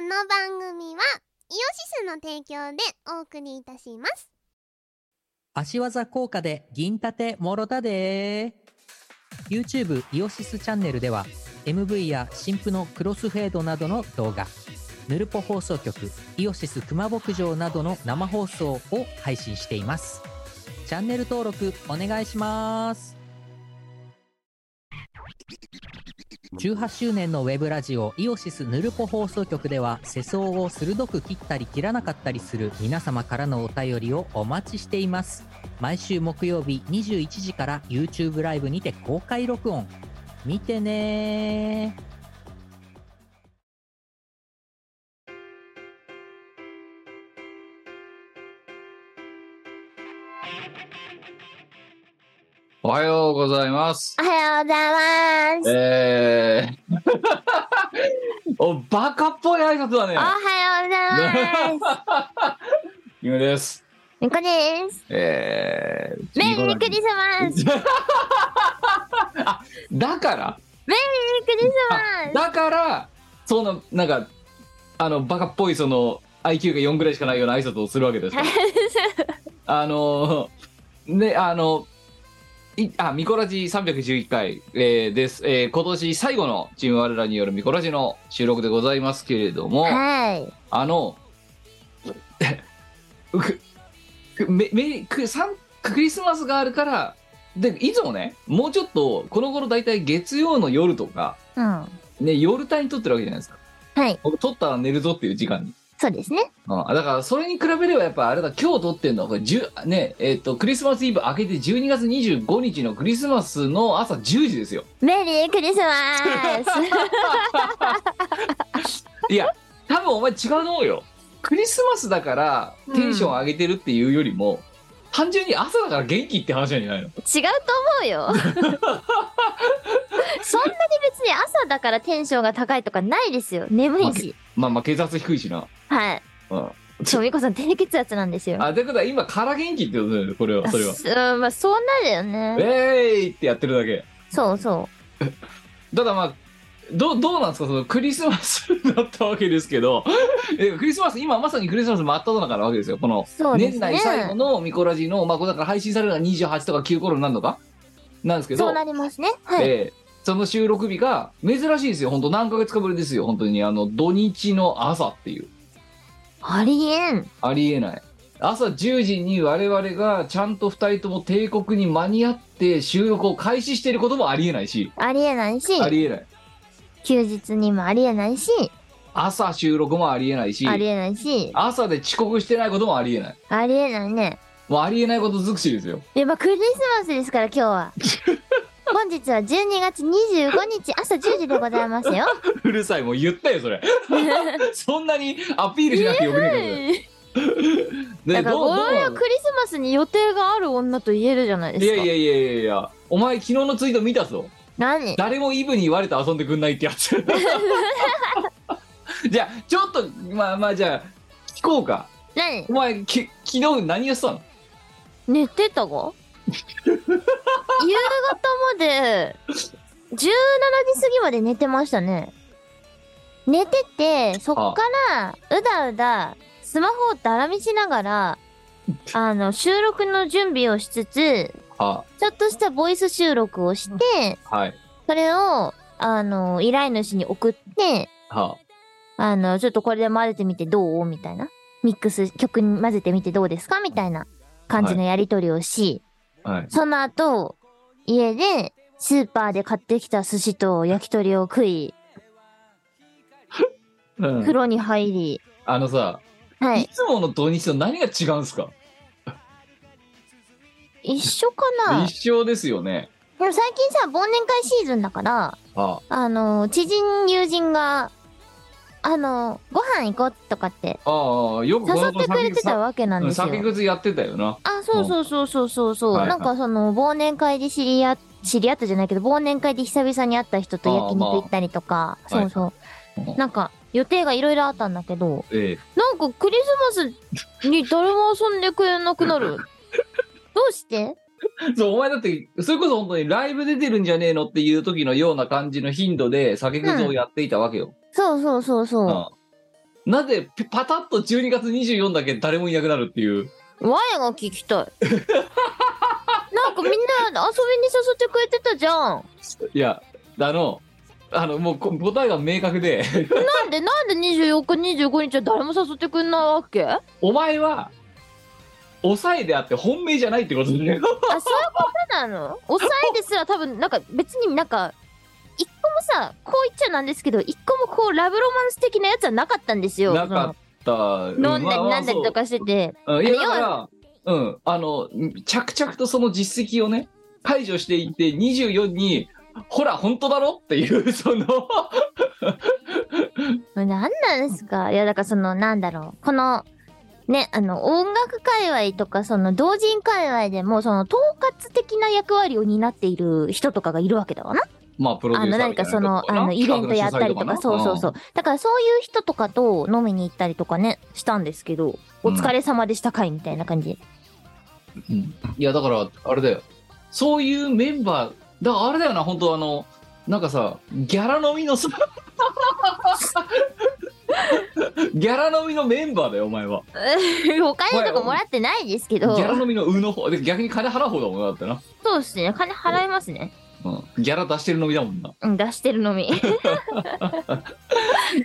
の番組はイオシスの提供でお送りいたします足技効果で銀盾もろたで YouTube イオシスチャンネルでは MV や新婦のクロスフェードなどの動画ヌルポ放送局イオシス熊牧場などの生放送を配信していますチャンネル登録お願いします18周年のウェブラジオイオシスヌルポ放送局では世相を鋭く切ったり切らなかったりする皆様からのお便りをお待ちしています毎週木曜日21時から YouTube ライブにて公開録音見てねーおはようございます。おはようございます、えー、 おバカっぽい挨拶だねお。はようござい ますゆうです。みこですえー、メリークリスマスメリークリス あだからあマスだからそのなんかあのバカっぽいその IQ が4ぐらいしかないような挨拶をするわけですよあの ねあのいあミコラジ311回、えーです、えー今年最後のチーム我らによるミコラジの収録でございますけれどもはいあの、 くくめめくサンクリスマスがあるから、で、いつもね、もうちょっと、この頃大体月曜の夜とか、うんね、夜帯に撮ってるわけじゃないですか。はい僕撮ったら寝るぞっていう時間に。そうですねうん、だから、それに比べればやっぱあれだ、今日撮ってるのは、これ、10ね、えっ、と、クリスマスイブ明けて12月25日のクリスマスの朝10時ですよ。メリークリスマスいや、多分お前違うと思うよ。クリスマスだからテンション上げてるっていうよりも、単純に朝だから元気って話なんじゃないの 違うと思うよそんなに別に朝だからテンションが高いとかないですよ眠いしまあまあ、血圧低いしな。はいうん。ちょみこさん低血圧なんですよあ、てことは今から元気ってことだよね、これは、それは。はうんまあそうなるよねえーいってやってるだけ。そうそただまあ、どうどうなんですかそのクリスマスだったわけですけど、えクリスマス、今まさにクリスマス真っ只中なわけですよ。このうそうです年ね内最後のミコラジの、まあ、これだから配信されるのが28とか9頃になるのかなんですけど、そうなりますねはい、でその収録日が珍しいですよ本当何ヶ月かぶりですよ本当にあの土日の朝っていうありえんありえない朝10時に我々がちゃんと2人とも帝国に間に合って収録を開始していることもありえないしありえないしありえない休日にもありえないし朝収録もありえないしありえないし朝で遅刻してないこともありえないありえないねもうありえないこと尽くしですよやっぱクリスマスですから今日 は本日は12月25日朝10時でございます ようるさいもう言ったよ それそんなにアピールしなくてよくねえけだどでからどうどう俺なはのクリスマスに予定がある女と言えるじゃないですいか。やいやいやいやいやお前昨日のツイート見たぞ何誰もイブに言われて遊んでくんないってやつ じゃあちょっとまあまあじゃあ聞こうか何お前き昨日何やってたの寝てたが夕方まで17時過ぎまで寝てましたね。寝ててそっからうだうだスマホをだらみしながらあの収録の準備をしつつはちょっとしたボイス収録をしてはいそれをあの依頼主に送ってはあの、ちょっとこれで混ぜてみてどうみたいな。ミックス、曲に混ぜてみてどうですかみたいな感じのやり取りをし、はいその後、家で、スーパーで買ってきた寿司と焼き鳥を食い、風呂に入り、あのさ、、はいい。つもの土日と何が違うんすか一緒かなで一生ですよねも最近さ、忘年会シーズンだから、はあの、知人、友人が、あの、ご飯行こうとかって、あああよく誘ってくれてたわわけなんですよ。酒靴やってたよなあ、そうそうそうそうそうそう、はいなはいんかその忘年会で知り合知り合ったじゃないけど忘年会で久々に会った人と焼肉行ったりとか、あーまあそうそう、うんなんか予定がいろいろあったんだけどええなんかクリスマスに誰も遊んでくれなくなるどうして そうお前だってそれこそ本当にライブ出てるんじゃねえのっていう時のような感じの頻度で酒靴をやっていたわけよ、そうそうそうそう、うんなぜピパタッと12月24だけ誰もいなくなるっていう我が聞きたい なんかみんな遊びに誘ってくれてたじゃんいやあのあのもうこ答えが明確で なんでなんで24日25日は誰も誘ってくんないわけあお前は抑えであって本命じゃないってことねそういうことなの抑えですら多分なんか別になんか一個もさこう言っちゃなんですけど一個もこうラブロマンス的なやつはなかったんですよ なかったその飲んだりなんだりとかしてて、うんいやあのだから、うん、あの着々とその実績をね解除していって24にほら本当だろっていう そのなんなんですかいやだからそのなんだろうこのねあの音楽界隈とかその同人界隈でもその統括的な役割を担っている人とかがいるわけだわなまあプロデュあーサのーみたないんなかそのとこあなのイベントやったりとか企画そうの主催そうそうだからそういう人とかと飲みに行ったりとかねしたんですけどお疲れ様でした会みたいな感じ、 うんうんいやだからあれだよそういうメンバーだからあれだよな本当あのなんかさギャラ飲みのさ ギャラ飲みのメンバーだよお前はお金とかもらってないですけギどャラ飲みのうの方で逆に金払う方だもんなだってな、そうですね金払いますねうん、ギャラ出してる飲みだもんなうん出してるのみ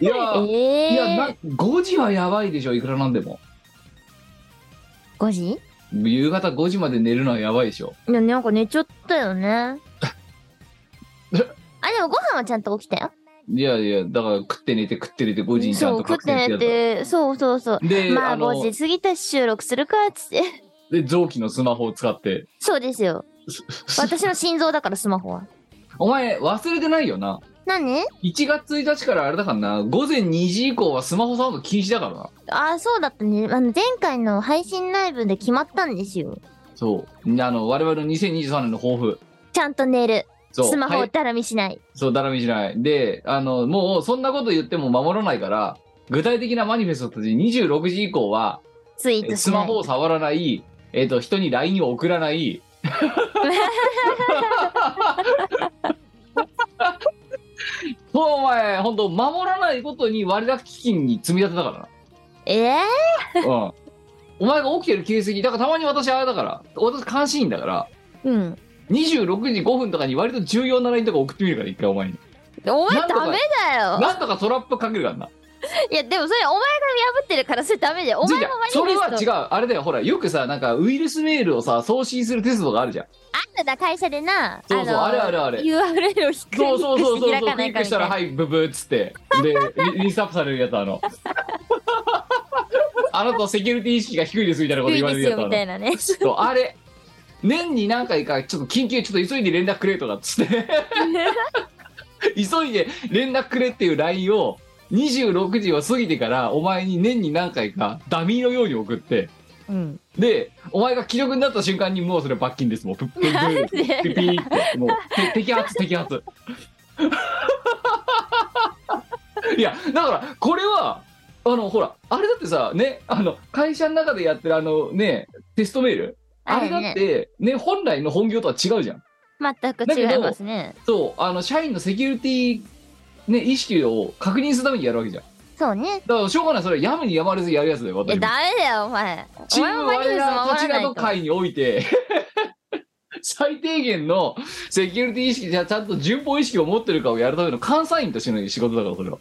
いやー ええいやー、な5時はやばいでしょいくらなんでも5時夕方5時まで寝るのはやばいでしょいやなんか寝ちゃったよねあでもご飯はちゃんと起きたよいやいやだから食って寝て食って寝て5時にちゃんそうと食っ確て定寝やてそうそうそうつで、まああの5時過ぎたし収録するかっつって で臓器のスマホを使ってそうですよ私の心臓だからスマホはお前忘れてないよな何1月1日からあれだからな午前2時以降はスマホサウンド禁止だからなああそうだったねあの前回の配信ライブで決まったんですよそうあの我々の2023年の抱負ちゃんと寝るそうスマホはをいだらみしない、そうだらみしないであのもうそんなこと言っても守らないから具体的なマニフェストたち26時以降はツイートしスなマいホを触らない、えっと人に LINE を送らない。そうお前本当守らないことに割高基金に積み立てたかええらな、うん、お前が起きてる形跡だからたまに私あれだから私監視員だからうん26時5分とかに割と重要な LINE とか送ってみるから一回お前にお前なんとかダメだよなんとかトラップかけるからないやでもそれお前が破ってるからそれダメだよお前もマニフそれはェス違トうあれだよほらよくさなんかウイルスメールをさ送信するテストがあるじゃんあんた会社でなそうそうのあれあれあれ URL をひっくりそうそうそうそうしてそ開かうクなリいッかクみしたたらいなはいブブーっつってでリリストアップされるやつあの あなたセキュリティ意識が低いですみたいなこと低言わいれでするやつよみたいなねあのそうあれ年に何回かちょっと緊急ちょっと急いで連絡くれとかっつって 急いで連絡くれっていう LINE を26時を過ぎてからお前に年に何回かダミーのように送って うんでお前が既読になった瞬間にもうそれ罰金ですもうプップ なんでップッピピーってもう て摘発摘発いやだからこれはあのほらあれだってさねあの会社の中でやってるあのねテストメールあれだってね本来の本業とは違うじゃん全く違いますねそうあの社員のセキュリティね意識を確認するためにやるわけじゃんそうねだからしょうがないそれはやむにやまれずやるやつだよいや私もダメだよお前おチ前ーもムマニフ我ェストら守たらちななどいと会において 最低限のセキュリティ意識じゃちゃんと順法意識を持ってるかをやるための監査員としての仕事だからそれは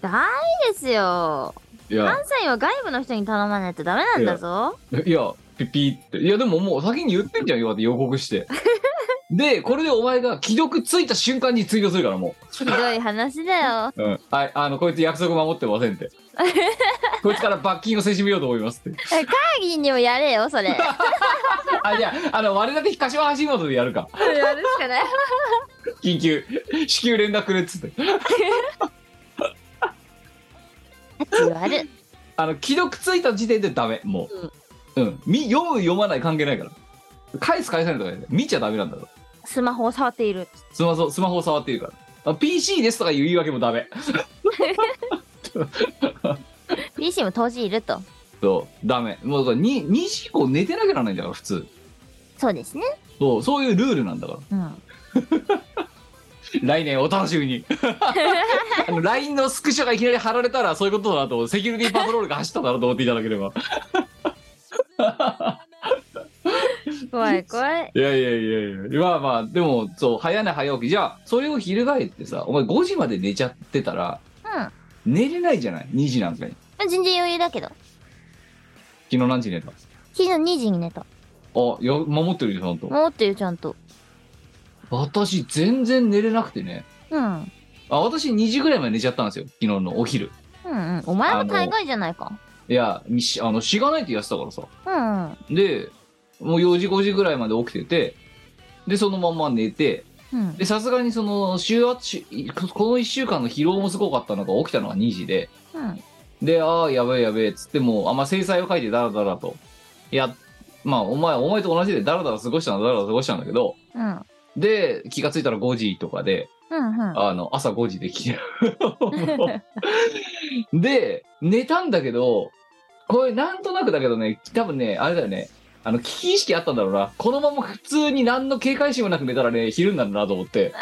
ダメですよいや関西は外部の人に頼まないとダメなんだぞいやピピっていやでももう先に言ってんじゃんよって予告して でこれでお前が既読ついた瞬間にツイートするからもひどい話だ よう、うん、はいあのこいつ約束守ってませんって こいつから罰金をせしめようと思いますって会議にもやれよそ れあいやあの我々的柏橋本でやるかやるしかない緊急至急連絡くれっつって立ち悪いあの既読ついた時点でダメもう、うんみ読む読まない関係ないから返す返さないとかじゃない見ちゃダメなんだろスマホを触っているスマホスマホを触っているからあ PC ですとかいう言い訳もダメ PC も閉じるとそうダメもうだから 2, 2時以降寝てなきゃならないんだから普通そうですね そうそういうルールなんだからうん来年お楽し みにあの LINE のスクショがいきなり貼られたらそういうことだなとセキュリティパトロールが走ったんだなと思っていただければ怖い怖い。いやいやいやいやまあまあでもそう早寝早起きじゃあそれを翻ってさお前5時まで寝ちゃってたらう寝れないじゃない2時なんかにん。全然余裕だけど。昨日何時寝た昨日2時に寝た。あいや守ってるよちゃんと持ってるちゃんと。私全然寝れなくてねうん。あ私2時ぐらいまで寝ちゃったんですよ昨日のお昼うんうん。お前も大概じゃないか。いやにしあのしがないってやってたからさうんうん。でもう4時5時ぐらいまで起きててでそのまんま寝てうんで。さすがにその週末この1週間の疲労もすごかったのが起きたのが2時でうん。でああやべえやべえっつってもうあんま制裁を書いてダラダラといやまあお前お前と同じでダラダラ過ごしたんだダラダラ過ごしたんだけどうん。で気がついたら5時とかでうん。あの、朝5時で来てる。で、寝たんだけど、これなんとなくだけどね、多分ね、あれだよね、あの、危機意識あったんだろうな。このまま普通に何の警戒心もなく寝たらね、昼になるなと 思って、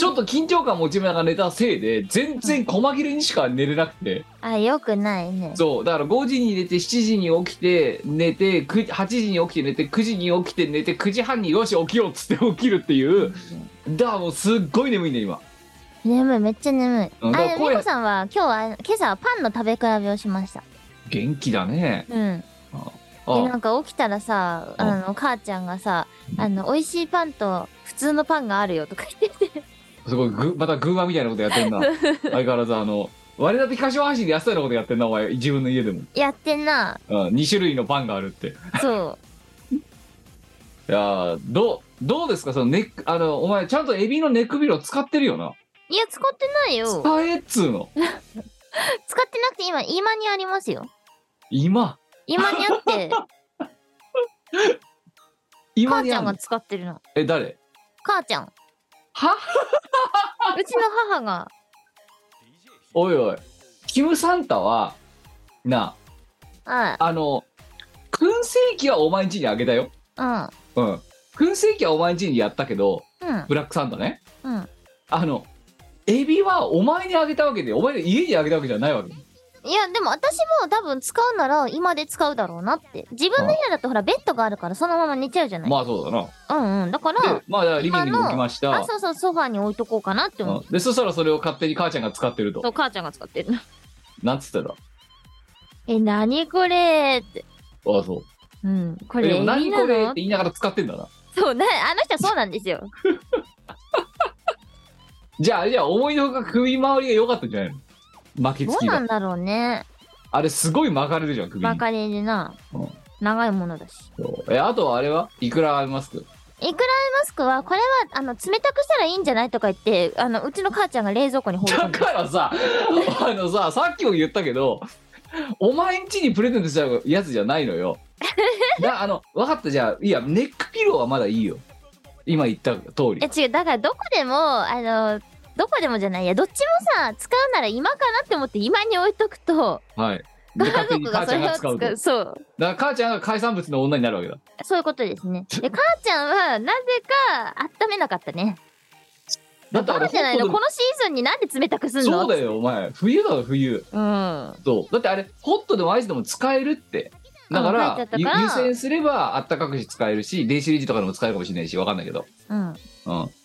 ちょっと緊張感持ちながら寝たせいで、全然細切れにしか寝れなくて。 あ、よくないね。そう、だから5時に寝て、7時に起きて、寝て、9 8時に起きて寝て、9時に起きて寝て、9時半によし、起きようっつって起きるっていう、だからもうすっごい眠いんだ、今。眠い、めっちゃ眠い。うあ、んだからでも声美子さんは今日は、今朝はパンの食べ比べをしました。元気だね。うん。で、あなんか起きたらさ、あの、母ちゃんがさ、あの、美味しいパンと普通のパンがあるよとか言ってて。すごいぐまた偶話みたいなこと やってんな相変わらずあの割り当て歌唱配信でやってたようなことやってんなお前自分の家でも、やって んな。うん、2種類のパンがあるっていそやーどうどうですかそのネックあのお前ちゃんとエビのネックビロ使ってるよなう。いや、使ってないよ。使使えっつうのってなくて今、今にありますよ。今今にあって、今母ちにゃあんるが使ってるの。え誰母ちゃん。はうちの母が、おいおいキムサンタはなああの燻製機はお前ん家にあげたよあ、うん燻製機はお前ん家にやったけどうん、ブラックサンタねうん、うん。あの、エビはお前にあげたわけで、お前の家にあげたわけじゃないわけ。いや、でも私も多分使うなら今で使うだろうなって。自分の部屋だとほら、ベッドがあるからそのまま寝ちゃうじゃない。まあそうだな。うんうん。だかでら、、まあだからリビングに置きました。あ、そうそう、ソファーに置いとこうかなって思う。うんで、そしたらそれを勝手に母ちゃんが使ってるそと。う、母ちゃんが使ってる。なんつってたあえ、なにこれーって。あ、そう。うん。こえれ、でエもビ何なこれっての言いながら使ってんだな。そう、な、あの人はそうなんですよ。じゃあ、じゃあ思いのほか首周りが良かったんじゃないの巻きどつうきなが。んだろうね。あれすごい巻かれるじゃん、首バに。カででなうん。長いものだし。そうえ、あとはあれはいくらありますかいくらマスクは、これは、あの、冷たくしたらいいんじゃないとか言って、あの、うちの母ちゃんが冷蔵庫に放り込だんで。からさ、あのさ、さっきも言ったけど、お前ん家にプレゼントしたやつじゃないのよ。なあの、分かった、じゃあ、いや、ネックピローはまだいいよ。今言った通り。え、違う、だからどこでも、あの、どこでもじゃないや、どっちもさ、使うなら今かなって思って今に置いとくと、はい。で、家勝族手にがそ母ちゃれんをが使使ううと。。だかそう。ら母ちゃんが海産物の女になるわけだ。そういうことですね。で、母ちゃんは、なぜか、温めなかったね。だってあバれ、カじゃないのホッこトのシーズンになんで冷たくすでんのそうだよ、お前。冬だろ、冬。うん。そう。だってあれ、ホットでもアイスでも使えるって。だかうん書いらてあ、ったゆから湯煎すればあったかくし使えるし、電子レンジとかでも使えるかもしれないし、わかんないけど。うん。うん。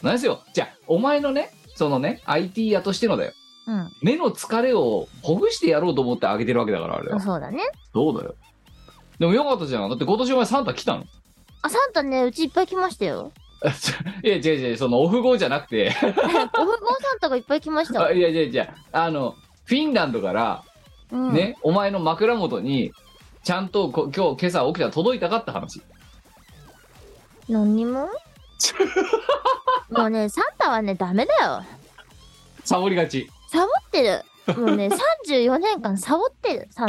なんですよ。じゃあ、お前のね、そのね、IT 屋としてのだよ。うん。目の疲れをほぐしてやろうと思ってあげてるわけだから、あれは。そうだね。そうだよ。でもよかったじゃん。だって今年お前サンタ来たの あ、サンタね、うちいっぱい来ましたよ。いや、違う違う、そのオフ号じゃなくて、おふごサンタがいっぱい来ました あ。いや違う違う、あの、フィンランドからうん。ね、お前の枕元に、ちゃんとこ今日、今朝起きたら届いたかって話。何にももうね、 サンタはね、ダメだよ。サボりがち。サボってる。もう ね、34年間サボってる、サン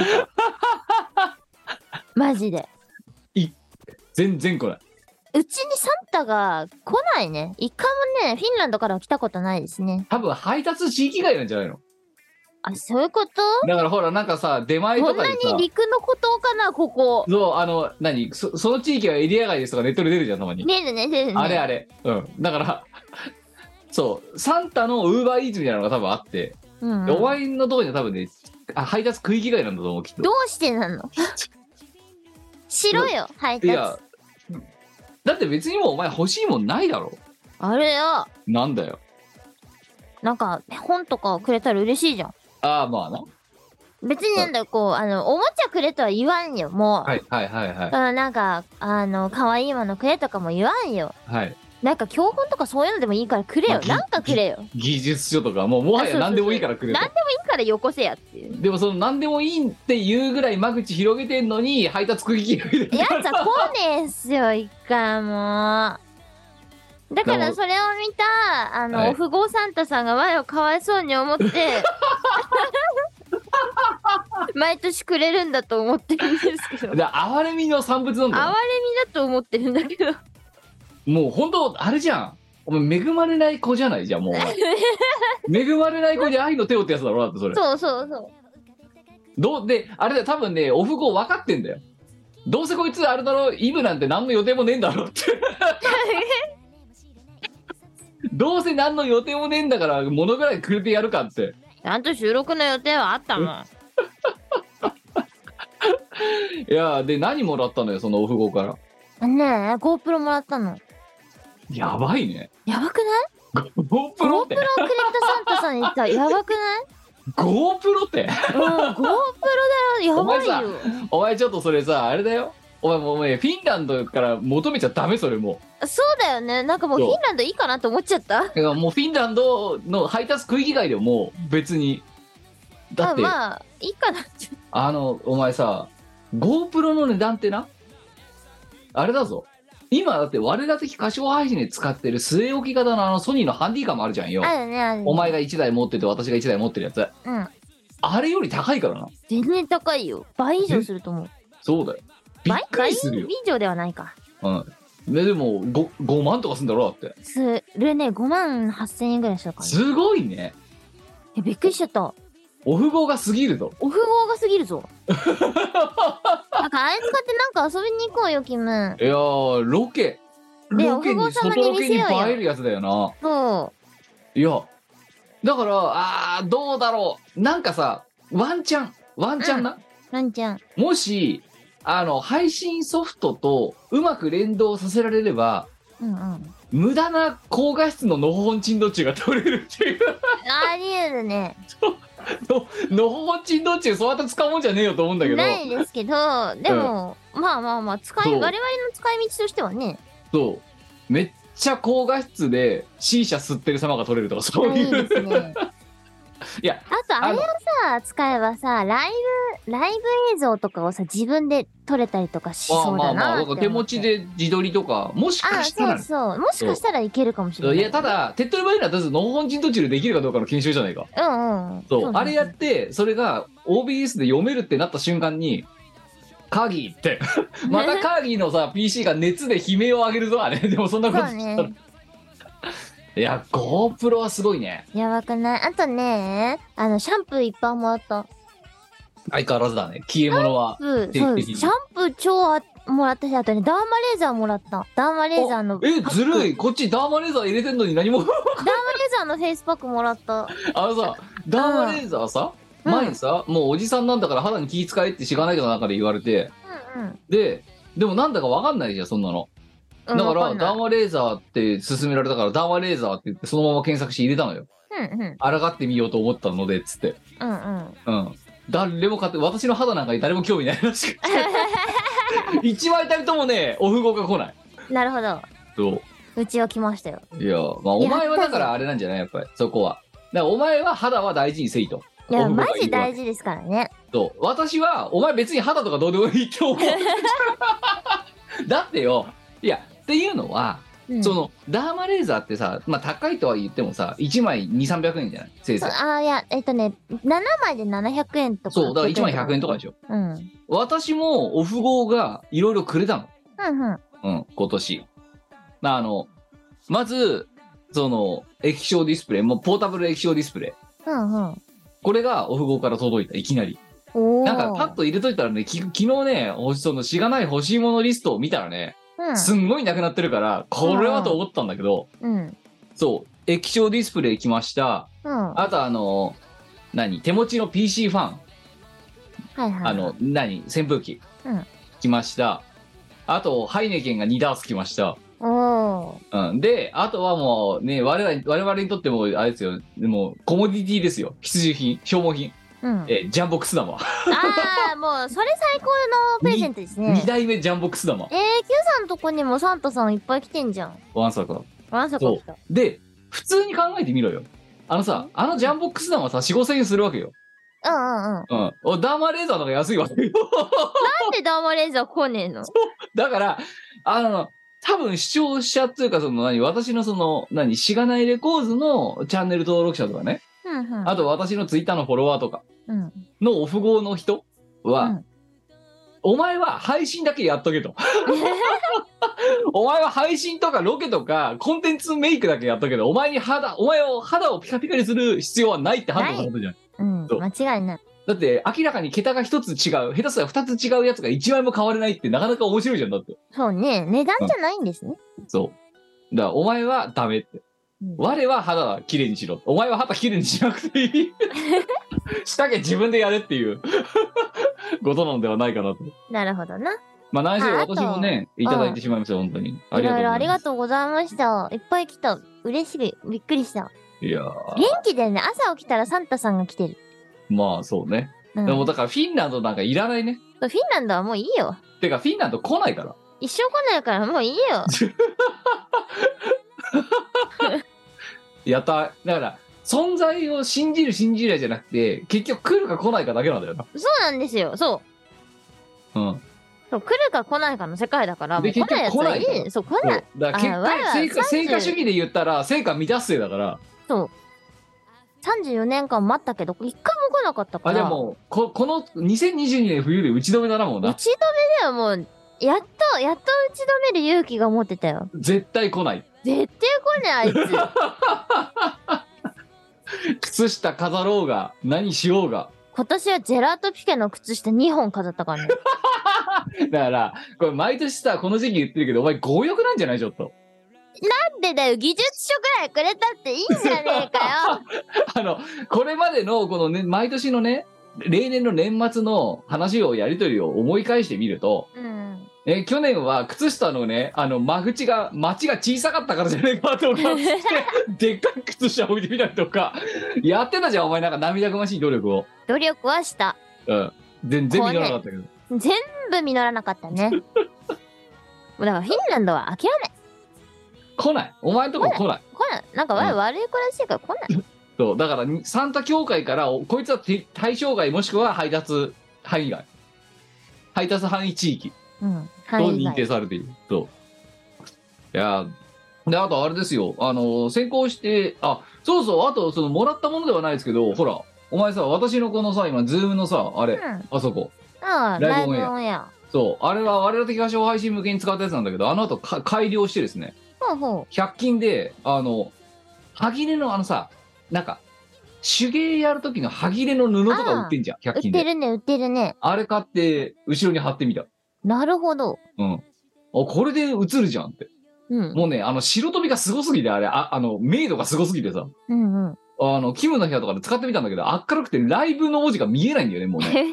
タ。 マジで。全然来ない。うちにサンタが来ないね。一回もね、フィンランドからは来たことないですね。多分配達地域外なんじゃないのあ、そういうことだからほら、なんかさ、出前ことんかなでさに、陸の孤島かな、ここ。そう、あの、何そ、その地域はエリア外ですとかネットで出るじゃん、たまに。ねえねえねえねえねえ。あれあれ。うん。だから、 そうサンタのウーバーイーツみたいなのが多分あって、うんでおうん。前のとこには多分ねあ配達食い気外なんだと思うきっとどうしてな のしろよ、配い達。やだって別にもうお前欲しいもんないだろあれよ、なんだよなんか本とかくれたら嬉しいじゃん。ああまあな別になんだよ、こう、あの、おもちゃくれとは言わんよ、もう。はいはいはいはいうん、なんか、あの、可愛いものくれとかも言わんよ。はいなんか教本とかそういうのでもいいからくれよ。まあなんかくれよ。い技術書とかもうもはあそうやそう何でもいいからくれとなんいからよこせやって いう。でもその何でもいいっていうぐらい間口広げてんのに配達食い気外でやつは来ねえっすよ、一回も。だかなるらほどそれを見た、あの、はい富豪サンタさんが我をかわいそうに思 って、毎年くれるんだと思ってるんですけど。 で哀れみの産物なんだ哀れよみだと思ってるんだけ ど。もう本当あれじゃんお前恵まれない子じゃないじゃんもう恵まれない子に愛の手をってやつだろだってそれそうそうそう。どうであれだよ多分ねおふご分かってんだよどうせこいつあれだろイブなんて何の予定もねえんだろってどうせ何の予定もねえんだから物ぐらいくれてやるかってちゃんと収録の予定はあったもん。いやーで何もらったのよそのおふごからねえ、GoPro もらったの。やばいねやばくない GoPro って ?GoPro をくれたサンタさんに言ったらやばくない GoPro ってうん、GoPro だよ。やばいおよ。お前ちょっとそれさあれだよお前もうねフィンランドから求めちゃダメそれもそうだよね。なんかもうフそうィンランドいいかなと思っちゃった。うだからもうフィンランドの配達食い以外でも別にだって、まあまあ、いいかなって。あのお前さ GoPro の値段ってなあれだぞ今だって我ら的歌唱配信で使ってる据え置き型のあのソニーのハンディカムあるじゃんよあるね、あるね。お前が1台持ってて私が1台持ってるやつうん。あれより高いからな全然高いよ。倍以上すると思う。そうだよびっ倍く倍り以するよ、上ではないか。うん、ででも 5, 5万とかすんだろだってするね、5万8000円ぐらいしたから。すごいねえ、びっくりしちゃった。お富豪が過ぎるとお富豪が過ぎる ぞ。なんかあれ使ってなんか遊びに行こうよ、キム。いやーロケねロケお富に豪様外にロ見ケにせようよ映えるやつだよなそう。いやだからあーどうだろうなんかさワンチャンワンチャンな、なんちゃん。もしあの配信ソフトとうまく連動させられればうんうん。無駄な高画質ののほほんちんどっちが取れるっていう あり得るね。のほほんちんどっちそうやって使うもんじゃねえよと思うんだけどないですけど、でも、まあまあまあ、使い、そ我う々の使い道としてはね、そうめっちゃ高画質で C 社吸ってる様が取れるとかそういいいうですね。 いやあと、あれをさ、使えばさ、ライブ、ライブ映像とかをさ、自分で撮れたりとかしまあそうまだあまあななってん思っかて。手持ち。で自撮りとかもしあ、かしそたうらそう。もしかしたらいけるかもしれない。いやただ手っ取り早いのはとりあえずノンホン人途中でできるかどうかの検証じゃないかうんうん。そうだねあれやってそれが OBS で読めるってなった瞬間にカーギーって またカーギーのさ PC が熱で悲鳴を上げるぞあれ でもそんなことそうね。いや GoPro はすごいねやばくないあとね、あの、シャンプーいっぱいもらった。相変わらずだね消え物はうん定期的にそうです。シャンプー超あもらったし、あとね、ダーマレーザーもらった。ダーマレーザーの。えずるいいこっちダーマレーザー入れてんのに何も ダーマレーザーのフェイスパックもらった。あのさダーマレーザーさうん前にさもうおじさんなんだから肌に気使えってしがないかなんかで言われてうんうん。ででもなんだかわかんないじゃんそんなのうんだかわらんない談話レーザーって勧められたから談話レーザーって言ってそのまま検索して入れたのようんうん抗ってみようと思ったのでっつってうんうん。 うん誰も買って私の肌なんかに誰も興味ないらしく て一枚たりともねお符号が来ないなるほど。そうちは来ましたよ。ういやまあお前はだからあれなんじゃないやっぱりそこはだからお前は肌は大事にせいといや、お風呂がマいいわジ大事ですからね。そう私はお前別に肌とかどうでもいいと思う だってよいやっていうのはうんそのダーマレーザーってさ、まあ、高いとは言ってもさ1枚2300円じゃないせいぜそいうあーいや、えっとね、7枚で700円とか。そうだから1枚100円とかでしょうん。うん私もお富豪がいろいろくれたのうん。うん今年あのまずその液晶ディスプレイもうポータブル液晶ディスプレイうんうん。これがお富豪から届いたいきなりおー。なんかパッと入れといたらねき昨日ねおそのしがない欲しいものリストを見たらねうんすんごいなくなってるからこれはと思ったんだけどうん。そう液晶ディスプレイ来ましたうん。はあとあの何手持ちの PC ファンいはい。あの何扇風機、うん来ましたあとハイネケンが2ダース来ました、おー。うん、であとはもうね我々我々にとってもあれですよもうコモディティですよ必需品消耗品うん。えジャンボクス玉、ああ、もう、それ最高のプレゼントですね。 2代目ジャンボクス玉えー、Q さんとこにもサンタさんいっぱい来てんじゃん。ワンサカわんさか来た。で普通に考えてみろよあのさあのジャンボクス玉さ4 5千円するわけよ、うんうんうん。うん、おダーマレーザーの方が安いわけよなんでダーマレーザー来ねえのだからあの多分視聴者っていうかその何私のその何しがないレコーズのチャンネル登録者とかねうんうん。あと私のツイッターのフォロワーとかうん。のオフ号の人は、うんお前は配信だけやっとけ とお前は配信とかロケとかコンテンツメイクだけやっとけどお前に肌お前を肌をピカピカにする必要はないって判断されたじゃんうんそう。間違いない。だって明らかに桁が一つ違う下手すら二つ違うやつが一枚も変われないってなかなか面白いじゃんだってそうね。値段じゃないんですね。そうだからお前はダメってうん我は肌は綺麗にしろお前は肌綺麗にしなくて いいしたけ自分でやれっていうことなのではないかなとなるほどな。まあ何しろああと私もねいただいてしまいました本当にあいりがろというろあござりいまがすとうございました。いっぱい来た。嬉しい。びっくりした。いやー元気でね、朝起きたらサンタさんが来てる。まあそうね、うん、でそもうだからフィンランドなんかいらないねフィンランドはもういいよ。てかフィンランド来ないから一生来ないからもういいよ。やっただから存在を信じる信じないじゃなくて結局来るか来ないかだけなんだよなそうなんですよ。そう。うんそう来るか来ないかの世界だから、もでう来ないやつはい結局来ないかい。そう、来そ。ないうだから結あわいわ果成果30成果主義で言ったら成果満たすせだから34年間待ったけど、一回も来なかったかあら。じゃあもうここの2022年冬で打ち止めだなもん打なち止めではもう、やっと、やっと打ち止める勇気が持ってたよ。絶対来ない絶対来ない、あいつ。 靴下飾ろうが何しようが今年はジェラートピケの靴下2本飾ったからね。だからこれ毎年さこの時期言ってるけどお前強欲なんじゃないちょっとな んでだよ、技術書くらいくれたっていいじゃねえかよ。あのこれまでのこのね毎年のね例年の年末の話をやり取りを思い返してみるとうん。え去年は靴下のねあの間口が町が小さかったからじゃねえかとか でっかい靴下置いてみたりとかやってたじゃんお前なんか涙ぐましい努力を、努力はした。うん、全然見らなかったけど、全部実らなかったね。もうだからフィンランドは諦めない。来ないお前のとこ来ない来ない。なんか我々悪い子らしいから来ない。そうだからにサンタ協会からおこいつはて対象外もしくは配達範囲外配達範囲地域うん。と範囲認定外。されているそういやーであとあれですよあの先行してあそうそうあとそのもらったものではないですけどほらお前さ私のこのさ今ズームのさあうれん。あそこああ、ラライイブブオンエアオンエア。そうあれは我々的歌唱配信向けに使ったやつなんだけどあの後か改良してですねほうほ100均であの歯切れのあのさなんか手芸やる時の歯切れの布とか売ってんじゃんう。売100っ均てでるね、売ってるね。あれ買って後ろに貼ってみたなるほど。うんあこれで映るじゃんってうん。もうね、あの、白飛びがすごすぎて、あれ、ああの、明度がすごすぎてさ、うんうん。あの、キムの部屋とかで使ってみたんだけど、明るくてライブの文字が見えないんだよね、もう ね。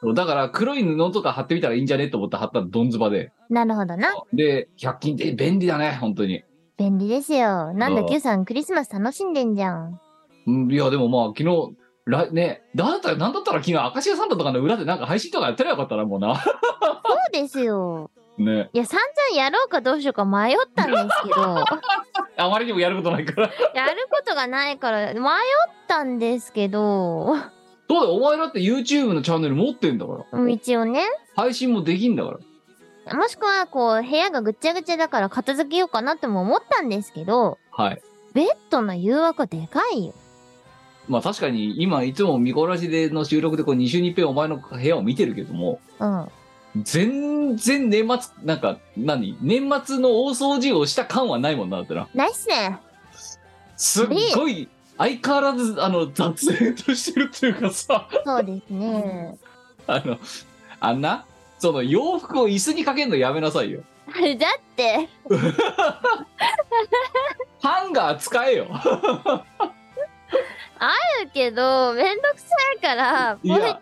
そうだから、黒い布とか貼ってみたらいいんじゃねと思って貼ったらドンズバで。なるほどな。で、100均って便利だね、本当に。便利ですよ。なんうだん Q さんクリスマス楽しんでんじゃん。うんいや、でもまあ、昨日、来ね、だったら、なんだったら昨日、明石家サンタとかの裏でなんか配信とかやってりゃよかったな、もうな。 そうですよ。ね。いや、散々やろうかどうしようか迷ったんですけ ど、あまりにもやることないから。 やることがないから迷ったんですけど、どうだよ、お前だって YouTube のチャンネル持ってんだから。一応ね、配信もできんだから。もしくはこう、部屋がぐっちゃぐちゃだから片付けようかなっても思ったんですけど、はい。ベッドの誘惑はでかいよ。まあ確かに今いつも見こらしでの収録でこう2週に一遍お前の部屋を見てるけどもうん。全然年末なんか何年末の大掃除をした感はないもんなだってなないっすね。すっごい相変わらずあの雑然としてるっていうかさそうですね。あのあんなその洋服を椅子にかけるのやめなさいよあれだって、ハンガー使えよ だけど、めんどくさいから、いポイや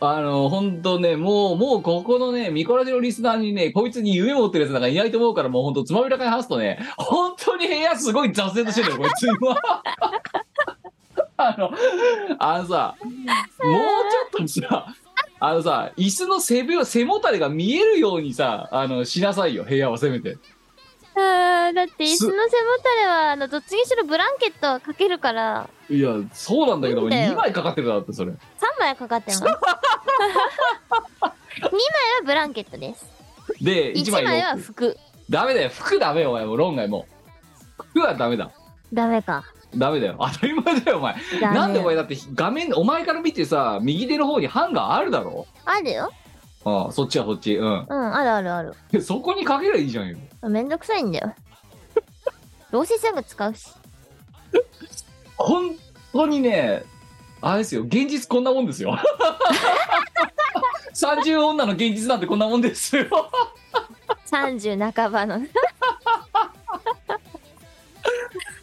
あの本当ねもうもうここのねミコラジのリスナーにねこいつに夢持ってるやつなんかいないと思うからもう本当つまびらかに話すとね本当に部屋すごい雑然としてるよ こいつ今 あのあのさもうちょっとさあのさ椅子の背び背もたれが見えるようにさあのしなさいよ部屋はせめてあーだって椅子すの背もたれは、あの、どっちにしろブランケットはかけるから、いやそうなんだけどそうだよ2枚かかってるだろってそれ3枚かか ってます。2枚はブランケットです。で1 1枚枚洋は服服。ダメだよ服ダメよお前もう論外もう服はダメだダメか。ダメだよ 当たり前だよお前ダメなんでお前だって画面お前から見てさ右手の方にハンガーあるだろあるよ。うんそっちはそっちうんうん、あるあるある。でそこにかけりゃいいじゃんよめんどくさいんだよ。どうせすぐ使うし。本当にねあれですよ現実こんなもんですよ 30女の現実なんてこんなもんですよ 30半ばの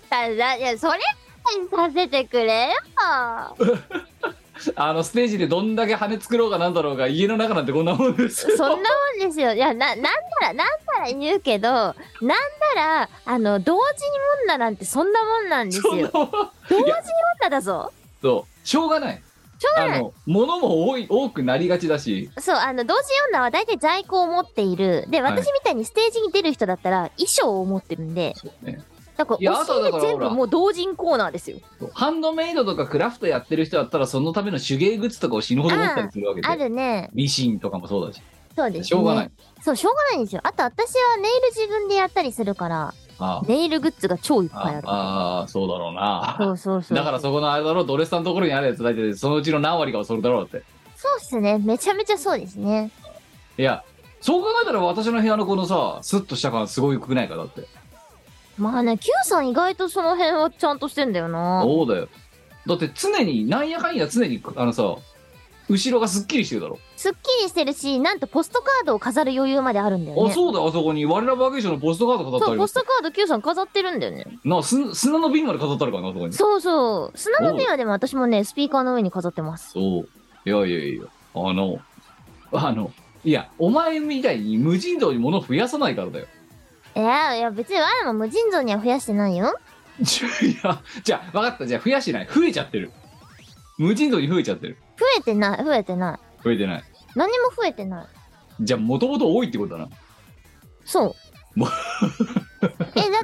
だだいやそれさせてくれよあのステージでどんだけ羽作ろうがなんだろうが家の中なんてこんなもんですよそんなもんですよいやななんならなんなら言うけどなんならあの同時に女なんてそんなもんなんですよ そんなもん同時に女だぞそうしょうがないしょうがなあいの物も多い多くなりがちだしそうあの同時に女は大体在庫を持っているではい私みたいにステージに出る人だったら衣装を持ってるんでそうねだかいやらおあと尻でだから全ほら部もう同人コーナーですよハンドメイドとかクラフトやってる人だったらそのための手芸グッズとかを死ぬほど持ったりするわけあるでねミシンとかもそうだしそうです、ね、しょうがないそう、しょうがないんですよ。あと私はネイル自分でやったりするから、あネイルグッズが超いっあぱいある。ああそうだろうなそうそうそう。だからそこのあれだろうドレスさんのところにあるやつ大体そのうちの何割かはそれだろうってそうっすね。めちゃめちゃそうですね。いやそう考えたら私の部屋のこのさスッとした感すごいくないかだってまあね、Q さん意外とその辺はちゃんとしてんだよな。そうだよだって常になんやかんや常にあのさ後ろがすっきりしてるだろ、すっきりしてるし、なんとポストカードを飾る余裕まであるんだよあね。そうだよあそこに我らバーケーションのポストカード飾ってあそう、りポまスすトカード Q さん飾ってるんだよね。なす砂の瓶まで飾ってあるからなあそこにそうそう。砂のビアでも私もね、スピーカーの上に飾ってます。そう。いやいやいや、あの、あの、いや、お前みたいに無人道に物を増やさないからだよ。 いや、いや、別にワイも無尽蔵には増やしてないよ。いや、じゃあ、分かった。じゃあ、増やしてない。増えちゃってる。無人道に増えちゃってる。増えてない、増えてない。増えてない。何も増えてない。じゃあ、もともと多いってことだな。そうも。 え、だ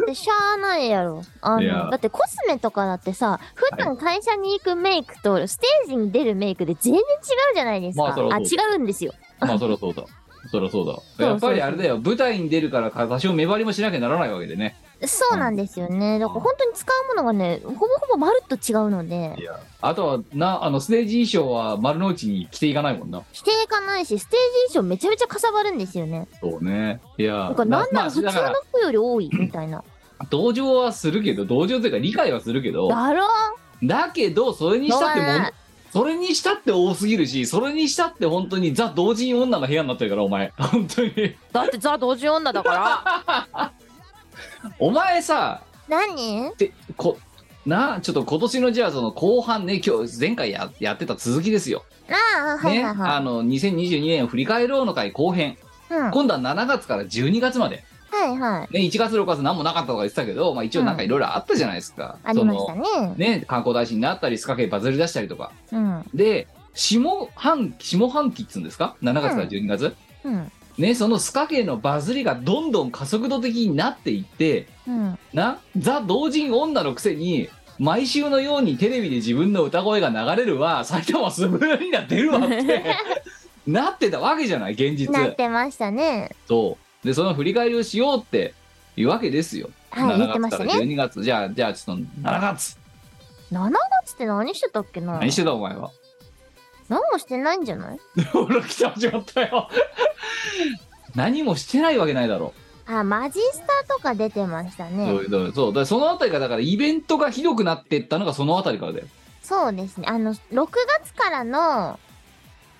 ってしゃあないやろ。あいやの、だってコスメとかだってさ、普段会社に行くメイクとステージに出るメイクで全然違うじゃないですか。まあそりゃあ、そう違うんですよ。まあ、そりゃそ うだ。そりゃそうだ。そうやっぱりあれだよ。舞台に出るからか、多少目張りもしなきゃならないわけでね。そうなんですよね。だから本当に使うものがね、ほぼほぼまるっと違うので、や。あとは、な、あの、ステージ衣装は丸の内に着ていかないもんな。着ていかないし、ステージ衣装めちゃめちゃかさばるんですよね。そうね。いやなん、かなんなまらあ普通のだから、服より多いみたいな。同情はするけど、同情というか理解はするけど、だろだけど、それにしたってもしょうがのない、それにしたって多すぎるし、それにしたって本当にザ同人女の部屋になってるから、お前。 本当に。だってザ同時女だから。 お前さ、何てこ、なあ、ちょっと今年のじゃあその後半ね、今日、前回ややってた続きですよ。ああ、はいね。はいはあの、2022年を振り返ろうの会後編。い。うん。は今度は7月から12月まで。いはい。ね、1月6月何もなかったとか言ってたけど、まあ一応なんかいろいろあったじゃないですか。ありましたね。ね。ね、観光大使になったり、スカ系バズり出したりとか。うん。で下半下半期っつうんですか7月から12月、うん。ねそのスカ系のバズりがどんどん加速度的になっていってうん。なザ同人女のくせに毎週のようにテレビで自分の歌声が流れるわ埼玉スムーリーが出るわって なってたわけじゃない現実なってましたね。そうでその振り返りをしようっていうわけですよ、はい、言って7まし月かたね。ら12月、じゃあじゃあちょっと7月7月って何してたっけな何してたお前は何もしてないんじゃないほら来て始まったよ 何もしてないわけないだろあ、マジスタとか出てましたそうね。だからそうだからそのあたりがだからイベントがひどくなってったのがそのあたりからだよそうですね。あの、6月からの、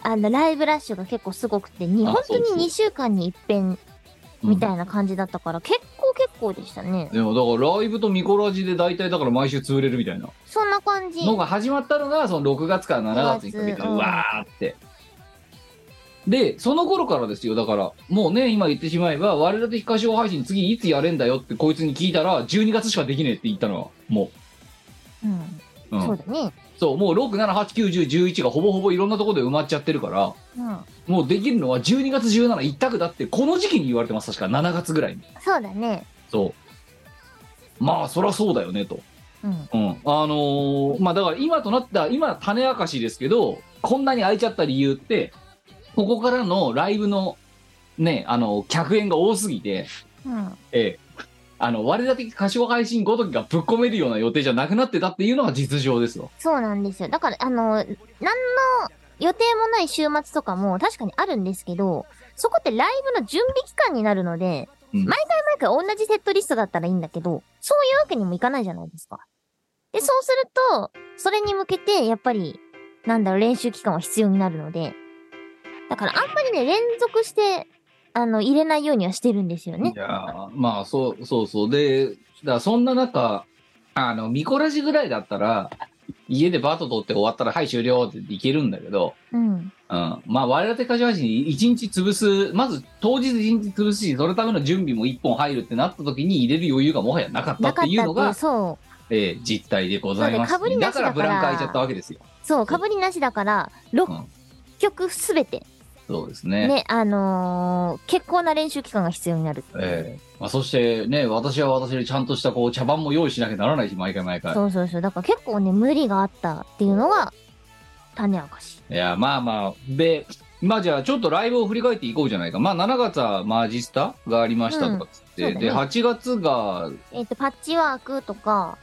あの、ライブラッシュが結構すごくて、にあ本そうそう当に2週間に一遍みたいいな感じだったから、結構結構でしたね。でもだからライブとミコラジで大体だから毎週潰れるみたいなそんな感じ。のが始まったのがその6月から7月にかけてうんうわーって。でその頃からですよだからもうね今言ってしまえば我々的歌唱配信次いつやれんだよってこいつに聞いたら12月しかできねえって言ったのはもうん。う、うん、そうだね。そうもう67891011がほぼほぼいろんなところで埋まっちゃってるからうん。もうできるのは12月17一択だってこの時期に言われてます確か7月ぐらいにそうだね。そうまあそりゃそうだよねとうん。うん、あのーまあだから今となった今種明かしですけどこんなに空いちゃった理由ってここからのライブのねあの客演が多すぎて、うん。ええ、あの我ら的歌唱配信ごときがぶっ込めるような予定じゃなくなってたっていうのが実情ですよそうなんですよ。だから、あの、何の予定もない週末とかも確かにあるんですけど、そこってライブの準備期間になるので、うん毎回毎回同じセットリストだったらいいんだけど、そういうわけにもいかないじゃないですか。で、そうすると、それに向けて、やっぱり、なんだろう、練習期間は必要になるので、だからあんまりね、連続して、あの、入れないようにはしてるんですよねい。やーまあそうそうそうでだからそんな中あのミコラジぐらいだったら家でバト取って終わったら「はい終了」っていけるんだけどうん。うん、まあ我々的歌手配信一日潰すまず当日一日潰すしそのための準備も一本入るってなった時に入れる余裕がもはやなかったなっかっていうたのっていがう、そう。えー実態でございますそうね被りなしだかかららブランク空いちゃったわけですよそう、かぶりなしだから、6曲すべて、そうですねね、あのー、結構な練習期間が必要になる。えーまあ、そしてね私は私でちゃんとしたこう茶番も用意しなきゃならないし毎回毎回そうそうそう。だから結構ね、無理があったっていうのが、種明かし。いやまあまあでまあじゃあちょっとライブを振り返っていこうじゃないかまあ7月はマジスタがありましたとかっつって、うんそうだねで8月がえっ、と、パッチワークとか、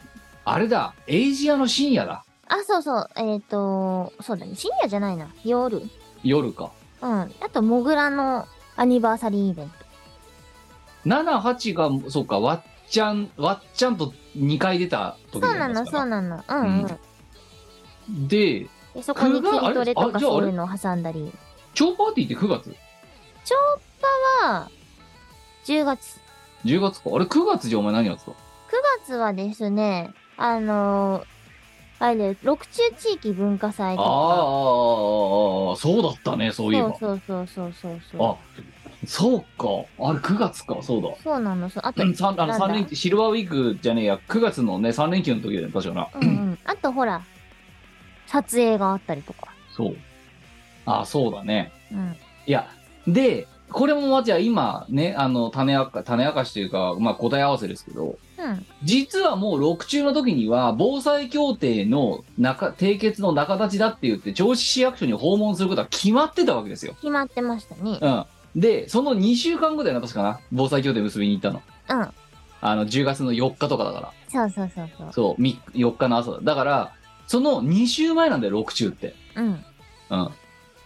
あれだエイジアの深夜だあ、そうそう、えっ、と、そうだね、深夜じゃないな、夜。うん。夜かあと、モグラのアニバーサリーイベント。 78がそうかわっちゃんわっちゃんと2回出た時じそうなゃないの、ですそうかなの。うん、うん、うんでで、そこに九月あ筋れトレとあかじゃああれそういうのを挟んだり。超パーティーって9月超音波は、10月。 10月かあれ9月じゃお前何やってた9月はですね、あのーあれで、六中地域文化祭あーあーとあか。ーあーそうだったねそういえそうばそうそうそうそうそうあ。そうかあれ9月かそうだそうなの、そう。あと、うんさんなあのんだ三連休シルバーウィークじゃねえや9月のね3連休の時だよね確かなうんうん。あと、ほら、撮影があったりとか。そうあーそうだねうん。いや、で、これもまあじゃあ今ね、あの、種明か、種明かしというか、まあ答え合わせですけど、うん。実はもう6中の時には、防災協定の中、締結の仲立ちだって言って、銚子市役所に訪問することは決まってたわけですよ。決まってましたね。うん。で、その2週間後だよな、確かな。防災協定結びに行ったの。うん。あの、10月の4日とかだかそうそうそうそうら。。そう、み4日の朝だ。だから、その2週前なんだよ、6中って。うん。うん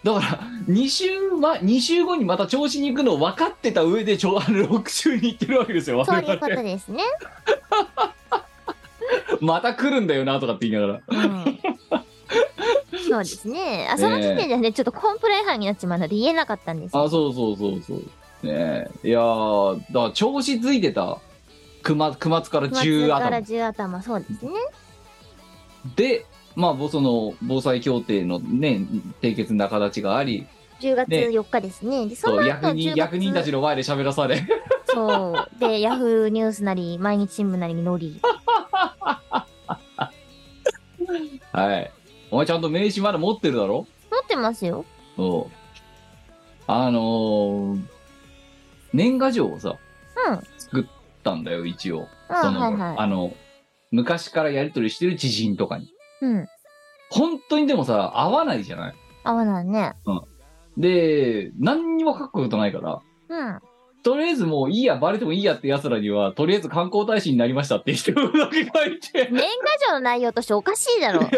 だから2週 前2週後にまた調子に行くのを分かってた上でちょあの6週に行ってるわけですよそういうこ我と々ですね。また来るんだよなとかって言いながら うん。そうですね。あ、その時点ではね、ちょっとコンプラ違反になっちまうので言えなかったんですよあそうそうそうそうねえいやーだから調子ついてた熊熊津から9月10か頭ら10頭、そうですね。でまあぼその防災協定のね締結の仲立ちがあり10月ね4日ですね。で、そのそう後役10人月役人たちの前で喋らされ そう。で、ヤフーニュースなり、毎日新聞なりに乗り。はいお前ちゃんと名刺まだ持ってるだろ持ってますよ。そう。あのー年賀状をさ、うん作ったんだよ、一応。うん、その、はいはあの、昔からやりとりしてる知人とかに。い。うん。本当にでもさ、合わないじゃない合わないね。で、何にも書くことないから、うん。とりあえずもういいや、バレてもいいやって奴らには、とりあえず観光大使になりましたって人だけ書いて、年賀状の内容としておかしいだろ。い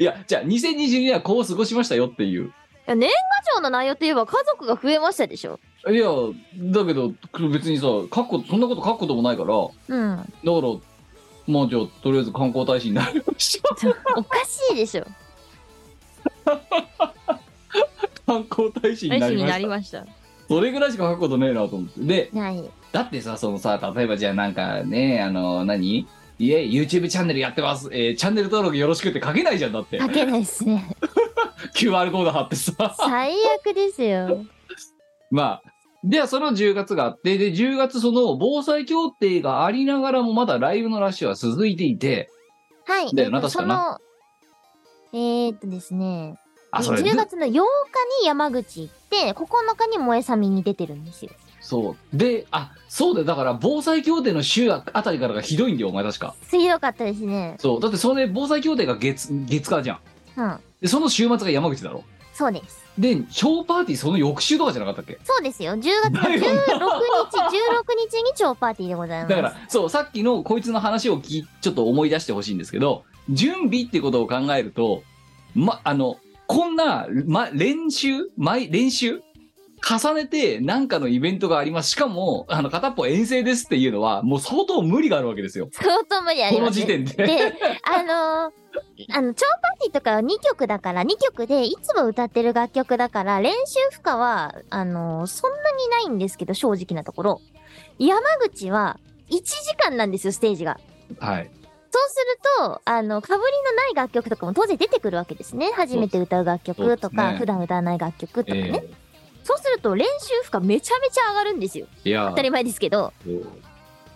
いや、じゃあ2022はこう過ごしましたよっていう。や年賀状の内容といえば家族が増えましたでしょ。いや、だけど、別にさ、書くこと、そんなこと書くこともないから、うん。 だからもうじゃあとりあえず観光大使になりましたおかしいでしょ。観光大使になりましたました。それぐらいしか書くことねえなと思って でない。だってさそのさ例えばじゃあなんかねあの何いえ YouTube チャンネルやってます、えーチャンネル登録よろしくって書けないじゃんだって書けないです ね。 QR コード貼ってさ 最悪ですよ。まあ、ではその10月があって、で、10月その防災協定がありながらもまだライブのラッシュは続いていて、はい。だよなえっと確かなその、えー、っとですね。あ、それ、 10月の8日に山口行って、9日に萌えさみに出てるんですよ。そう。で、あ、そうだよ。だから防災協定の週あたりからがひどいんだよ、お前確か。強かったですね。そう。だってそれ、防災協定が月、月火じゃん。うん。で、その週末が山口だろ。そうです。で、超パーティーその翌週とかじゃなかったっけそうですよ。10月の16だ日、16よな日に超パーティーでございまだす。から、そう、さっきのこいつの話をきちょっと思い出してほしいんですけど、準備ってことを考えると、ま、あの、こんな、ま、練習毎、練習重ねて何かのイベントがあります。しかも、あの、片っぽ遠征ですっていうのは、もう相当無理があるわけですよ。相当無理ありこのます時点で。で、あのーあの、超パーティーとかは2曲だから、2曲でいつも歌ってる楽曲だから、練習負荷は、あのーそんなにないんですけど、正直なところ。山口は1時間なんですよ、ステージが。はい。そうすると、あの、被りのない楽曲とかも当然出てくるわけですね。初めて歌う楽曲とそうですか、ね普段歌わない楽曲とかえね。そうすると、練習負荷めちゃめちゃ上がるんですよ。えいや当た、り前ですけど。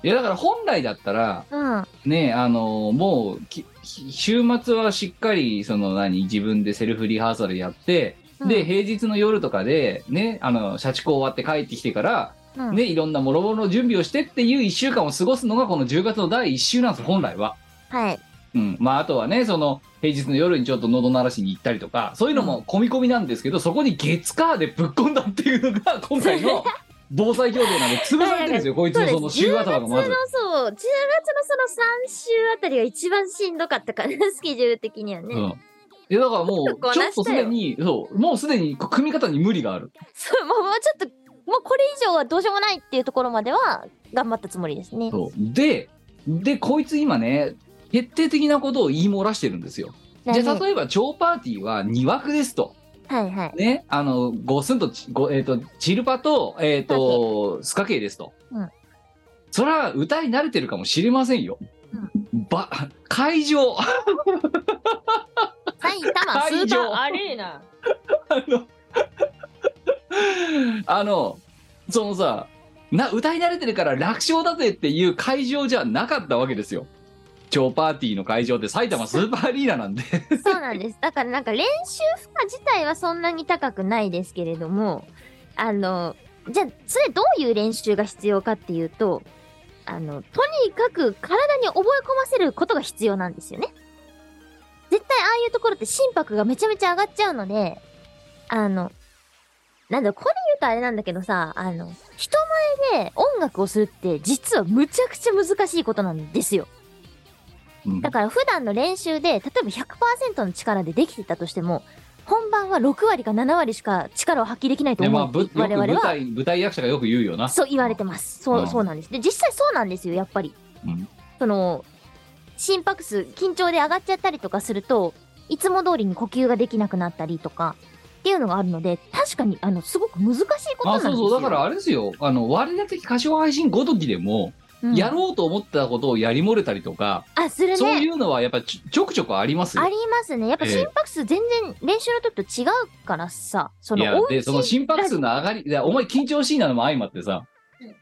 いや、だから本来だったら、うん。ねあのもうき週末はしっかりその何自分でセルフリハーサルやって、うんで平日の夜とかでねあの社畜終わって帰ってきてから、うんねいろんなもろもろの準備をしてっていう1週間を過ごすのがこの10月の第1週なんです本来は。はい。うん、まああとはねその平日の夜にちょっと喉鳴らしに行ったりとかそういうのも込み込みなんですけど、そこに月火でぶっ込んだっていうのが今回の防災協定なんで潰されてるん ですよこいつそうのですその週頭がまず10。月のそう、10月のその3週あたりが一番しんどかったから、 スケジュール的にはね。うんいやだからもうちょっとこちょなっしたとよすでにそうもうすでに組み方に無理があるそう、もうもうちょっと、もうこれ以上はどうしようもないっていうところまでは頑張ったつもりですね。そうででこいつ今ね決定的なことを言い漏らしてるんですよじゃなあるほ例えば超パーティーは2枠ですとどはい はい。ねあのゴスンとちごえっ、とチルパとえっ、とスカケイですと、うんそれは歌に慣れてるかもしれませんよ、ば会場あ埼玉ス会場ーパーアリーナ。のあのそのさな歌い慣れてるから楽勝だぜっていう会場じゃなかったわけですよ超パーティーの会場って埼玉スーパーアリーナなんでそうなんです。だからなんか練習負荷自体はそんなに高くないですけれども、あの、じゃあ、それどういう練習が必要かっていうと、あの、とにかく体に覚え込ませることが必要なんですよね。絶対ああいうところって心拍がめちゃめちゃ上がっちゃうので、あの、なんだろう、これ言うとあれなんだけどさ、あの、人前で音楽をするって実はむちゃくちゃ難しいことなんですよ。うんだから普段の練習で、例えば100%の力でできてたとしても、本番は6割か7割しか力を発揮できないとね思まう。あ、ぶよく我々は舞台舞台役者がよく言うよな。そう言われてます。そうう、んそうなんです。で、実際そうなんですよ、やっぱり。うんその、心拍数、緊張で上がっちゃったりとかすると、いつも通りに呼吸ができなくなったりとか、っていうのがあるので、確かに、あの、すごく難しいことなんあですよ。そうそうだからあれですよあの我々的歌唱配信ごときでも、うんやろうと思ったことをやり漏れたりとか、あ、するね。そういうのはやっぱちょちょくちょくありますよありますね。やっぱ心拍数全然練習の時と違うからさ、そいの、やおうでちその心拍数の上がりいやお前緊張しいなのも相まってさ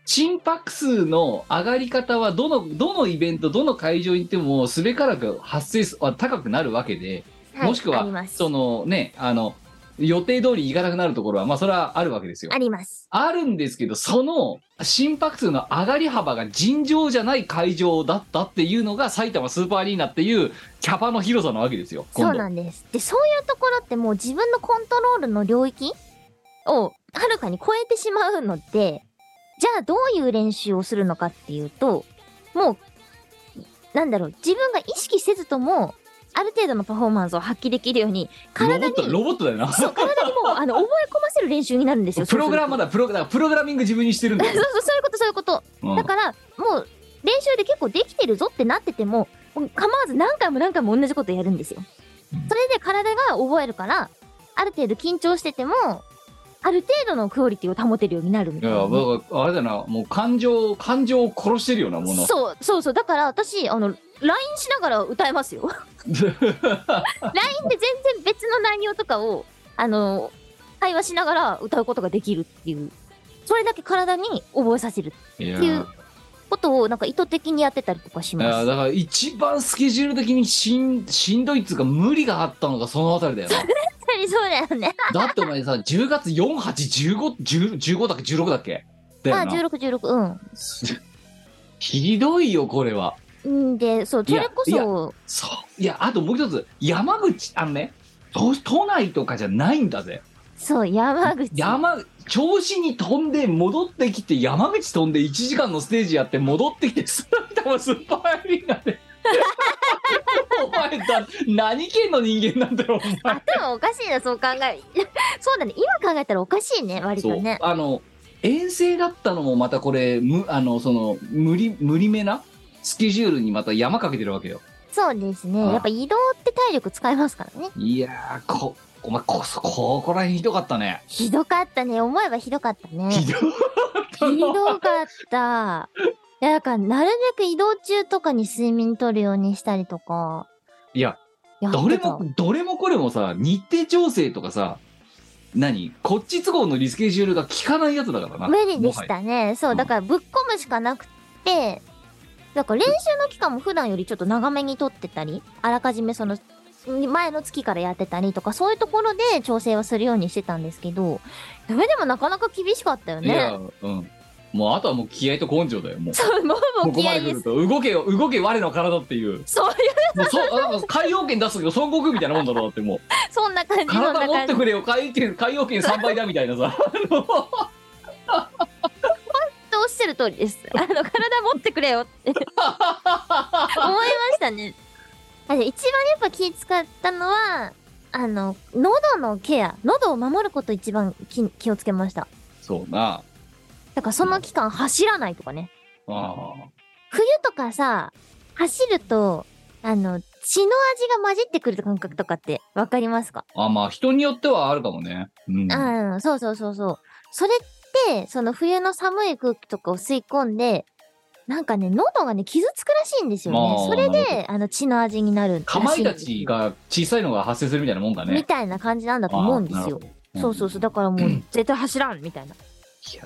心拍数の上がり方はどのどのイベントどの会場に行ってもすべからく発生すあ高くなるわけで、いもしくありまはすそのねあの予定通り行かなくなるところはまあそれはあるわけですよあ。ります。あるんですけど、その心拍数の上がり幅が尋常じゃない会場だったっていうのが埼玉スーパーアリーナっていうキャパの広さなわけですよ。そう今な度んです。で、そういうところってもう自分のコントロールの領域をはるかに超えてしまうので、じゃあどういう練習をするのかっていうと、もう、なんだろう、自分が意識せずとも、ある程度のパフォーマンスを発揮できるように、ロボ体ッに、ト、ロボットだよな。そう、体にもう、あの、覚え込ませる練習になるんですよ。プログラムマーだ、プロだからプログラミング自分にしてるんだそうそう、よ。そういうこと、そういうこと。うんだから、もう、練習で結構できてるぞってなってても、もう構わず何回も何回も同じことやるんですようん。それで体が覚えるから、ある程度緊張してても、あ、ある程度のクオリティを保てるようになるみいたいやなね、だからあれだなもう感情感情を殺してるようなものそうそうそうだから私あの LINE しながら歌えますよ LINE で全然別の内容とかをあの会話しながら歌うことができるっていうそれだけ体に覚えさせるいやっていうことをなんか意図的にやってたりとかしいやますだから一番スケジュール的にしんしんどいっつうか無理があったのがそのあたりだ よな そうだよねだってお前さ10月4815だっけ16だっけだあよな1616うんひどいよこれはうんでそうそれこいやそそういやあともう一つ山口あのね都都内とかじゃないんだぜそう山口山調子に飛んで戻ってきて山口飛んで1時間のステージやって戻ってきて埼玉スーパーアリーナでお前だ何県の人間なんだよお前頭おかしいなそう考え そうだね今考えたらおかしいね割とそうねあの遠征だったのもまたこれむあのその無理無理めなスケジュールにまた山かけてるわけよそうですねああやっぱ移動って体力使いますからねいやーこお前こそここら辺ひどかったねひどかったね思えばひどかったねひひどかったなどかったいやだからなるべく移動中とかに睡眠取るようにしたりとかいややってたどれもどれもこれもさ日程調整とかさ何こっち都合のリスケジュールが効かないやつだからな無理でもはしやたねそうだからぶっ込むしかなくてだから練習の期間も普段よりちょっと長めに取ってたりあらかじめその前の月からやってたりとかそういうところで調整はするようにしてたんですけどそれでもなかなか厳しかったよいやねうんもうあとはもう気合と根性だよも うそうもうこもうこ気ま合でい来でるすと動けよ動け我の体っていうそういうもうそうなんか海洋圏出すけど孫悟空みたいなもんだろだっ てもうそんな感じそん体な持感っじてくれよ海圏海洋圏3倍だみたい なさあのとおっしゃる通りです。あの体持ってくれよって思いましたね。あで一番やっぱ気使ったのはあの喉のケア喉を守ること一番気気をつけましたそうなだからその期間走らないとかねあ冬とかさ走るとあの血の味が混じってくるって感覚とかってわかりますかああまあ人によってはあるかもねうんうん、そうそうそうそう。それって、その冬の寒い空気とかを吸い込んで、なんかね、喉がね、傷つくらしいんですよまねあ。それなるほで、あの、血の味になるらしいんですかよ。まいたちが小さいのが発生するみたいなもんだねみたいな感じなんだと思うんですよ。あーなるほどそうそうそう。だからもう、絶対走らんみたいな。いや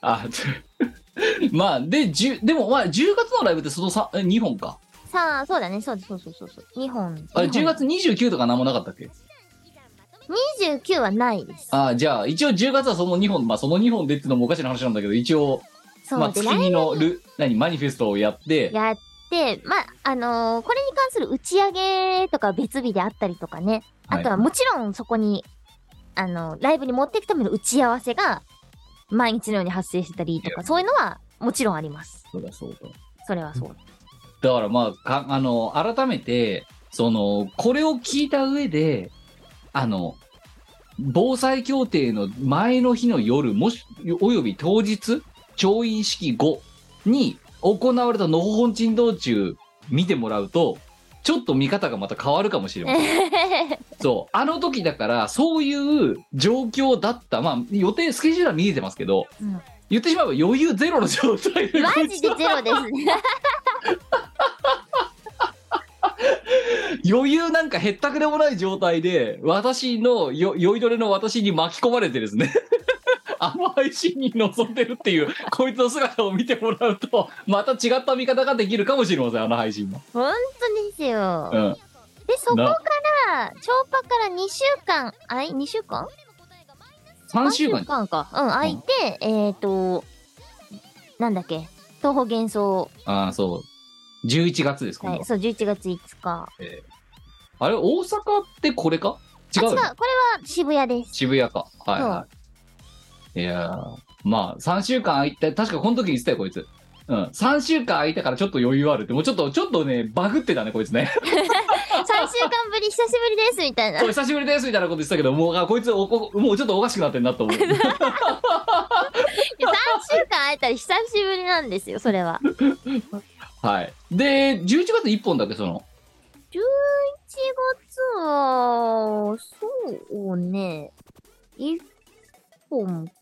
あ まあでじゅでもまあ10月のライブってそのさえ2本かさあ、そうだね。そうそうそうそうそう。2本。あれ二10本月29とか何もなかったっけ29はないです。あじゃあ一応10月はその2本まあその2本でっていうのもおかしな話なんだけど一応そう、まあで、月来見のル何マニフェストをやってやって、まあ、あのーこれに関する打ち上げとかは別日であったりとかね。あとはもちろんそこに、あの、ライブに持っていくための打ち合わせが、毎日のように発生してたりとか、そういうのはもちろんあります。そうだそうだそれはそう。だからまあかあの改めてそのこれを聞いた上であの防災協定の前の日の夜もしおよび当日調印式後に行われたのほほん珍道中見てもらうとちょっと見方がまた変わるかもしれませんそうあの時だからそういう状況だったまあ予定スケジュールは見えてますけど、うん言ってしまえば余裕ゼロの状態 でマジでゼロです ね。余裕なんかへったくれもない状態で私のよ酔いどれの私に巻き込まれてですね あの配信に臨んでるっていうこいつの姿を見てもらうとまた違った見方ができるかもしれませんあの配信も、本当ですうよ。ん、で、そこから、超パから2週間、あい ?2 週間3週間三か。うん、空いて、えっ、ー、と、なんだっけ、東方幻想、ああそう11月です今は度、い、そう、11月5日。えーあれ大阪ってこれか違うあよ違う、これは渋谷 です。渋谷かはい、はい、いやーまあ3週間空いた確かこの時言ってたよこいつうん、3週間空いたからちょっと余裕あるってもうちょっとちょっとねバグってたねこいつね3週間ぶり、久しぶりです、みたいな そう。久しぶりですみたいなこと言ってたけどもうあこいつおこもうちょっとおかしくなってんなと思 ういや3週間会えたら久しぶりなんですよそれは11はいで11月1本だっけその月はそうね一本か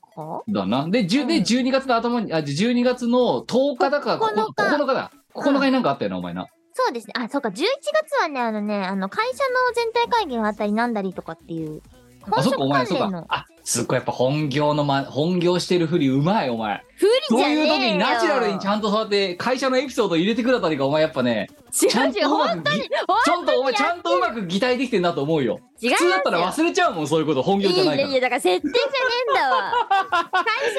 だな。で、じゅでうん12月の頭に、あ、じゃ12月の10日だから、こここ9日 ,9 日だ。9日になんかあったよな、お前な。そうですね。あ、そうか。11月はね、あのね、あの、会社の全体会議があったりなんだりとかっていう。あ、本そっ職か、お前、関そっ連のか。。あ、すっごいやっぱ本業の、ま、本業してるふりうまい、お前。不そ利じうゃねいえうよ。時にナチュラルにちゃんとそうやって会社のエピソード入れてくるあたりが、お前やっぱね、ちゃんと違う違う、うほんまくぎ、ちほんゃんと、お前ちゃんとうまく擬態できてんなと思うよ。違いま普す通よだったら忘れちゃうもん、そういうこと、本業じゃないいかやらい。やだから設定じゃねえ んだわ会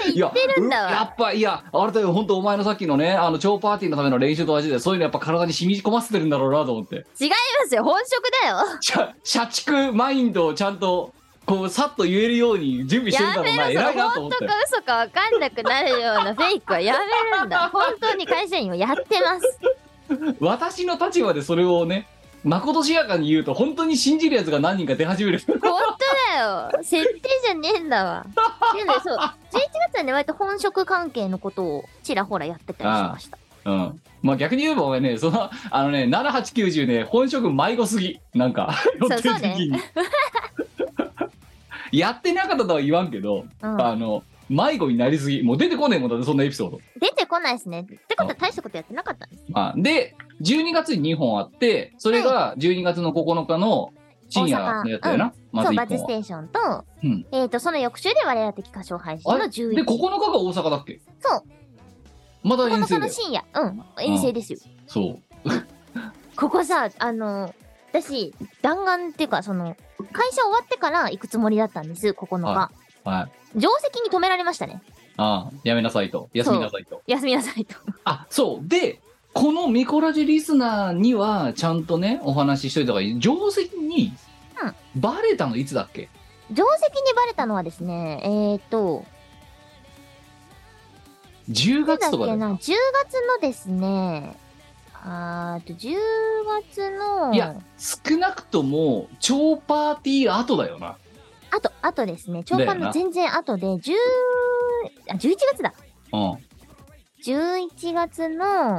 社行ってるんだうやわっぱいやあれだよ本当お前のさっきのねあの超パーティーのための練習と同じでそういうのやっぱ体に染み込ませてるんだろうなと思 って違いますよ本職だよ社社畜マインドをちゃんとこうさっと言えるように準備してるんだろうなや偉めろいそなとの思本って当か嘘か分かんなくなるようなフェイクはやめるん だ本当に会社員をやってます私の立場でそれをねまことしやかに言うと本当に信じるやつが何人か出始める 本当だよ設定じゃねえんだわでもねそう11月はね割と本職関係のことをちらほらやってたりしましたうんまあ逆に言えばお前ねそのあのね7890ね本職迷子すぎなんかそう予定的に やってなかったとは言わんけど、うん、あの迷子になりすぎもう出てこねえもんだってそんなエピソード出てこないですねってことは大したことやってなかったんですまあ、で、12月に2本あって、それが12月の9日の深夜のやつだよな、まそずう1バズ本スは。テーションと,、うんえー、とその翌週で我々的歌唱配信のあれ11で、9日が大阪だっけそう。またこ遠の征そだのよ。深夜、うん、遠征ですよ。そう。ここさ、あの、私、弾丸っていうか、その、会社終わってから行くつもりだったんです、9日。ははい。定石に止められましたね。ああ、やめなさいと。休みなさいと。休みなさいと。 あ、そう。で、このミコラジリスナーには、ちゃんとね、お話ししといた方がいい。定石にうん、バレたのいつだっけ、定石にバレたのはですね、えーと、なんだ ?10 月っとかだけよな、10月のですね、あーと、10月の、いや、少なくとも、超パーティー後だよな。あと、あとですね、長官の全然後で、10、あ、11月だ。うん。 11月の、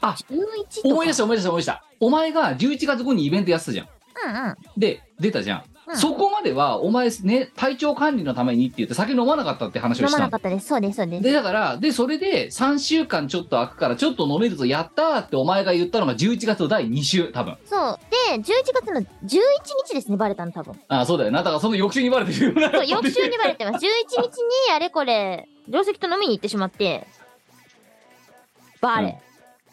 あ11とか。思い出した思い出した思い出したお前が11月後にイベントやってたじゃんうんうん。で出たじゃん、うんそこまではお前ね体調管理のためにって言って酒飲まなかったって話を飲しまたなのかったです。そうです、そうです。でだからでそれで3週間ちょっと空くからちょっと飲めるとやったーってお前が言ったのが11月の第2週多分そう。で、11月の11日ですね、バレたの多分。 ああそうだよなだからその翌週にバレてるよなそう、翌週にバレてます。11日にあれこれ、定石と飲みに行ってしまって、バレ。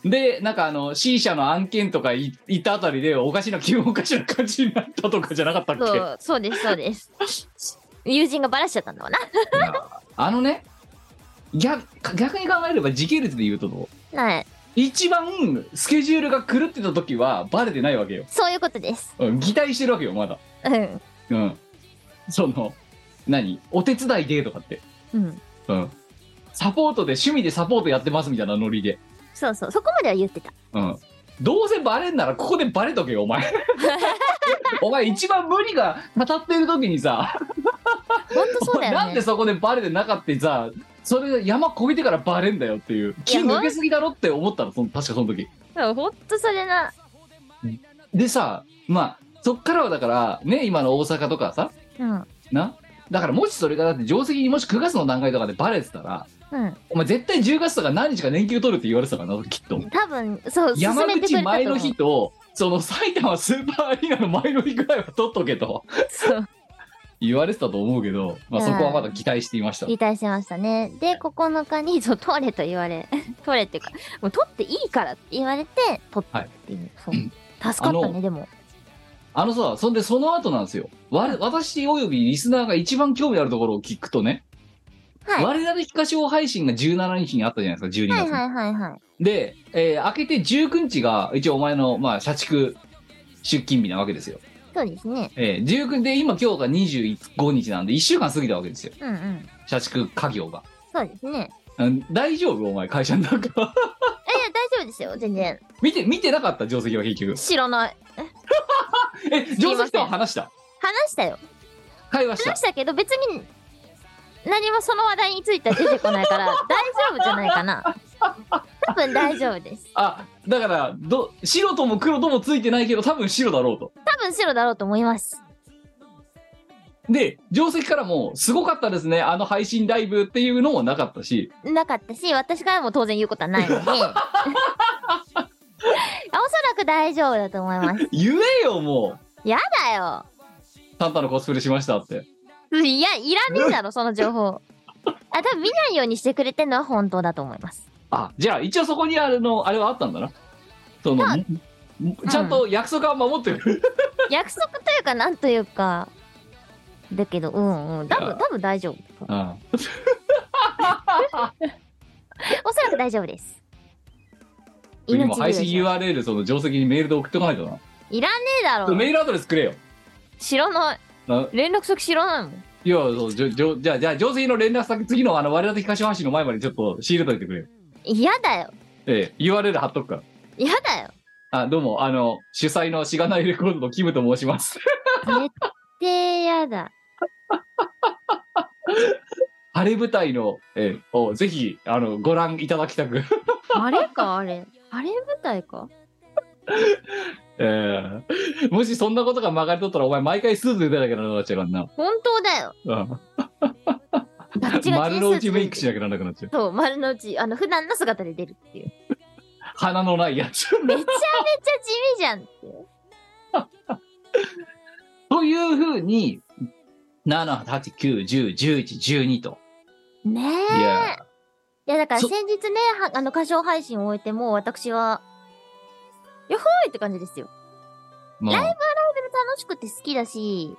でなんかあの C 社の案件とかい行ったあたりでおかしな気分おかしな感じになったとかじゃなかったっけそう、そうです、そうです。友人がバラしちゃったんだわな。あのね逆逆に考えれば時系列で言うとどうはい。一番スケジュールが狂ってた時はバレてないわけよ、そういうことです。うん、擬態してるわけよまだうん。うんその何お手伝いでとかってうん。うんサポートで趣味でサポートやってますみたいなノリでそうそう、そこまでは言ってた。うんどうせバレんならここでバレとけよお前お前一番無理が語ってる時にさ、ほんとそうだよ なんでね。そこでバレてなかったさそれ山越えてからバレんだよっていう気抜けすぎだろって思ったのその確かその時そうほんとそれな。でさまあそっからはだからね今の大阪とかさうん。なだからもしそれがだって定石にもし9月の段階とかでバレてたらうん。お前絶対10月とか何日か年休取るって言われてたからなきっと多分、そう、進山めてく口れた前との思う日。とその埼玉スーパーアリーナの前の日ぐらいは取っとけとそう。言われてたと思うけど、まあ、いやそーこはまだ期待していました理解しましたね。で、9日に、そう、取れと言われ、 取れっていうか、もう取っていいからって言われて、取ったっていう。そううん助かっあたのね、でも。あのさそんでその後なんですよ我私およびリスナーが一番興味あるところを聞くとね、はい。我々歌唱配信が17日にあったじゃないですか12月にはいはいはいはい。で、えー明けて19日が一応お前の、まあ、社畜出勤日なわけですよ。そうですね。えー、19で今今日が25日なんで1週間過ぎたわけですよ。うんうん。社畜家業が。そうですね。うん大丈夫お前会社の中。え、いや大丈夫ですよ、全然。 見て、見てなかった定石は結局。知らない。え、いません定石とは話した。話したよ。会話し。話したたけど、別に、何もその話題については出てこないから、大丈夫じゃないかな。多分大丈夫です。あ、だから、ど、白とも黒ともついてないけど、多分白だろうと。多分白だろうと思います。で、定石からも、すごかったですね、あの配信ライブっていうのもなかったし、なかったし、私からも当然言うことはないので。おそらく大丈夫だと思います。言えよ、もやだよ。う、サンタのコスプレしましたって。いや、いらねえだろ、その情報。あ、多分見ないようにしてくれてるのは本当だと思います。あ、じゃあ、一応そこにあるの、あれはあったんだな。その、んちゃんと約束は守って る。約束というか、なんというか。だけど、うんうん、多分、多分大丈夫。うん。おそらく大丈夫です。次命も拾い配信します URL、その定石にメールで送ってこないといらねえだな。ろ。メールアドレスくれよ。知らない。な連絡先知らないもん。いや、そうじょじょじゃあ、じゃあ、定石の連絡先、次の、あの、我々東橋の前までちょっと仕入れといてくれよ。嫌だよ。ええ、URL 貼っとくから。嫌だよ。あ、どうも、あの、主催のしがないレコードのキムと申します。絶対嫌だ。晴れ舞台の、えーをぜひ、あの、ご覧いただきたく。 あれか、あれ。あれ舞台か。えーもしそんなことが曲がりとったら、お前毎回スーツ出てなきゃならなくなっちゃうから本当だよ。な。うんバッチバチ丸にのスー内ツメイクし着てなきゃならなくなっちゃう。そう、丸の内。あの、普段の姿で出るっていう。鼻のないやつ。めちゃめちゃ地味じゃんっていう。というふうに、7、8、9、10、11、12と。ねいえ。や、いや、だからそ先日ね、はあの、歌唱配信を終えて、もう私は、やっほーいって感じですよ。まあ、ライブ楽しくて好きだし、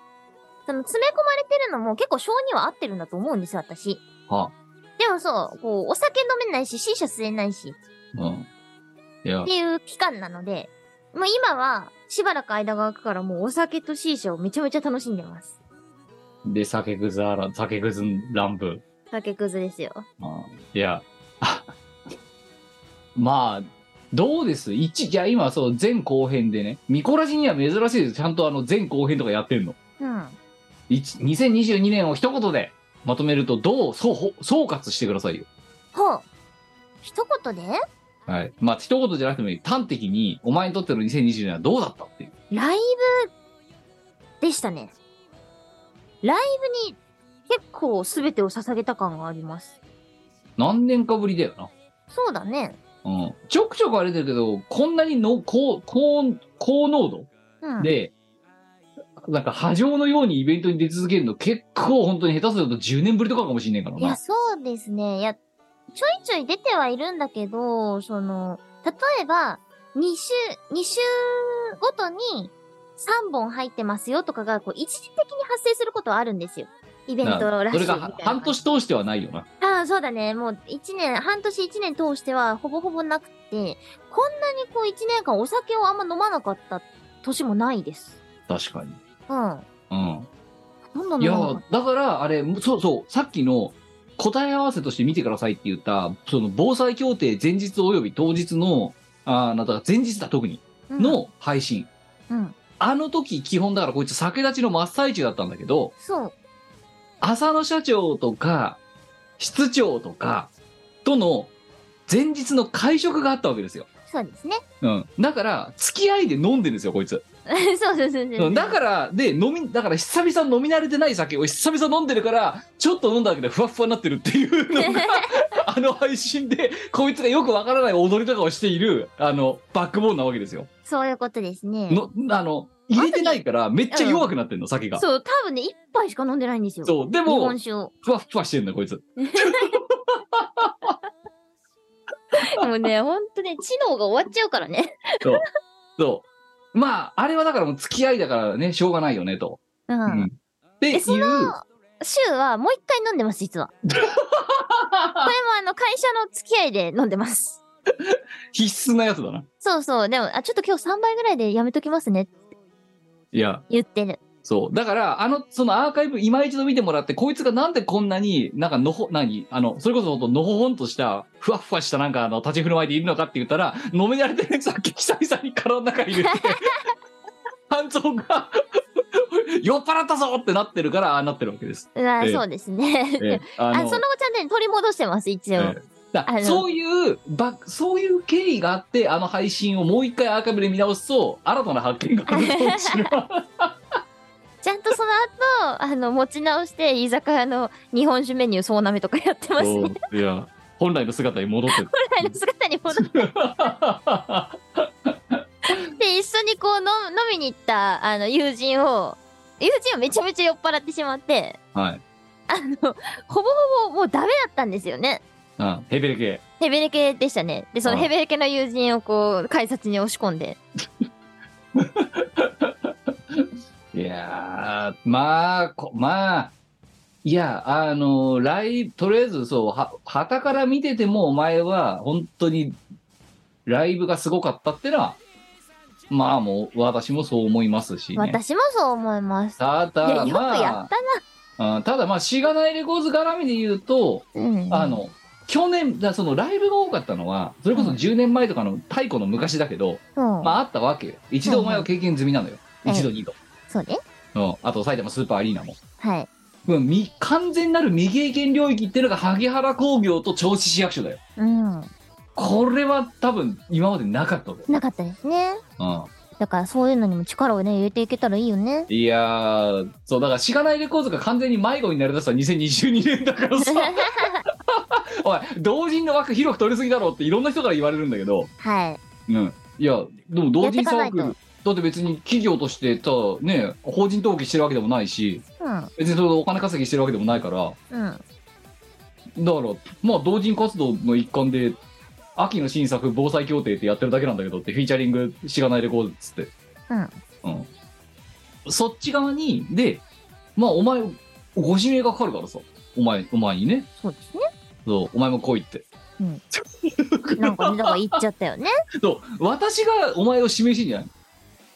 その詰め込まれてるのも結構性には合ってるんだと思うんですよ、私。はでもそう、こう、お酒飲めないし、C 社吸えないし、うん。いやっ、ていう期間なので、もう今は、しばらく間が空くから、もうお酒と C 社をめちゃめちゃ楽しんでます。で、酒くずあら、酒くず乱舞。酒くずですよ。いや、あまあ、どうです一、じゃあ今そう、前後編でね、ミコラジには珍しいです。ちゃんとあの、前後編とかやってんの。うん。一2022年を一言でまとめると、どうそうほ総括してくださいよ。ほう。一言ではい。まあ、一言じゃなくてもいい。端的に、お前にとっての2020年はどうだったっていう。ライブでしたね。ライブに結構全てを捧げた感があります。何年かぶりだよな。そうだね。うん。ちょくちょくあれだけど、こんなにの高、高、高濃度うん。で、なんか波状のようにイベントに出続けるの結構本当に下手すると10年ぶりとかかもしんねえからいや、な。そうですね。いや、ちょいちょい出てはいるんだけど、その、例えば、2週、2週ごとに3本入ってますよとかが、こう、一時的に発生することはあるんですよ。イベンなトらしいみそれたいがな。半年通してはないよな。ああ、そうだね。もう一年、半年一年通してはほぼほぼなくて、こんなにこう一年間お酒をあんま飲まなかった年もないです。確かに。うん。うん。どんどんい飲やまなかっ、だからあれ、そうそう、さっきの答え合わせとして見てくださいって言った、その防災協定前日および当日の、あーなんだ前日だ特に、た。うん、の配信。うん。あの時基本だからこいつ酒立ちの真っ最中だったんだけど、そう。浅野社長とか室長とかとの前日の会食があったわけですよ。そうですね。 うん、だから付き合いで飲んでるんですよこいつ、そうそうそううそんう。だからで飲みだから久々飲み慣れてない酒を久々飲んでるからちょっと飲んだだけでふわっふわになってるっていう のがあの配信でこいつがよくわからない踊りとかをしているあのバックボーンなわけですよ。そういうことですね。のあの入れてないからめっちゃ弱くなってんの酒が。そう、多分ね、一杯しか飲んでないんですよ。そうで日も本酒を。 ふわっふわしてんだこいつ。もうね、ほんとね、知能が終わっちゃうからね。そう。そう。まあ、あれはだからもう付き合いだからね、しょうがないよね、と。う。うんんっていうえ、そ週はもう一回飲んでます、実 は。これもあの、会社の付き合いで飲んでます。必須なやつだな。そうそう。でも、あ、ちょっと今日3杯ぐらいでやめときますねっていや、言ってる。そう。だから、あの、そのアーカイブ、今一度見てもらって、こいつがなんでこんなに、なんかのほ、何あの、それこそほんとのほほんとした、ふわっふわしたなんか、あの、立ち振る舞いでいるのかって言ったら、飲められてるさっき久々に体の中に入れて、 肝臓が、酔っ払ったぞってなってるから、ああなってるわけです。うわええそうですね。 ええああその後ちゃんとね取り戻してます、一応。ええだあのそういうばそういう経緯があってあの配信をもう一回アーカイブで見直すと新たな発見があるかもしれないちゃんとその後、あの、持ち直して、居酒屋の日本酒メニュー総なめとかやってます ね。そういや本来の姿に戻って る本来の姿に戻って、一緒にこう飲む飲みに行った、あの、友人を、友人をめちゃめちゃ酔っ払ってしまって、はい、あの、ほぼほぼもうダメだったんですよね。うん、ヘベレ系ヘベレケでしたね。で、そのああヘベレケの友人をこう、改札に押し込んで。いやーまあこまあいやあのライとりあえずそうは旗から見ててもお前は本当にライブがすごかったってのはまあもう私もそう思いますし、ね、私もそう思います。たいや、だよくやまっあうんただまあしがないレコーズ絡みで言うと、たな。うん。あ、の去年だそのライブが多かったのはそれこそ10年前とかの太古の昔だけど、そう。まああったわけよ一度お前は経験済みなのよ、うんうん一度二度、そうね。うん、あと埼玉スーパーアリーナも、はい。うん、み完全なる未経験領域っていうのが萩原工業と銚子市役所だようん。これは多分今までなかったぜ、なかったですね。うん、だからそういうのにも力をね、入れていけたらいいよ ね。いやーそうだからしがないレコーズが完全に迷子になりだした2022年だからさ おい同人の枠広く取りすぎだろうっていろんな人から言われるんだけどはい。うん、いやでも同人サークやってかないルだって別に企業としてたね法人登記してるわけでもないしうん。別にそれでお金稼ぎしてるわけでもないからだかうん。らまあ同人活動の一環で秋の新作防災協定ってやってるだけなんだけどってフィーチャリングしがないレコードっつってうん、そっち側にでまあお前ご指名がかかるからさお前お前にねそうですそうお前も来いってね。なんかね、だから言っちゃったよね。そう私がお前を指名してんじゃない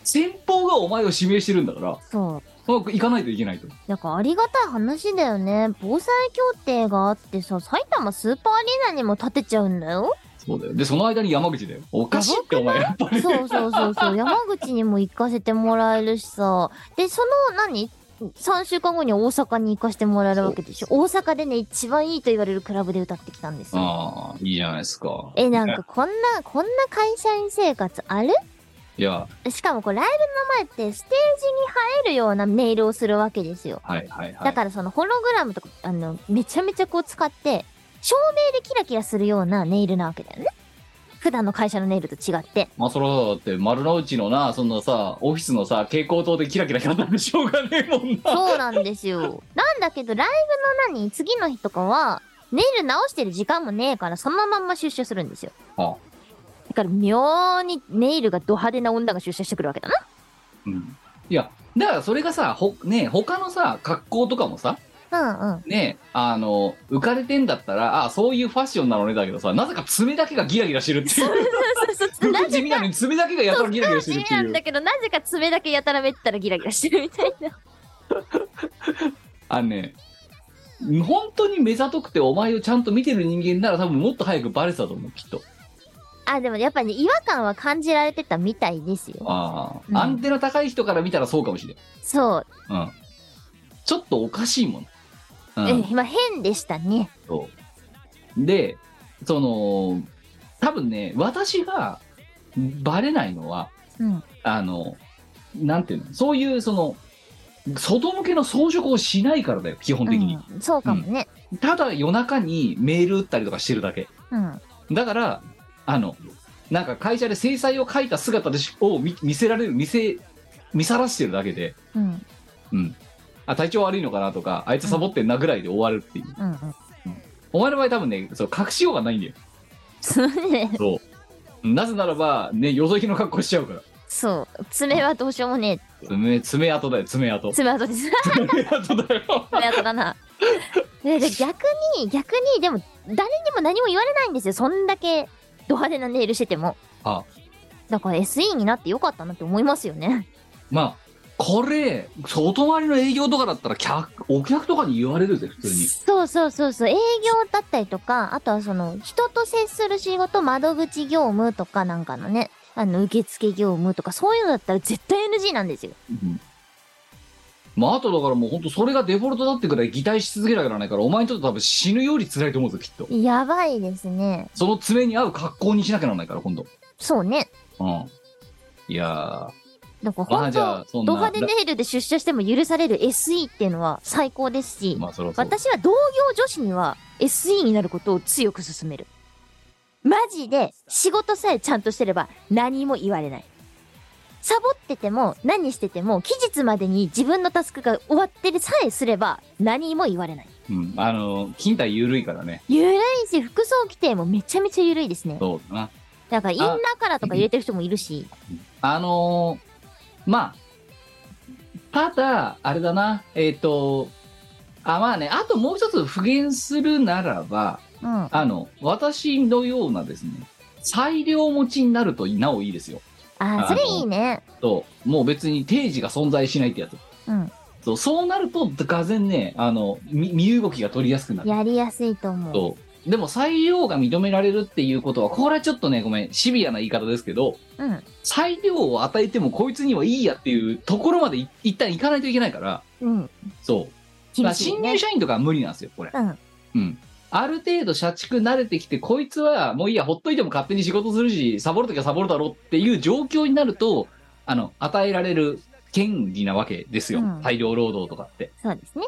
先方がお前を指名してるんだからそう。そう行かないといけないと。だからありがたい話だよね。防災協定があってさ、埼玉スーパーアリーナにも建てちゃうんだよ。そうだよ。で、その間に山口だよ。おかしいって、お前、やっぱり。そうそうそうそう。山口にも行かせてもらえるしさ。で、その何、3週間後に大阪に行かせてもらえるわけでしょ。大阪でね、一番いいと言われるクラブで歌ってきたんですよ。 ああ、いいじゃないですか。え、なんかこんな、こんな会社員生活あるいや、しかもこうライブの前ってステージに映えるようなネイルをするわけですよ。はいはいはだい。からそのホログラムとか、あの、めちゃめちゃこう使って、照明でキラキラするようなネイルなわけだよね。普段の会社のネイルと違って。まあ、そらそうだって、丸の内のな、そんなさ、オフィスのさ、蛍光灯でキラキラ光ったんでしょうがねえもんな。そうなんです よ。なんだけど、ライブの何、次の日とかは、ネイル直してる時間もねえから、そのまんま出社するんですよ。あだから、妙にネイルがド派手な女が出社してくるわけだな。うん。いや、だからそれがさ、ほ、ねえ他のさ、格好とかもさ、うんうん。ねえあの、浮かれてんだったら、ああ、そういうファッションなのねだけどさ、なぜか爪だけがギラギラしてるっていう。そうそうな服ぜ 地味なかのに爪だけがやたらギラギラしてるってなんいう。だけど、なぜか爪だけやたらめったらギラギラしてるみたい な。あのね、本当に目ざとくてお前をちゃんと見てる人間なら多分もっと早くバレてたと思う、きっと。あ、でもやっぱね、違和感は感じられてたみたいですよ。ああ、うんアンテナ高い人から見たらそうかもしれそう。ん。うん。ちょっとおかしいもん。うえん。まあ変でしたね。そうで、その、多分ね、私がバレないのは、うん。あの、なんていうの、そういうその、外向けの装飾をしないからだよ、基本的に。うんそうかもね。ただ夜中にメール打ったりとかしてるだけ。うん。だからあのなんか会社で制裁を書いた姿でしを見見せられる見せ見さらしてるだけで、うん。うん、あ体調悪いのかなとかあいつサボってんなぐらいで終わるっていう、うん。うん。 お前の場合多分ねそう隠しようがないんだよそうね。そうなぜならばねよそ行きの格好しちゃうからそう。爪はどうしようもね爪爪痕だよ爪痕え。爪痕です。 爪痕だよ爪痕だ な。でで逆に、逆に、でも、誰にも何も言われないんですよ。そんだけ、ド派手なネイルしてても。あだから SE になってよかったなって思いますよね。まあこれ外回りの営業とかだったら客お客とかに言われるぜ普通にそうそうそうそう営業だったりとかあとはその人と接する仕事窓口業務とかなんかのねあの受付業務とかそういうのだったら絶対 NG なんですようんまあ、あとだからもう本当それがデフォルトだってくらい擬態し続けなきゃならないからお前にとって多分死ぬより辛いと思うぞきっとやばいですねその爪に合う格好にしなきゃならないから今度そうねうんいやなんかまあ本じゃあそ当、んなド派手ネイルで出社しても許される SE っていうのは最高ですし、まあそろそろ。私は同業女子には SE になることを強く勧める。マジで仕事さえちゃんとしてれば何も言われない。サボってても何してても期日までに自分のタスクが終わってるさえすれば何も言われない。うん、あの、勤怠緩いからね。ゆるいし、服装規定もめちゃめちゃゆるいですね。そうだな。なんかインナーカラーとか入れてる人もいるし、あのーまあ、ただ、あれだな、えっ、と、あ、まあね、あともう一つ復元するならば、うん。あの、私のようなですね、裁量持ちになるとなおいいですよ。あー、それいいね。と、もう別に定時が存在しないってやつ。うん。そうそうなると、がぜんね、あの、み身動きが取りやすくなる。やりやすいと思う。そうでも裁量が認められるっていうことは、これはちょっとね、ごめん、シビアな言い方ですけど、うん。裁量を与えてもこいつにはいいやっていうところまでい一旦行かないといけないから、うん。そう。だ厳からしい新ね入。社員とかは無理なんですよ、これ。うん。うん。ある程度社畜慣れてきて、こいつはもういいや、ほっといても勝手に仕事するし、サボるときはサボるだろうっていう状況になると、あの、与えられる権利なわけですよ。うん大量労働とかって。そうですね。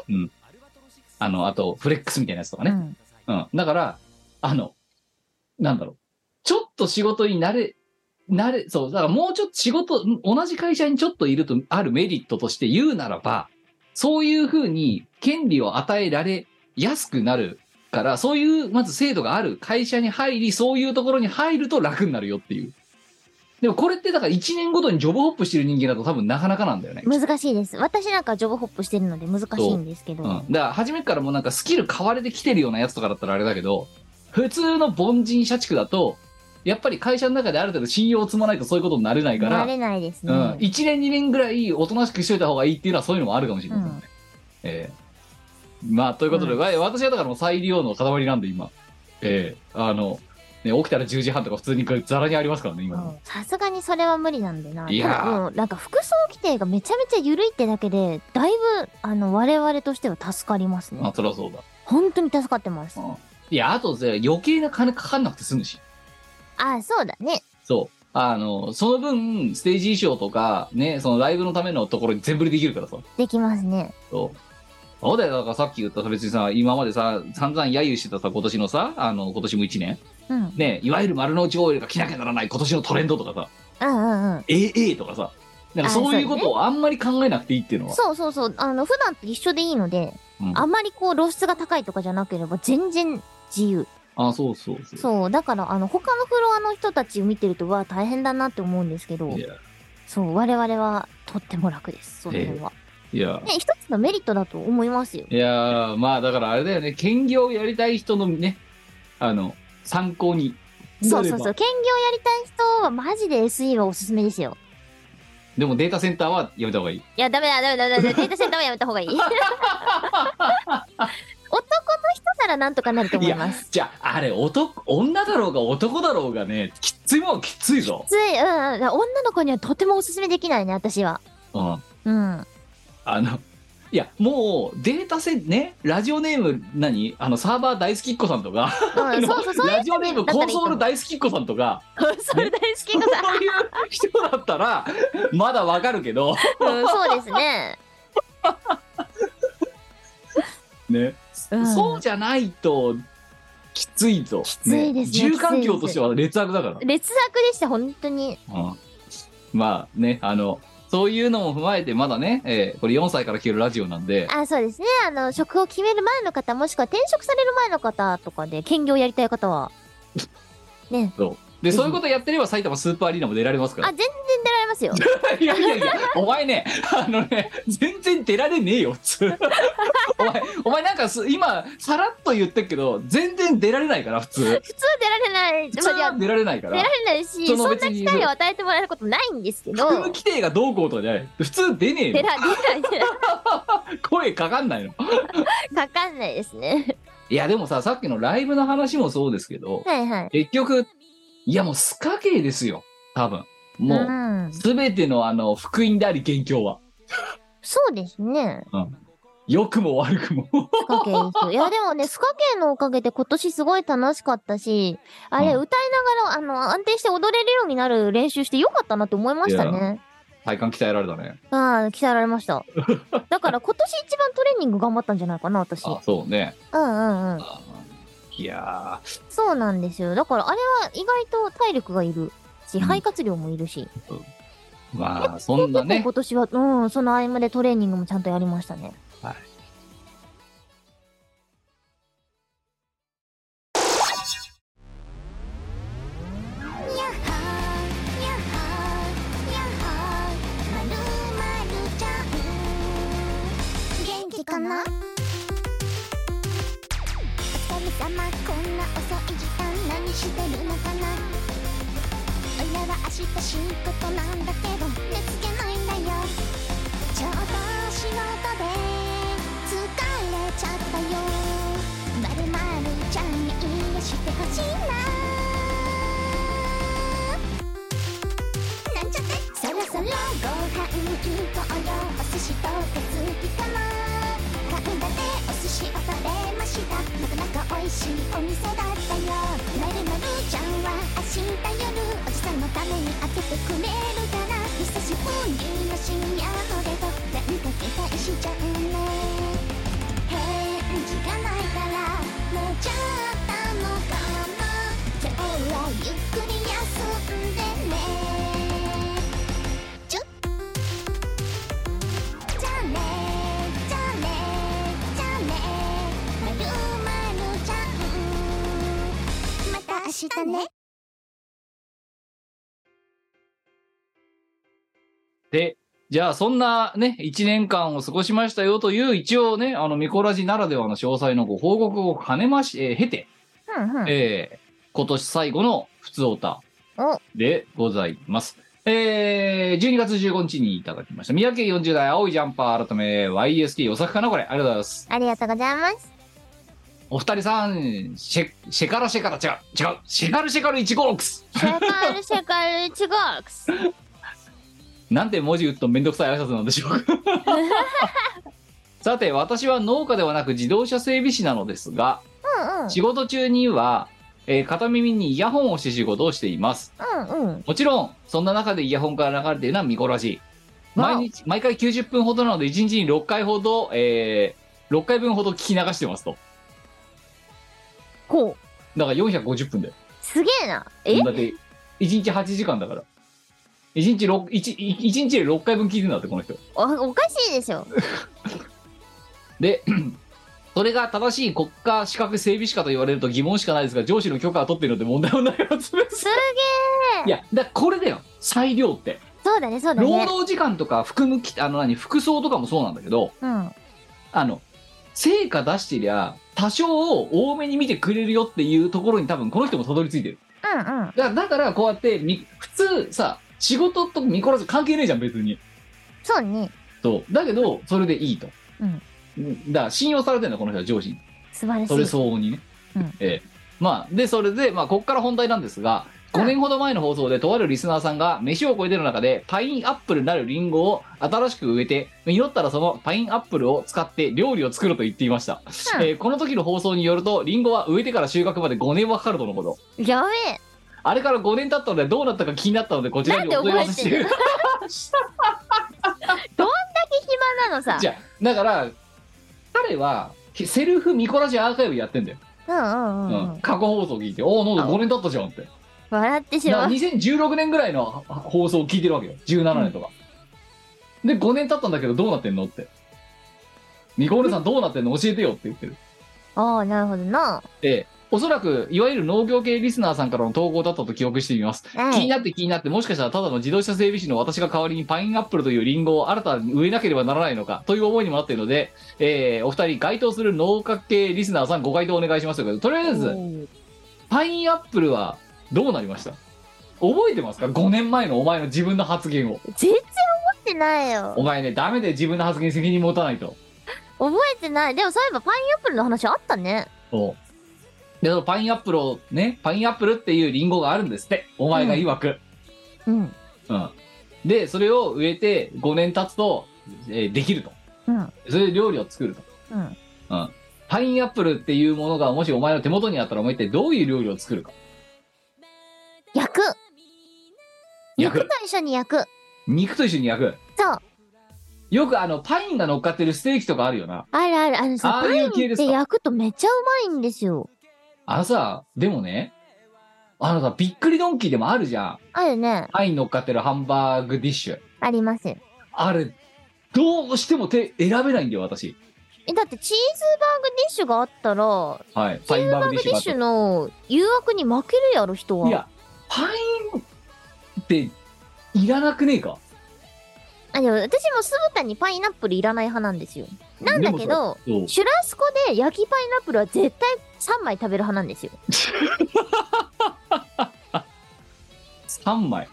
あの、あと、フレックスみたいなやつとかね。うん。うん。だから、あの、なんだろう。ちょっと仕事に慣れ、慣れ、そう、だからもうちょっと仕事、ん同じ会社にちょっといるとあるメリットとして言うならば、そういうふうに権利を与えられやすくなるから、そういう、まず制度がある会社に入り、そういうところに入ると楽になるよっていう。でもこれってだから1年ごとにジョブホップしてる人間だと多分なかなかなんだよね。難しいです。私なんかジョブホップしてるので難しいんですけど。うん、だから初めからもうなんかスキル買われてきてるようなやつとかだったらあれだけど普通の凡人社畜だとやっぱり会社の中である程度信用を積まないとそういうことになれないか慣ら、れないですうね。ん、1年2年ぐらいおとなしくしといた方がいいっていうのはそういうのもあるかもしれないですね、うんええまあということで、うんわい私はだからもう再利用の塊なんで今ええあの、ね、起きたら10時半とか普通にざらにありますからね今ね、うんさすがにそれは無理なんでな。いやーただもうなんか服装規定がめちゃめちゃ緩いってだけで、だいぶ、あの、我々としては助かりますまあね。そりゃそうだ、本当に助かってます。うあんいやあとぜ余計な金かかんなくて済むしあ、そうだね。そう。あの、その分、ステージ衣装とか、ね、そのライブのためのところに全振りできるからさ。できますね。そう。そうだよ、だからさっき言ったさ、別にさ、今までさ、散々揶揄してたさ、今年のさ、あの、今年も1年、うん。うんね、いわゆる丸の内 OL が着なきゃならない今年のトレンドとかさ、うんうん。 AA とかさ、なんかそういうことをあんまり考えなくていいっていうのは。そうそうそう。あの、普段と一緒でいいので、うんあまりこう露出が高いとかじゃなければ全然自由。あ、そうそうそう。そう。だから、あの、他のフロアの人たちを見てると、わあ、大変だなって思うんですけど。いや、そう、我々はとっても楽です、その辺は。いや、ね、一つのメリットだと思いますよ。いやーまあだからあれだよね、兼業やりたい人のね、あの、参考にそなうれそば。うそう、兼業やりたい人はマジで SE はおすすめですよ。でもデータセンターはやめた方がいい。いや、ダメだ、ダメだ、ダメだ、データセンターはやめた方がいい。 男の人ならなんとかなると思います。じゃああれ男女だろうが男だろうがねきっついもんはきっついぞ、つい、うん、うん女の子にはとてもおすすめできないね、私は。うん、うん。あのいやもうデータセンねラジオネーム何あのサーバー大好きっ子さんとかうん、そうそう、そういう人ラジオネームだったコらンいいとソー思ルう。大好きっ子さんとか それ大好きそ うなさ。いう人だったら まだわかるけどうん、そうですね。ね、うんそうじゃないときついぞきついですね住環境としては劣悪だから劣悪でした、本当に。うんまあねあのそういうのも踏まえてまだね、えーこれ4歳から聞けるラジオなんであそうですねあの職を決める前の方もしくは転職される前の方とかで兼業やりたい方 はねそう。で、そういうことやってれば埼玉スーパーアリーナも出られますかあら。全然出られます よいやいやいや、お前ね、あのね、全然出られねえよ、普通。お前、お前なんかす今、さらっと言ってるけど、全然出られないから、普通。普通は出られない普ま通あいやは出られないか出らら。れないしそそのんな別に機会を与えてもらえることないんですけ服ど務規定がどうこうとかじゃない。普通出ねえ出よ。ら出ない出 ら声かかんないの。かかんないです ねいや、でもさ、さっきのライブの話もそうですけど、はいはい結局、いやもうスカ系ですよ、多分。うもんう、、すべてのあの、福音であり、元凶は。そうですね。良くも悪くも。 スカ系ですよ。いや、でもね、スカ系のおかげで今年すごい楽しかったし、あれ、うん歌いながら、あの、安定して踊れるようになる練習してよかったなって思いましたね。体幹鍛えられたねああ、鍛えられま した。だから今年一番トレーニング頑張ったんじゃないかな、私。うんあそうねうんうん。あいやーそうなんですよ。だからあれは意外と体力がいるし、うん肺活量もいるし。まあそん結構 なね今年は、うん、その合間でトレーニングもちゃんとやりましたね。はい元気かなお疲れ様こんな遅い時間何してるのかな俺は明日仕事なんだけど寝つけないんだよちょうど仕事で疲れちゃったよまるまるちゃんに癒してほしいななんちゃってそろそろご飯行こうよお寿司と手つきかな神田でお寿司を食べましたなかなか美味しいお店だったよまるまるちゃんは明日夜おじさんのために開けてくれるから久しぶりの深夜のデートなんか期待しちゃうね返事がないから寝ちゃったのかな今日はゆっくり休んでねちょじゃあねじゃあねじゃあねまるまるちゃんまた明日ねでじゃあそんなね1年間を過ごしましたよという一応ねあのミコラジならではの詳細のご報告を兼ねまし、えー経てうんうん。えー今年最後の普通オタおでございます。えー、12月15日にいただきました。三宅40代青いジャンパー改め YST お酒かなこれ。ありがとうございます。ありがとうございます。お二人さん、シェ、シェカラシェカラ違う。違う。シェカルシェカル156。シェカ ルシェカルチゴークス。なんて文字打つとめんどくさい挨拶なんでしょうか。 さて、私は農家ではなく自動車整備士なのですが、うんうん。仕事中には、えー片耳にイヤホンをして仕事をしています。うんうん。もちろん、そんな中でイヤホンから流れているのはミコラジ。わお毎日、毎回90分ほどなので、1日に6回ほど、えー、6回分ほど聞き流してますと。こう。だから450分だよ。すげえな。えだって、1日8時間だから。1日6、一一日で6回分聞いてんだって、この人。おおかしいでしょ。で、 それが正しい国家資格整備士かと言われると疑問しかないですが、上司の許可は取っているので問題はないはずです。すげいや、だからこれだよ。裁量って。そうだね、そうだ労ね。働時間とか含むき、あの何、服装とかもそうなんだけど、うん。あの、成果出してりゃ、多少多めに見てくれるよっていうところに多分この人もたどり着いてる。うんうん。だだからこうやってみ、普通さ、仕事と見殺す関係ねえじゃん、別に。そうね。そう。だけど、それでいいと。うんだから信用されてるの、この人は上司に。素晴らしい。 それ相応にね。うんええまあ、で、それで、まあ、ここから本題なんですが、5年ほど前の放送で、とあるリスナーさんが、飯を超えてる中で、パインアップルなるリンゴを新しく植えて、祈ったらそのパインアップルを使って料理を作ると言っていました。うんえーこの時の放送によると、リンゴは植えてから収穫まで5年はかかるとのこと。やあれから5年経ったので、どうなったか気になったので、こちらにお問い合わせしなてんでべる。え。暇なのさ。 じゃあだから、彼は、セルフミコラジアーカイブやってんだよ。うんうんううんうんん。過去放送聞いて、おお、なんだ5年経ったじゃんって。笑ってしだまからう。 2016年ぐらいのは放送を聞いてるわけよ17年とか、で5年経ったんだけどどうなってんのってニコールさんどうなってんの教えてよって言ってるああ、なるほどな。でおそらくいわゆる農業系リスナーさんからの投稿だったと記憶してみます、はい気になって気になってもしかしたらただの自動車整備士の私が代わりにパインアップルというリンゴを新たに植えなければならないのかという思いにもなっているので、えーお二人該当する農家系リスナーさんご回答お願いしますということでとりあえずパインアップルはどうなりました覚えてますか5年前のお前の自分の発言を全然思ってないよお前ねダメで自分の発言に責任持たないと覚えてないでもそういえばパインアップルの話あったねおでそのパインアップルをねパインアップルっていうリンゴがあるんですってお前が曰く、うんうんでそれを植えて5年経つと、えーできるとうんそれで料理を作ると、うんうん、パインアップルっていうものがもしお前の手元にあったらお前一体どういう料理を作るか焼く焼肉くと一緒に焼く肉と一緒に焼くそう。よくあのパインが乗っかってるステーキとかあるよなあるある、あのさ、ああパいインう系でっすてか焼くとめっちゃうまいんですよ。あのさでもねあのさびっくりドンキーでもあるじゃんあるね。パイン乗っかってるハンバーグディッシュあります。え、あれどうしても手選べないんだよ私だってチーズバーグディッシュがあったら、はいパインバーバグーディグッシデュィがッあシュのった誘惑に負けるやろ、人は。いや、パインっていらなくねえか。あでも私も酢豚にパイナップルいらない派なんですよ。なんだけど、そうシュラスコで焼きパイナップルは絶対3枚食べる派なんですよ。 3枚。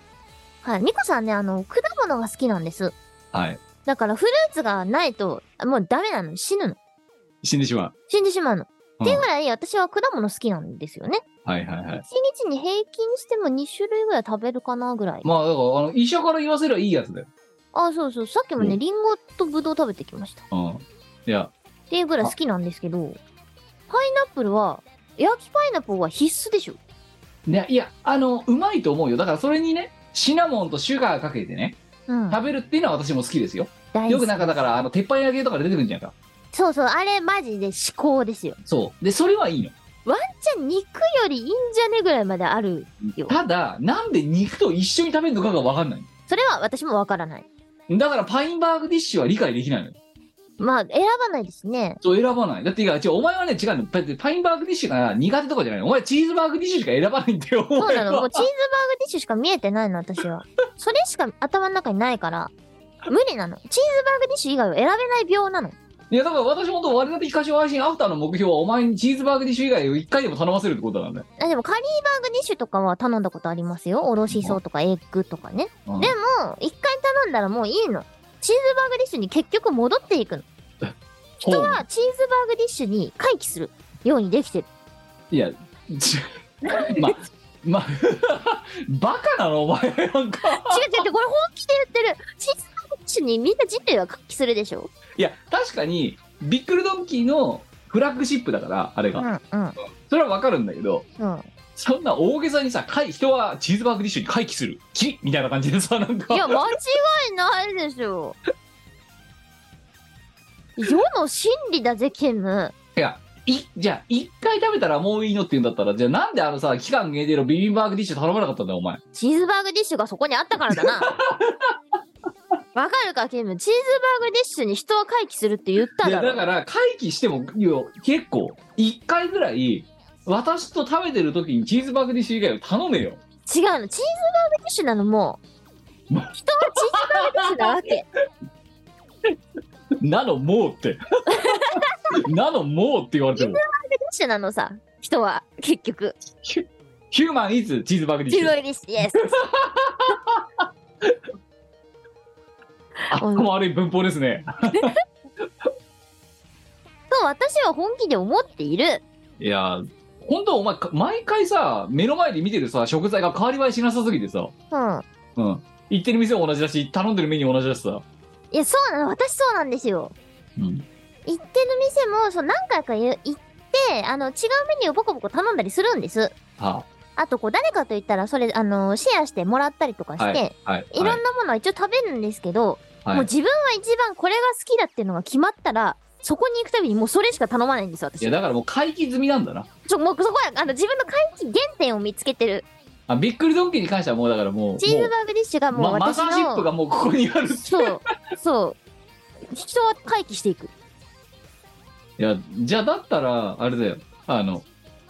はい。ニコさんね、あの、果物が好きなんです。はい。だからフルーツがないと、もうダメなの。死ぬの。死んでしまう。死んでしまうの。うんっていうぐらい私は果物好きなんですよね。はいはいはい1。日に平均しても2種類ぐらい食べるかなぐらい。まあだからあの医者から言わせればいいやつだよ。あ、そうそう。さっきもうね、んリンゴとブドウ食べてきました。っうん。いや、ていうぐらい好きなんですけど、パイナップルは、焼きパイナップルは必須でしょ。ねいや、あの、うまいと思うよ。だからそれにね、シナモンとシュガーかけてね、うん。食べるっていうのは私も好きですよ。大よ好くき。なんかだから、あの、鉄板焼きとかで出てくるんじゃないか。そうそう。あれマジで至高ですよ。そう。で、それはいいの。ワンチャン肉よりいいんじゃねぐらいまであるよ。ただ、なんで肉と一緒に食べるのかがわかんない。それは私もわからない。だからパインバーグディッシュは理解できないのよ。まあ、選ばないですね。そう選ばない。だっていや違うお前はね、違うの。だってパインバーグディッシュが苦手とかじゃないの。お前チーズバーグディッシュしか選ばないんだよ。おそう前なの。もうはチーズバーグディッシュしか見えてないの、私は。それしか頭の中にないから、無理なの。チーズバーグディッシュ以外は選べない病なの。いや、だから私本当、我々的歌唱配信アフターの目標は、お前にチーズバーグディッシュ以外を一回でも頼ませるってことなんだよ。あでもカリーバーグディッシュとかは頼んだことありますよ。おろしそうとかエッグとかね。うんでも、一回頼んだらもういいの。チーズバーグディッシュに結局戻っていくの。人はチーズバーグディッシュに回帰するようにできてる。いや、 ちま、ま、 バカなのお前なん違か。う違う違う、これ本気で言ってる。チーズバーグディッシュにみんな人類は回帰するでしょ。いや、確かに、ビックルドンキーのフラッグシップだから、あれうが。んうんそれはわかるんだけど、うん。そんな大げさにさ、回人はチーズバーグディッシュに回帰する。キみたいな感じでさ、なんか。いや、間違いないでしょ。世の真理だぜ、ケム。いや、い、じゃあ、一回食べたらもういいのって言うんだったら、じゃあなんであのさ、期間限定のビビンバーグディッシュ頼まなかったんだよ、お前。チーズバーグディッシュがそこにあったからだな。わかるか、ケム。チーズバーグディッシュに人は回帰するって言ったいだや、だろ。から、回帰しても、いや結構、一回ぐらい、私と食べてる時にチーズバーグディッシュ以外を頼め違よ。 うの。チーズバーグディッシュなの、もう。人まはチーズバーグディッシュなわけ。なの、もうって。 なの、もうって言われても。ディッシュなのさ。人は、結局。ヒューマンイズチーズバーグディチッーシズバュ。ーグディッシュ、イエス。あっこも悪い文法ですね。と、私は本気で思っている。いや、本当お前、か毎回さ、目の前で見てるさ、食材が変わり映えしなさすぎてさ、うん。うん。行ってる店も同じだし、頼んでるメニューも同じだしさ。いや、そうなの。私そうなんですよ。うん。行ってる店もそう何回か言う行ってあの違うメニューをボコボコ頼んだりするんですはあとこう誰かと言ったらそれあのシェアしてもらったりとかして、、はいあ、はい。ろんなものは一応食べるんですけど、はいもう自分は一番これが好きだっていうのが決まったらそこに行くたびにもうそれしか頼まないんですよい私やだからもう回帰済みなんだなちょもうそこはあの自分の回帰原点を見つけてるあびっくりドンキーに関してはもうだからもうチーもズバーグディッシュがうもうまマ私ザーシップの、がもうここにあるいそうそう人は回帰していくやじゃあだったらあれだよあの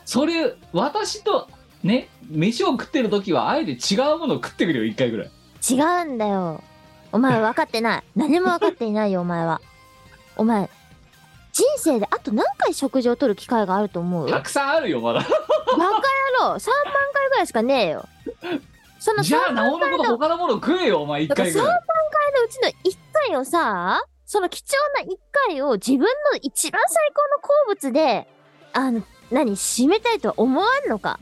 それ私とね飯を食ってる時はあえて違うものを食ってくれよ一回ぐらい違うんだよお前分かって ない何も分かっていないよお前はお前人生であと何回食事を取る機会があると思うバたカくさんあるよまだ野郎3万回ぐらいしかねえよそのじゃ3あ万なおのこと他のもの食えよお前一だから3回ぐ万らい回のうちの1回をさその貴重な1回を自分の一番最高の好物であの何締めたいとは思わんのか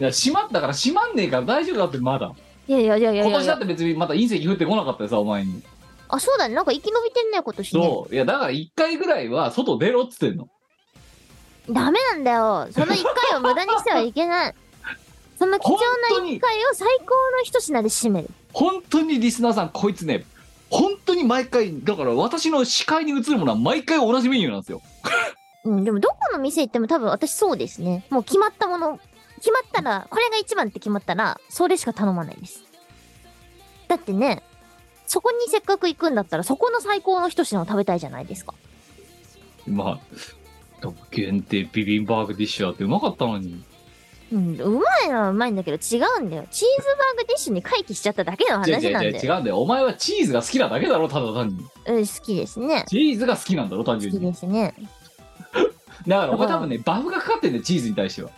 いや閉まったから閉まんねえから大丈夫だってまだいやいやいやいやい今や年だって別にまた隕石降ってこなかったよさお前にあそうだねなんか生き延びてんね今年ねそういやだから一回ぐらいは外出ろっつってんのダメなんだよその1回を 無駄にしてはいけないその貴重な1回を最高の一品で締める本当にリスナーさんこいつね本当に毎回だから私の視界に映るものは毎回同じメニューなんですようん、でもどこの店行っても多分私そうですね。もう決まったもの、決まったら、これが一番って決まったら、それしか頼まないです。だってね、そこにせっかく行くんだったら、そこの最高の一品を食べたいじゃないですか。まあ特権ってビビンバーグディッシュだってうまかったのにうん、うまいのはうまいんだけど違うんだよ。チーズバーグディッシュに回帰しちゃっただけの違う話違なうん違うだ違よ。うんだよお前はチーズが好きなだけだろただ単にうん、好きですね。チーズが好きなんだろ単好純きにですね。だからお前多分ねバフがかかってんだよチーズに対しては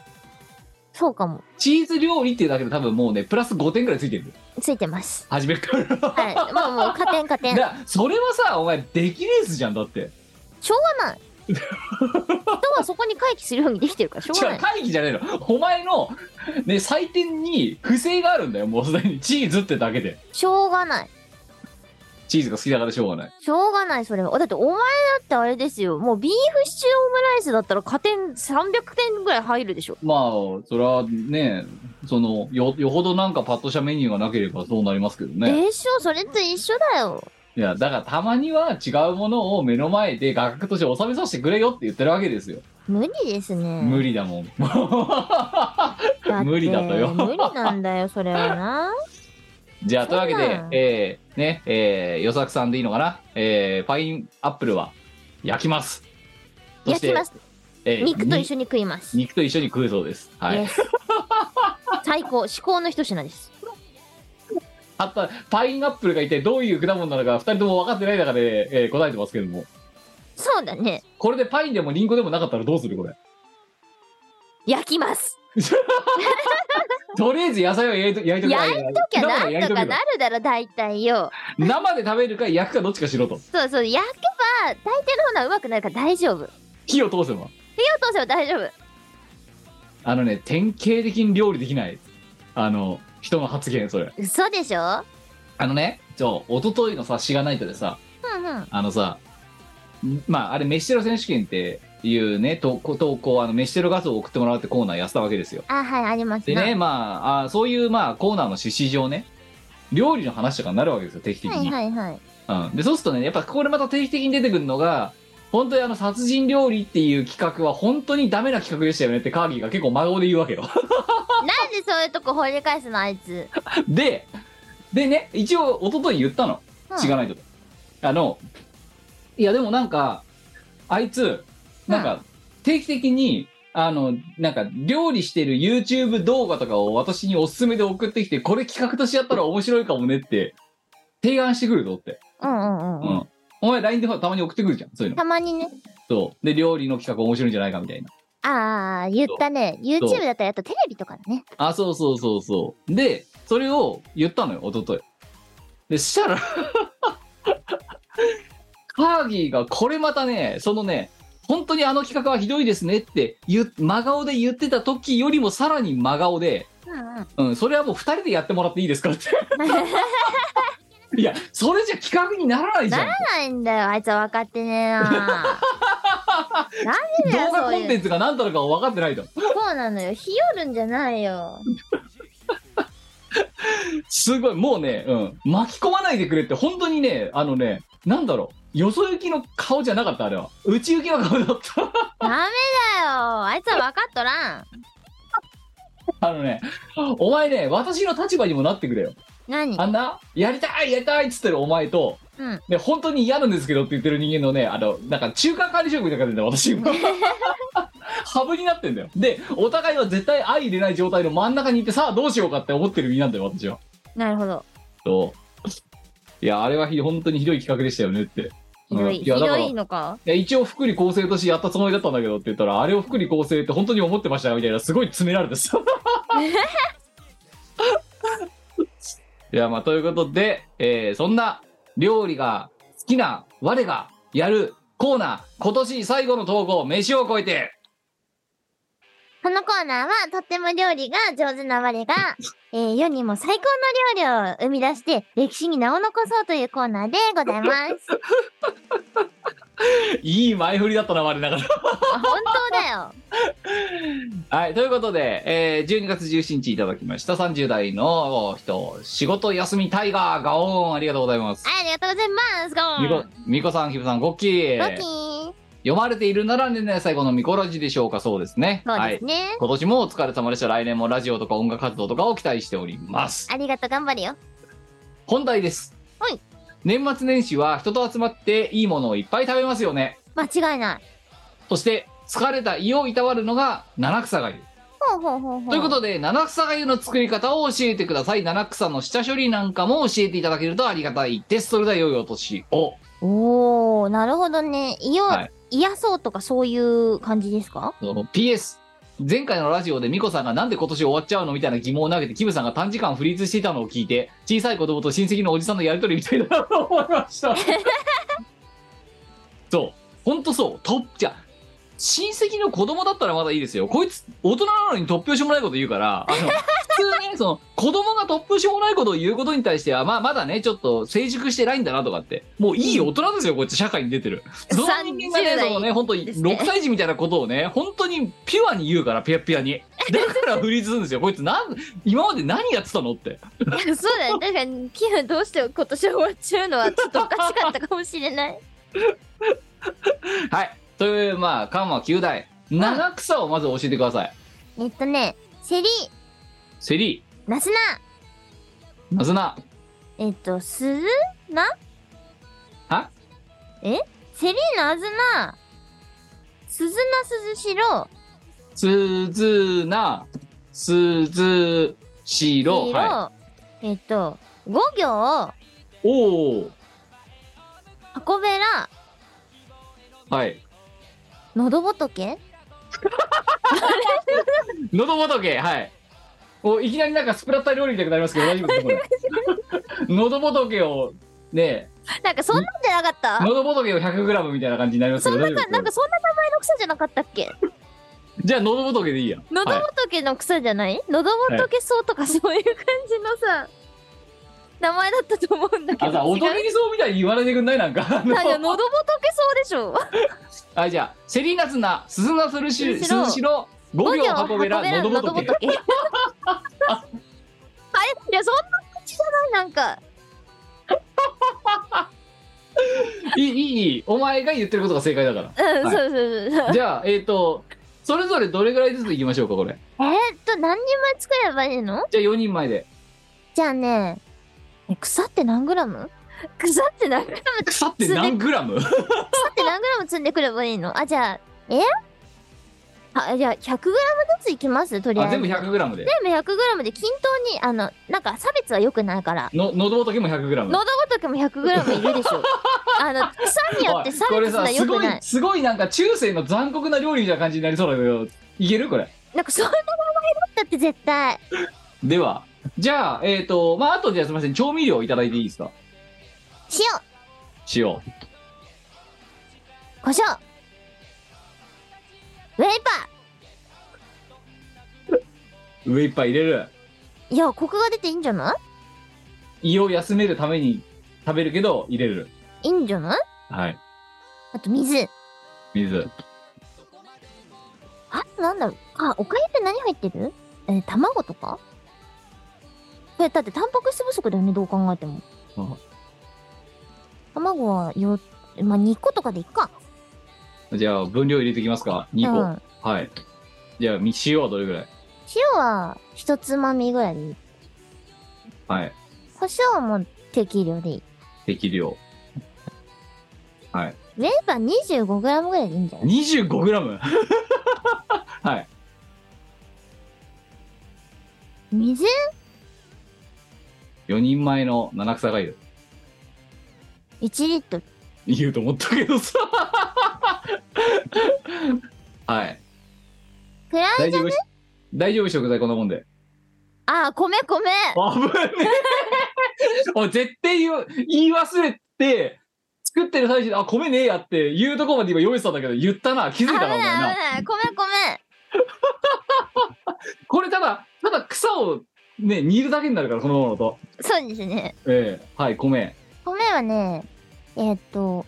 そうかも。チーズ料理っていうだけで多分もうねプラス5点ぐらいついてるよついてます。初めからはい。もう、もう、加点加点。しょだそれはさお前できレースじゃんだってうがない。人はそこに回帰するようにできてるから、しょう 違がなうい。会議じゃねえのお前のね採点に不正があるんだよもうすでにチーズってだけでしょうがない。チーズが好きだからしょうがないしょうがない、それは。だって、お前だってあれですよ。もう、ビーフシチューオムライスだったら、加点300点ぐらい入るでしょ。まあそれはねそのよよほどなんかパッとしたメニューがなければそうなりますけどねでしょそれと一緒だよ。いやだからたまには違うものを目の前で画角として収めさせてくれよって言ってるわけですよ、無理ですね。無理だもんだって無理だとよ無理なんだよ、それはな。じゃあというわけそんなんでえー、ねえー、よさくさんでいいのかなえー、パインアップルは焼きます そし焼てきます。えー肉と一緒に食います。肉と一緒に食うそうです。はい。 Yes 最高、至高の一品です。あったパイナップルが一体どういう果物なのか二人とも分かってない中で、えー答えてますけども、そうだね。これでパインでもリンゴでもなかったらどうするこれ。焼きます。とりあえず野菜は焼いと焼いとく焼いときゃな生でん焼といとかけなばるだろ、大体よ。生で食べるか焼くかどっちかしろと。そうそう、焼けば、大抵のものはうまくなるから大丈夫。火を火を通せば。通せば大丈夫。あのね、典型的に料理できない、あの、人の発言、それ。嘘でしょあのね、ちょ、おとといのさ、しがないとでさ、うんうん。あのさ、んまあ、あれ、飯テロ選手権っていうね、投稿、投稿あの、飯テロ画像を送ってもらうってコーナーやってたわけですよ。あ、はい、ありますでなね、まあ、あそういう、まあ、コーナーの趣旨上ね、料理の話とかになるわけですよ、定期的はいに。はいはい。うん、で、そうするとね、やっぱここでまた定期的に出てくるのが、本当にあの、殺人料理っていう企画は本当にダメな企画でしたよねってカーギーが結構真顔で言うわけよ。 なんでそういうとこ掘り返すのあいつ。で、でね、一応、一昨日言ったの。うん違わないと。あの、いや、でもなんか、あいつ、なんか、定期的に、あの、なんか、料理してる YouTube 動画とかを私におすすめで送ってきて、これ企画としてやったら面白いかもねって、提案してくるぞって。うんうんううんうん。ん。お前 LINE でほらたまに送ってくるじゃん、そういうの。たまにね。そう。で、料理の企画面白いんじゃないかみたいな。ああ、言ったね。YouTube だったらやっとテレビとかだね。あ、そうそうそうそう。で、それを言ったのよ、一昨日で、したら、カーギーがこれまたね、そのね、本当にあの企画はひどいですねって言う、真顔で言ってた時よりもさらに真顔で、うんうん。うん、それはもう二人でやってもらっていいです かって。いや、それじゃ企画にならないじゃん。ないんだよ、あいつは分かってねえ な。なんでだよ、動画そうコンテいンう。ツが何たのか分かってないと。そうなのよ。日和るんじゃないよ。すごい、もうね、うん、巻き込まないでくれって、本当にね、あのね、なんだろう、よそ行きの顔じゃなかった、あれは。内行きの顔だった。 ダメだよ。あいつは分かっとらん。あのね、お前ね、私の立場にもなってくれよ。何あんな、やりたい、やりたいっつってるお前と、うん。ね、本当に嫌なんですけどって言ってる人間のね、あの、なんか中間管理職みたいな感じで、私今。 ハブになってんだよ。で、お互いは絶対相入れない状態の真ん中にいて、さあどうしようかって思ってる身なんだよ、私は。なるほど。そう。いや、あれはひ本当にひどい企画でしたよねって。ひどい。うんひいやだかどらいのかいや一応福利厚生としてやったつもりだったんだけどって言ったらあれを福利厚生って本当に思ってましたよみたいなすごい詰められ てさいやまあということで、えーそんな料理が好きな我がやるコーナー今年最後の投稿飯を超えてこのコーナーはとっても料理が上手な我が、 えー世にも最高の料理を 生み出して歴史に名を残そうというコーナーでございます。いい前振りだったな我ながらあ本当だよ。はいということで、えー12月17日いただきました30代の人仕事休みタイガーガオーンありがとうございますはい、ありがとうございます。ゴみこーン。みこさんひぶさんごっきロッキ読ー。まれているなら年内最後のミコラジでしょうかそうですねそうはでいすね。今年もお疲れ様でした来年もラジオとか音楽活動とかを期待しておりますありがとう、頑張れよ。本題です、はい年末年始は人と集まっていいものをいっぱい食べますよね間違いない。そして疲れた胃をいたわるのが七草がゆほうほうほうほう。ということで七草がゆの作り方を教えてください七草の下処理なんかも教えていただけるとありがたいですそれでは良いお年をおー、なるほどね。胃を、はい癒そうとかそういう感じです かその PS 前回のラジオでミコさんがなんで今年終わっちゃうのみたいな疑問を投げてキムさんが短時間フリーズしていたのを聞いて小さい子供と親戚のおじさんのやりとりみたいだなと思いましたそうほんとそうとじゃあ親戚の子供だったらまだいいですよこいつ大人なのに突拍子もないこと言うからあの普通ねその子供が突拍子もないことを言うことに対してはまあまだねちょっと成熟してないんだなとかってもういい大人ですよ、こいつ社会に出てるどの人間が30ね代そのね本当にですね6歳児みたいなことをね本当にピュアに言うからピュアピュ アにだからフリーズするんですよこいつなん今まで何やってたのっていやそうだね。確かに、キムどうして今年終わっちゃうのはちょっとおかしかったかもしれない。はいというまあ緩和9代七草をまず教えてくださいえっとね、セリ、セリナスナ、ナズナえっと、スズナはえセリ、ナズナ、スズナ、スズシロ、すずなすずしろヒはロ、えっと、五行、いおお箱べら、はいのどぼとけのど仏はいおいきなりなんかスプラッタ料理みたいになりますけど大丈夫ですかこ れのど仏をねなんかそんなんじゃなかったのど仏を 100g みたいな感じになりますそけどんな大丈夫でか、すかなんかそんな名前の草じゃなかったっけじゃあ、のどぼとけでいいや。のどぼはいとけの草じゃないのどぼとけ草とかそういう感じのさ、名前だったと思うんだけあ、さ、ど。お違とうぎりそうみたいに言われてくんないなん か。あのなんかのどぼとけ草でしょはい、じゃあ、セリナツナ、スズナスルシ、スズスシロズシロ、 五秒運べら、のどのどぼぼととけ。けあ。れ いや、そんな感じじゃないなんか。いい、いい、お前が言ってることが正解だかうん、はいそうそうそう。 ら。じゃあ、えっ、と、それぞれどれぐらいずついきましょうか、これ。えーっと、何人前作ればいいのじゃあ、4人前で。じゃあね、え草って何グラム草って何グラム草って何グ ラム草って何グラム積んでくればいいのあ、じゃあ、えあ、じゃあ100グラムずついきますとりあえあ、ず。全部100グラムで。全部100グラムで均等に、あの、なんか差別は良くないから。の、のどぼとけも100グラムの。どごとけも100グラムいるでしょ。あ の、草によって差おいこ別れはさ、良すくごいない、。すごいなんか中世の残酷な料理みたいな感じになりそうだけど、いけるこれ。なんかそんな名前だったって絶対。では、じゃあ、えっ、と、まあ、あとじゃあすみません、調味料いただいていいですか塩塩。胡椒ウェイパ上一杯入れるーいやコクが出ていいんじゃな胃を休めるために食べるけど入れるいいいんじゃないはいあと水水あとなんだろうあおかゆって何入ってるえー卵とかこれだってタンパク質不足だよねどう考えてもうん卵はよまあ2個とかでいっかじゃあ分量入れてきますか2個、うんはいじゃあみ塩はどれぐらい塩は一つまみぐらいでいいはい胡椒も適量でいい適量ウェイパー 25g ぐらいでいいんじゃない 25g はい水4人前の七草がゆ1リットル言うと思ったけど さはいくらい大丈夫大丈夫食材こんなもんであー米米危ねえおい絶対言う言い忘れて作ってる最中で「あ米ねえや」って言うとこまで今用意してたんだけど言ったな気づい危たないなお前な危ない米米これただただ草をね煮るだけになるからこのままだとそうですね。ええはい米米はね、えーっと、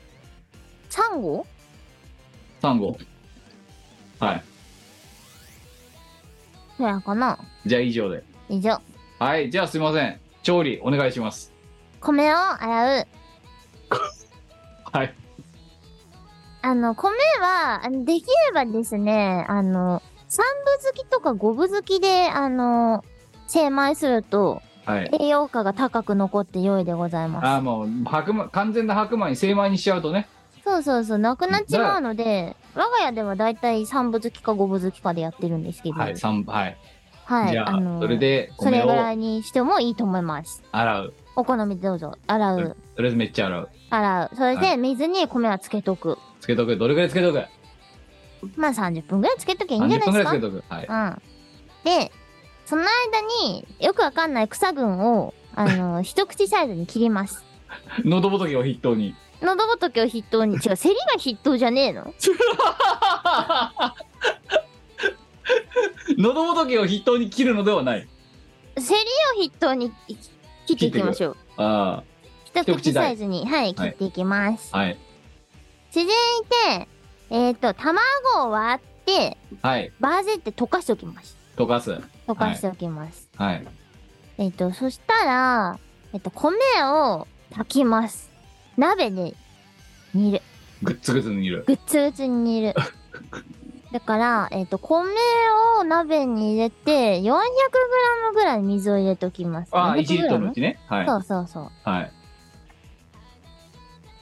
サンゴサンゴはいそやかなじゃあ以上で以上。はいじゃあすいません調理お願いします米を洗う。はいあの、米は、あのできればですね、あの、三分好きとか五分好きで、あの、精米すると、はい栄養価が高く残って良いでございまあーもう白米完全な白米に精米にしちゃうとねす。そうそうそう、なくなっちまうので、我が家ではだいたい三分好きか五分好きかでやってるんですけど、はい三はい、はいじゃあのそれでそれ米ぐらをいにしてもいいと思います。洗うお好みでどうぞ。洗う、とりあえずめっちゃ洗う洗う。それはで水に米はつけとく。つけとくどれぐらいつけとくまあ30分ぐらいつけときゃいいんじゃ30ない分でぐすらいかつけ。とくはいうん。で、その間によくわかんない草群を、あ の、一口サイズに切ります。喉仏を筆頭 に喉仏を筆頭に、違う、セリが筆頭じゃねえの喉仏を筆頭に切るのではないセリを筆頭にい切っていきましょう。あ一口口サイズに、はい、切はいっていきます。あはい続いて、えっ、と、卵を割って、はいバーゼって溶かしておきます。溶かす溶かしておきます。はいえっ、と、そしたら、えっ、と、米を炊きます。鍋で煮る。グッツグツに煮るぐっつぐつに煮 る。だから、えっ、と、米を鍋に入れて、400g ぐらい水を入れておきます。ああ 400g 1リットルのうちねはいそうそうそう。はい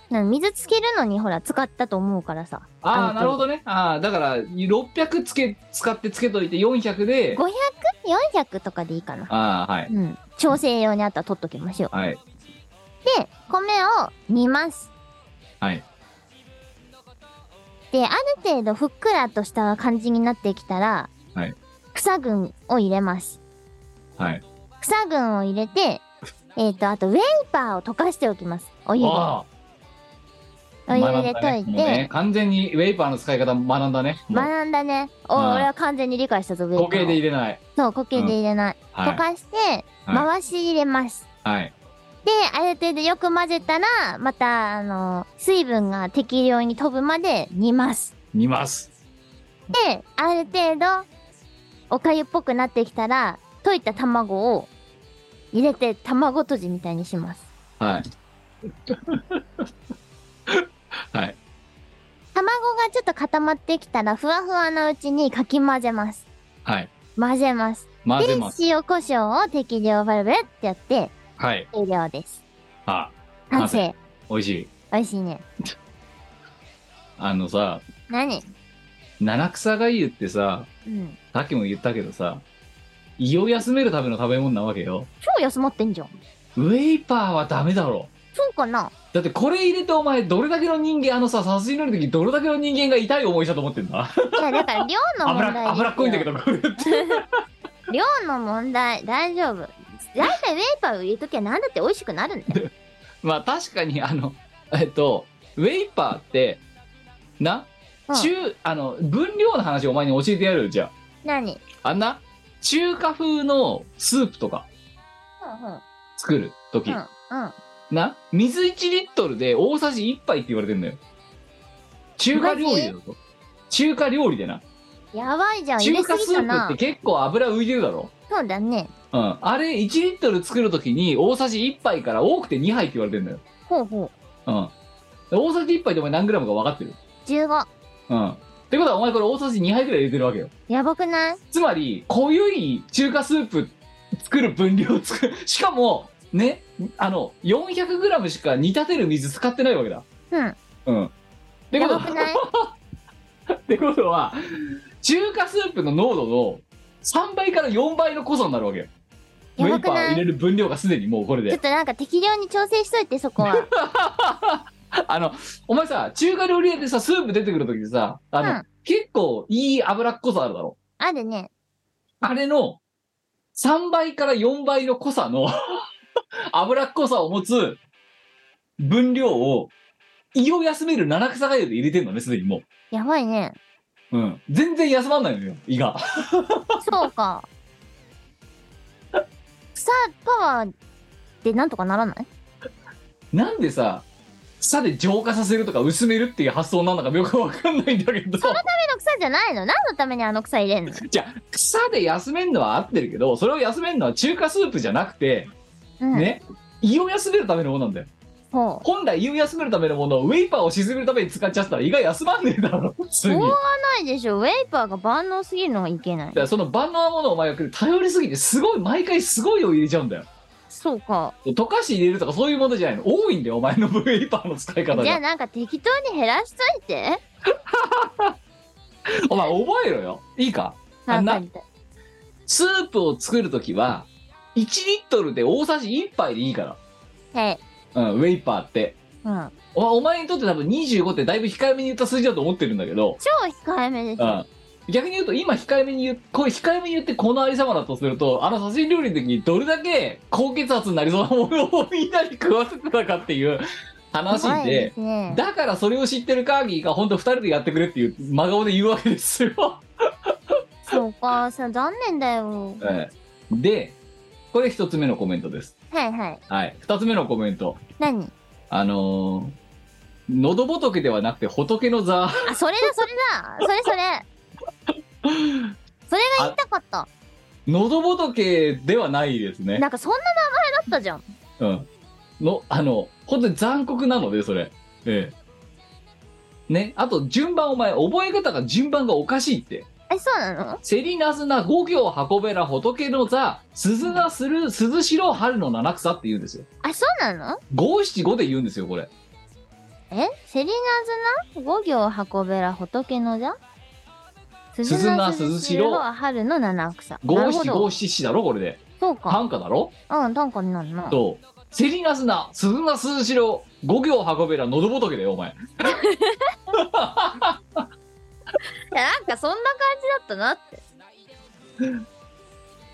なんか水つけるのにほら、使ったと思うからさ。あああのなるほどねああだから600つけ使ってつけといて400で 500?400 とかでいいかな。ああはいうん。調整用にあったら取っときましょう。はいで、米を煮ます。はいで、ある程度ふっくらとした感じになってきたら、はい草群を入れます。はい草群を入れ て、えっ、と、あと、ウェイパーを溶かしておきます。お湯で。あお湯入れとい学んだねて、もうね完全にウェイパーの使い方学んだねもう学んだね。お、うん俺は完全に理解したぞ、ウェイパーを固形で入れないそう、固形で入れない。は溶いかして、はい回し入れます。はいで、ある程度よく混ぜたら、また、あの、水分が適量に飛ぶまで煮ます。煮ますで、ある程度、おかゆっぽくなってきたら、溶いた卵を入れて、卵とじみたいにします。はいはい卵がちょっと固まってきたら、ふわふわなうちにかき混ぜます。はい混ぜます。混でぜます塩コショウを適量バルブルってやってはい終了ですあ完完成美味しい美味しいねあのさ何七草がゆってさうんさっきも言ったけどさ胃を休めるための食べ物なわけよ超休まってんじゃんウェイパーはダメだろそうかなだってこれ入れてお前どれだけの人間あのさ殺人の時どれだけの人間が痛い思いしたと思ってんだいやだから量の問題です油よ油っこいんだけどこれって 量の問題大丈夫大体ウェイパーを入れときゃなんだって美味しくなるんだよまあ確かにあのえっとウェイパーってなうん中、あの分量の話をお前に教えてやるよじゃ何ああんな中華風のスープとかうんうん作る時、うんうんな水1リットルで大さじ1杯って言われてんだよ中華料理だと中華料理でなやばいじゃん入中れ華すぎスたープなって結構油浮いてるだろそうだねうんあれ1リットル作るときに大さじ1杯から多くて2杯って言われてんだよほうほうん大さじ1杯でお前何グラムか分かってるう15うんってことはお前これ大さじ2杯ぐらい入れてるわけよやばくないつまり濃ゆい中華スープ作る分量作る しかもねあの 400g しか煮立てる水使ってないわけだうんうんってやことばはく ないってことは中華スープの濃度の3倍から4倍の濃さになるわけよウやェばイくパーをな入いれる分量がすでにもうこれちょっでとなんか適量に調整しといてそこはあのお前さ中華料理屋でさスープ出てくる時でさ あの、うん結構いい脂っこさあるだろあるねあれの3倍から4倍の濃さの 脂っこさを持つ分量を胃を休める七草がゆで入れてんのねすでにもやばいねう、うん、全然休まんないのよ胃がそう か。草パワーでなんとかならないなんでさ草で浄化させるとか薄めるっていう発想なんだかよくわかんないんだけどあの草じゃないの何のためにあの草入れんのじゃあ草で休めるのは合ってるけどそれを休めるのは中華スープじゃなくて、うん。 ね胃を休めるためのものなんだよほう。本来胃を休めるためのものをウェイパーを沈めるために使っちゃったら胃が休まんねえだろ普し通ょにうだがかないでしょ。ウェイパーが万能すぎるのがいけない。らその万能なものをお前が来る頼りすぎてすごい毎回すごいを入れちゃうんだよそうか。溶かし入れるとかそういうものじゃないの多いんだよお前のウェイパーの使い方じゃあがなんか適当に減らしといて。お前覚えろよいいかあわなかりたい。スープを作るときは1リットルで大さじ1杯でいいかはい。ら、うん、ウェイパーってうん。お前お前にとって多分25ってだいぶ控えめに言った数字だと思ってるんだけど、超控えめでしうょ。ん、逆に言うと今控えめに言うこう控えめに言ってこのありさまだとするとあの写真料理の時にどれだけ高血圧になりそうなものをみんなに食わせてたかっていう話怖いでですね。だからそれを知ってるカーギーが本当2人でやってくれっていう真顔で言うわけですよ。そうか、さ、残念だよ。ええでこれ1つ目のコメントです。はいはい。はい、2つ目のコメント何あのー、喉仏ではなくて仏の座 あ、それだ、それだ。それそれ。それが言いたかった。喉仏ではないですねなんかそんな名前だったじゃん。うん、のあの本当に残酷なのでそれええねあと順番お前覚え方が順番がおかしいってえ、そうなの「セリナズナ五行運べら仏の座鈴がする鈴代春の七草」って言うんですよあ、そうなの五七五で言うんですよこれえセリナズナ五行運べら仏のじゃ鈴名鈴代は春の七草。な五るほ七ど五。七七だろこれでそうか。短歌だろうん、短歌になるな。と「セリナズナ鈴が鈴代五行運べら喉仏だよお前いやなんかそんな感じだったなって。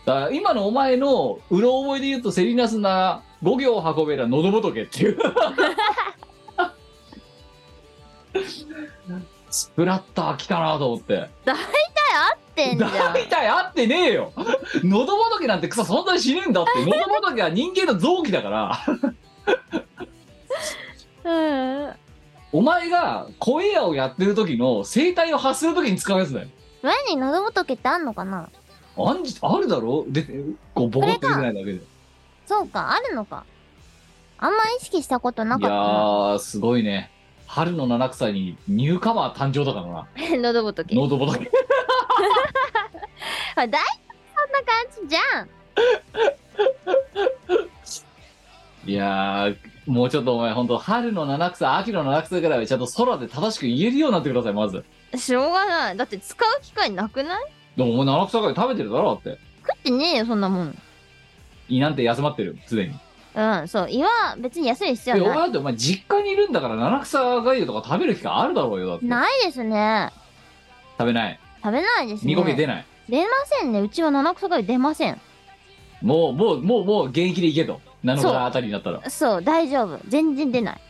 だから今のお前のうろ覚えで言うとセリナスな五行運べら喉仏っていうスプラッター来たなと思ってだよ、合ってんじゃ ん。大体合ってねえよ喉仏なんて草存在しねえんだって喉仏は人間の臓器だからうん。お前が声屋をやってる時の声帯を発する時に使うやつだよ前に喉仏ってあんのかなあんじあるだろでこうボコって出てないだけでそうか、あるのか。あんま意識したことないかやったな。ーすごいね春の七草にニューカマー誕生だからな喉仏。喉仏あ大体そんな感じじゃん。いやー、もうちょっとお前、本当春の七草、秋の七草ぐらいはちゃんと空で正しく言えるようになってください、まず。しょうがない。だって使う機会なくないでもお前、七草が食べてるだろ、だって。食ってねえよ、そんなもん。胃なんて休まってる、すでに。うん、そう。胃は別に休む必で、要おは前ない。だってお前、実家にいるんだから、七草がゆとか食べる機会あるだろうよ、だって。ないですね。食べない。食べないですね。煮込み出ない。出ませんね。うちは七草が出ません。もう、もう、もう、もう、現役でいけと。七草あたりになった ら。そう、大丈夫。全然出ない。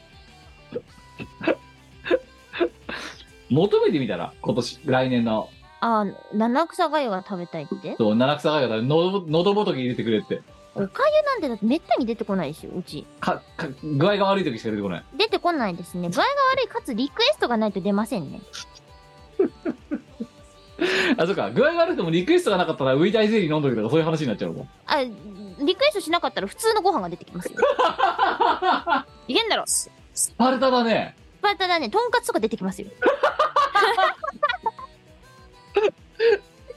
求めてみたら、今年、来年の、あー、七草がゆが食べたいってそう七草がゆだから、のど喉仏入れてくれって。おかゆなんてだってめったに出てこないでしょ、うち。か、か、具合が悪い時しか出てこない。出てこないですね。具合が悪いかつリクエストがないと出ませんね。 あ、そうか、具合が悪くてもリクエストがなかったら、ウイダイゼリー飲んどけとか、そういう話になっちゃうのあ、リクエストしなかったら普通のご飯が出てき ますよ。いけんだろ。ススパルタだね。パルタだね、とんかつとか出てきますよ。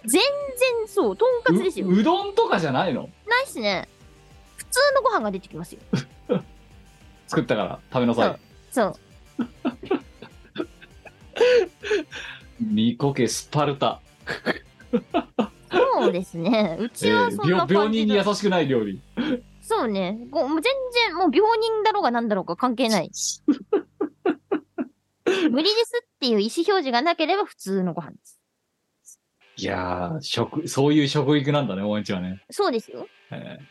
全然そう、とんかつですよ。ううどんとかじゃないのないっすね。普通のご飯が出てきますよ。作ったから食べなさいそう。みこけスパ ルタそうですね。うちはそんえなー病病感じ人にだ、優しくない料理そうね。ごもう全然、もう病人だろうが何だろうが関係 ない。無理ですっていう意思表示がなければ普通のご飯です。いやー、食、そういう食育なんだね、おんちはね。そうですよ。えー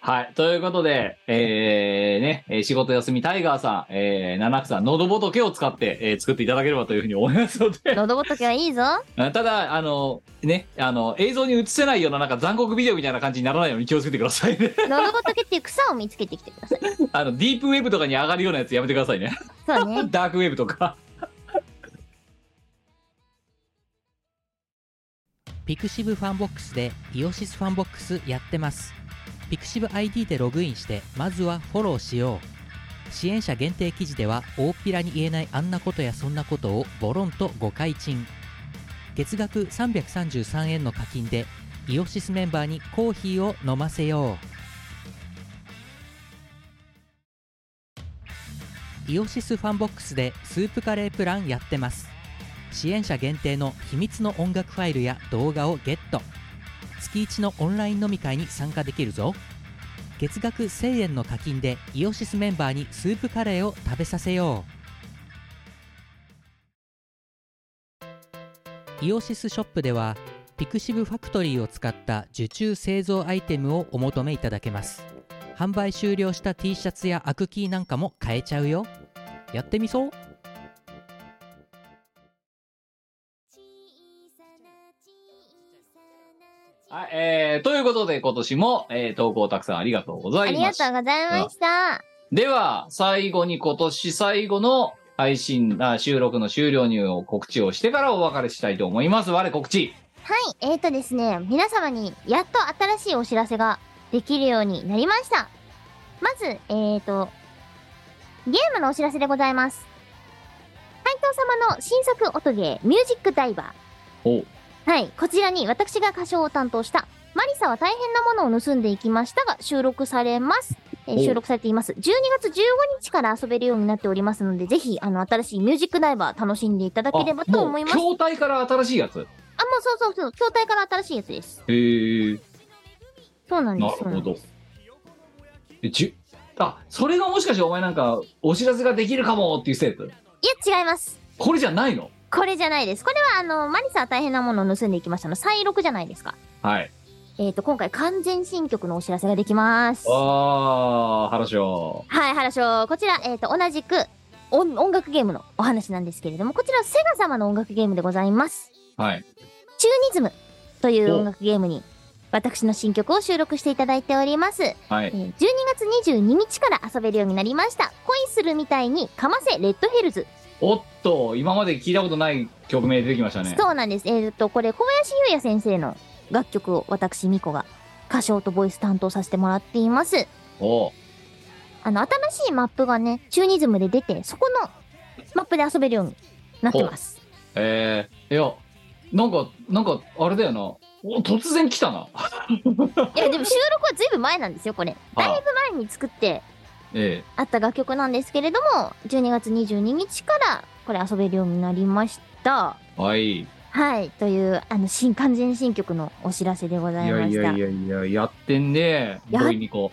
はい。ということで、えー、ね、えー仕事休みタイガーさん、えー、七草さん、喉仏を使って、えー作っていただければというふうに思いますので、喉仏はいいぞ。ただ、あの、ね、あの、映像に映せないような、なんか残酷ビデオみたいな感じにならないように気をつけてくださいね。 喉仏っていう草を見つけてきてください。あの、ディープウェブとかに上がるようなやつやめてくださいね。そうね。ダークウェブと か。ピクシブファンボックスでイオシスファンボックスやってますピクシブ ID でログインしてまずはフォローしよう支援者限定記事では大っぴらに言えないあんなことやそんなことをボロンと誤解賃月額333円の課金でイオシスメンバーにコーヒーを飲ませようイオシスファンボックスでスープカレープランやってます支援者限定の秘密の音楽ファイルや動画をゲット月1のオンライン飲み会に参加できるぞ月額1000円の課金でイオシスメンバーにスープカレーを食べさせようイオシスショップではピクシブファクトリーを使った受注製造アイテムをお求めいただけます販売終了した T シャツやアクキーなんかも買えちゃうよやってみそうはい、えー、ということで、今年も、えー、投稿たくさんありがとうござあいりまがしたとう。ございました。では、最後に今年最後の配信、あ収録の終了入を告知をしてからお別れしたいと思います。我告知。はい、えーとですね、皆様にやっと新しいお知らせができるようになりました。まず、えーと、ゲームのお知らせでございます。斉藤様の新作音ゲー、ミュージックダイバおー。はい、こちらに私が歌唱を担当した、マリサは大変なものを盗んでいきましたが収録されます。えーお収録されています。12月15日から遊べるようになっておりますので、ぜひ、あの、新しいミュージックダイバー楽しんでいただければと思います。あ、あももう筐体から新しいやつ。へうそうそうそう、筐体から新しいやつです。え、そうなんでなすそる。うなほんですど。えじゅあ、それがもしかしてお前なんか、お知らせができるかもっていう生徒。いや、違います。これじゃないのこれじゃないです。これは、あの、マリサは大変なものを盗んでいきましたの、再録じゃないですか。はい。えっ、と、今回、完全新曲のお知らせができます。はあー、話を。い、原賞。こちら、えっ、と、同じく、音音楽ゲームのお話なんですけれども、こちら、セガ様の音楽ゲームでございます。はい。チューニズムという音楽ゲームに、私の新曲を収録していただいております。はえい。ー12月22日から遊べるようになりました。恋するみたいに、かませレッドヘルズおっと、今まで聞いたことない曲名出てきましたね。そうなんです。えーっと、これ、小林優也先生の楽曲を私、ミコが歌唱とボイス担当させてもらっています。おあの、新しいマップがね、チューニズムで出て、そこのマップで遊べるようになってます。えー、いや、なんか、なんか、あれだよな。お突然来たな。いや、でも収録はずいぶん前なんですよ、これ。あだいぶ前に作ってえあった楽曲なんですけれども、12月22日からこれ遊べるようになりました。えはい。いはい、という、あの、新、完全新曲のお知らせでございまやした。いやいやいや、やってんね。やボイミコ。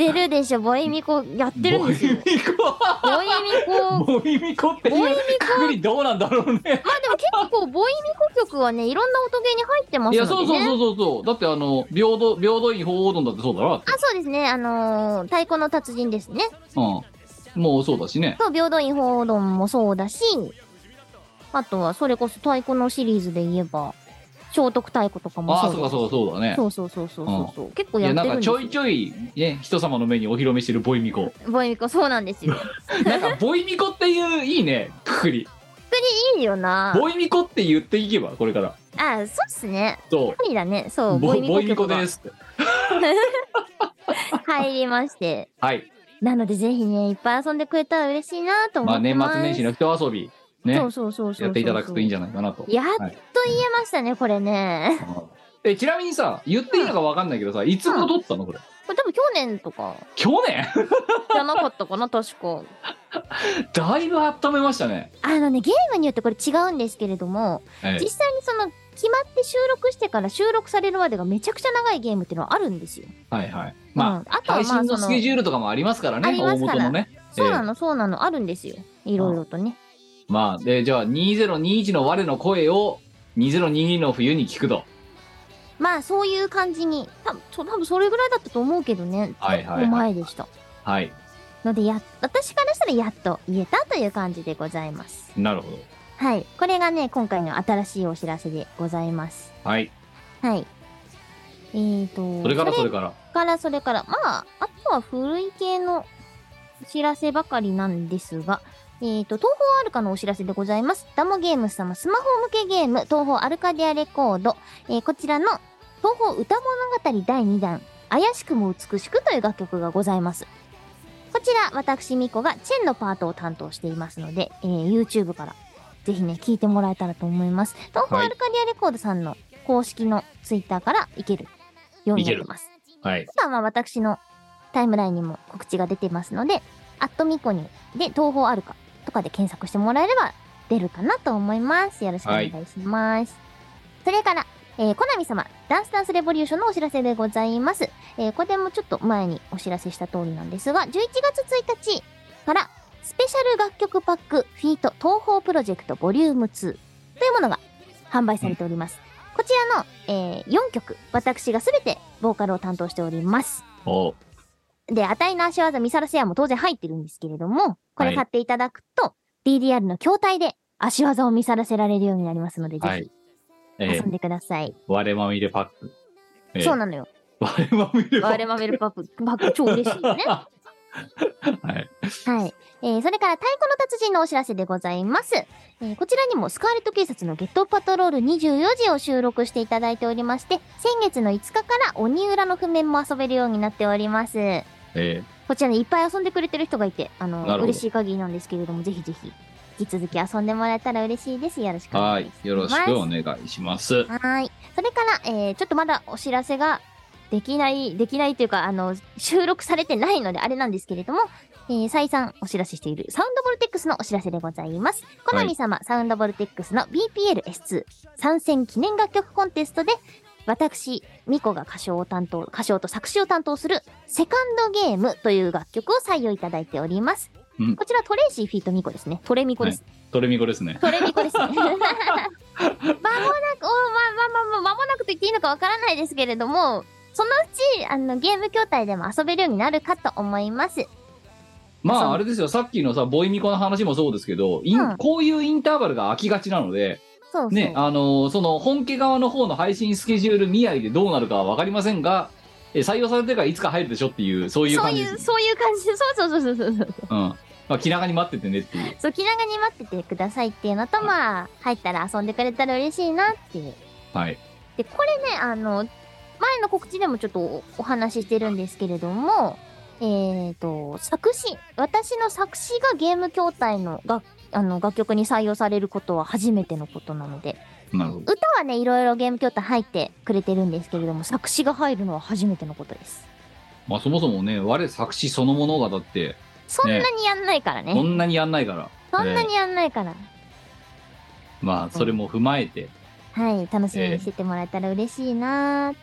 やってるでしょ、ボイミコ、やってるんボイですよ。ミコ ボイミコ、 ボイミコってボイいミうくくりどうなんだろうね。まあでも結構ボイミコ曲はねいろんな音ゲーに入ってますので、ね、いや、そうそうそうそうそう。だってあの、平等、平等院鳳凰丼だってそうだろ。だってあそうですねあのー太鼓の達人ですねうん。もうそうだしね。そう平等院鳳凰丼もそうだしあとはそれこそ太鼓のシリーズで言えば聖徳太鼓とかもあそあ、うそうかだしそうかそうだね。そうそうそうそうそうそう結構いやや、っなんてるんかですちよょいちょい、ね、人様の目にお披露目してるボイ ミコ。ボイミコそうなんです よなんか、ボイミコっていう、いいね、くくり。いいよなボイミコって言っていけば、これから。あそうっすねそ。無理だねそううボボイイミコミコ曲がですって。入りましてはい。なのでぜひねいっぱい遊んでくれたら嬉しいなと思まっあ、て年ます、末年始の人遊び、ねそ、うそうそうそうそうやっていただくといいんじゃゃないかなと。やっと言えましたね、これね。え、ちなみにさ、言っていいのかわかんないけどさ、いつ頃撮ったのこれ。これ多分去年とか去年 じゃなかったかな、確か。だいぶ温めましたね。あのね、ゲームによってこれ違うんですけれども、ええ実際にその、決まって収録してから収録されるまでがめちゃくちゃ長いゲームっていうのはあるんですよ。はいはい。まあ、うん、あとは配まあ信そののス、ケジュールとかもありますからね、ありま大すから元のね。そうなの、そうなの、あるんですよ。いろいろとね。まあ、で、じゃあ、2021の我の声を、 2022の冬に聞くと。まあそういう感じに多分そ多分それぐらいだったと思うけどね、はいはいはい結構前でしたはい。のでや私からしたらやっと言えたという感じでございますなるほど。はいこれがね今回の新しいお知らせでございますはい。はいえーとそれからそれかから。らそれからまああとは古い系のお知らせばかりなんですがえーと、東方アルカのお知らせでございます。ダモゲームス様、スマホ向けゲーム、東方アルカディアレコード。えーこちらの、東方歌物語第2弾、怪しくも美しくという楽曲がございます。こちら、私、ミコがチェンのパートを担当していますので、えー YouTube から、ぜひね、聞いてもらえたらと思います。東方アルカディアレコードさんの公式の Twitter からいけるようになってます。はい。あとはまあ私のタイムラインにも告知が出てますので、アットミコニで東方あるかとかで検索してもらえれば出るかなと思います。よろしくお願いします。それから、えー、コナミ様、ダンスダンスレボリューションのお知らせでございます。えー、これもちょっと前にお知らせした通りなんですが、11月1日からスペシャル楽曲パックフィート東方プロジェクトボリューム2というものが販売されております。こちらの、え4曲、私がすべてボーカルを担当しております。おで、あたいの足技、ミサラセアも当然入ってるんですけれども、こはれい買っていただくと、DDR の筐体で足技を見さらせられるようになりますので、はぜい。ひえ遊んー、でください。割れまみれパック。えーそうなのよ。 割れまみれパッ我々マベルパック、パック超嬉しいよね。ク。 はい。 はい。えー、それから太鼓の達人のお知らせでございます。えー、こちらにもスカーレット警察のゲットパトロール24時を収録していただいておりまして、先月の5日から鬼裏の譜面も遊べるようになっております。えこちらね、いっぱい遊んでくれてる人がいて、あなの、るほど嬉しい限りなんですけれども、ぜひぜひ、引き続き遊んでもらえたら嬉しいです。よろしくー、おは願いします。。いよろしくお願いします。はーい。それから、えー、ちょっとまだお知らせができない、できないというか、あの、収録されてないので、あれなんですけれども、えー、再三お知らせしている、サウンドボルテックスのお知らせでございます。コナミ様、サウンドボルテックスの BPLS2 参戦記念楽曲コンテストで、私、ミコが歌唱を担当、歌唱と作詞を担当する、セカンドゲームという楽曲を採用いただいております。うんこちらトレイシーフィートミコですね。トレミコです。トレミコですね。トレミコですね。まもなく、おま、ま、ま、ま、まもなくと言っていいのかわからないですけれども、そのうち、あの、ゲーム筐体でも遊べるようになるかと思います。まそあうあれですよ、さっきのさ、ボイミコの話もそうですけど、インうんこういうインターバルが空きがちなので、そうそう。ね、あのーその本家側の方の配信スケジュール見合いでどうなるかは分かりませんが、え採用されてるからいつか入るでしょっていう、そういうそう感じいです。う、そういう感じ。そうそうそうそうそうそう。うん。まあ、気長に待っててねっていう。そう、気長に待っててくださいっていうのと、まあ、入ったら遊んでくれたら嬉しいなっていう。はい。で、これね、あの、前の告知でもちょっとおお話ししてるんですけれども、えー、と、作詞、私の作詞がゲーム筐体の楽あの楽曲に採用されることは初めてのことなので、なるほど。歌はね、いろいろゲーム筐体入ってくれてるんですけれども、作詞が入るのは初めてのことです。まあ、そもそもね、我作詞そのものがだって、そんなにやんないからね。こんなにやんないから、そんなにやんないから。まあ、それも踏まえて、はい、楽しみにしててもらえたら嬉しいなー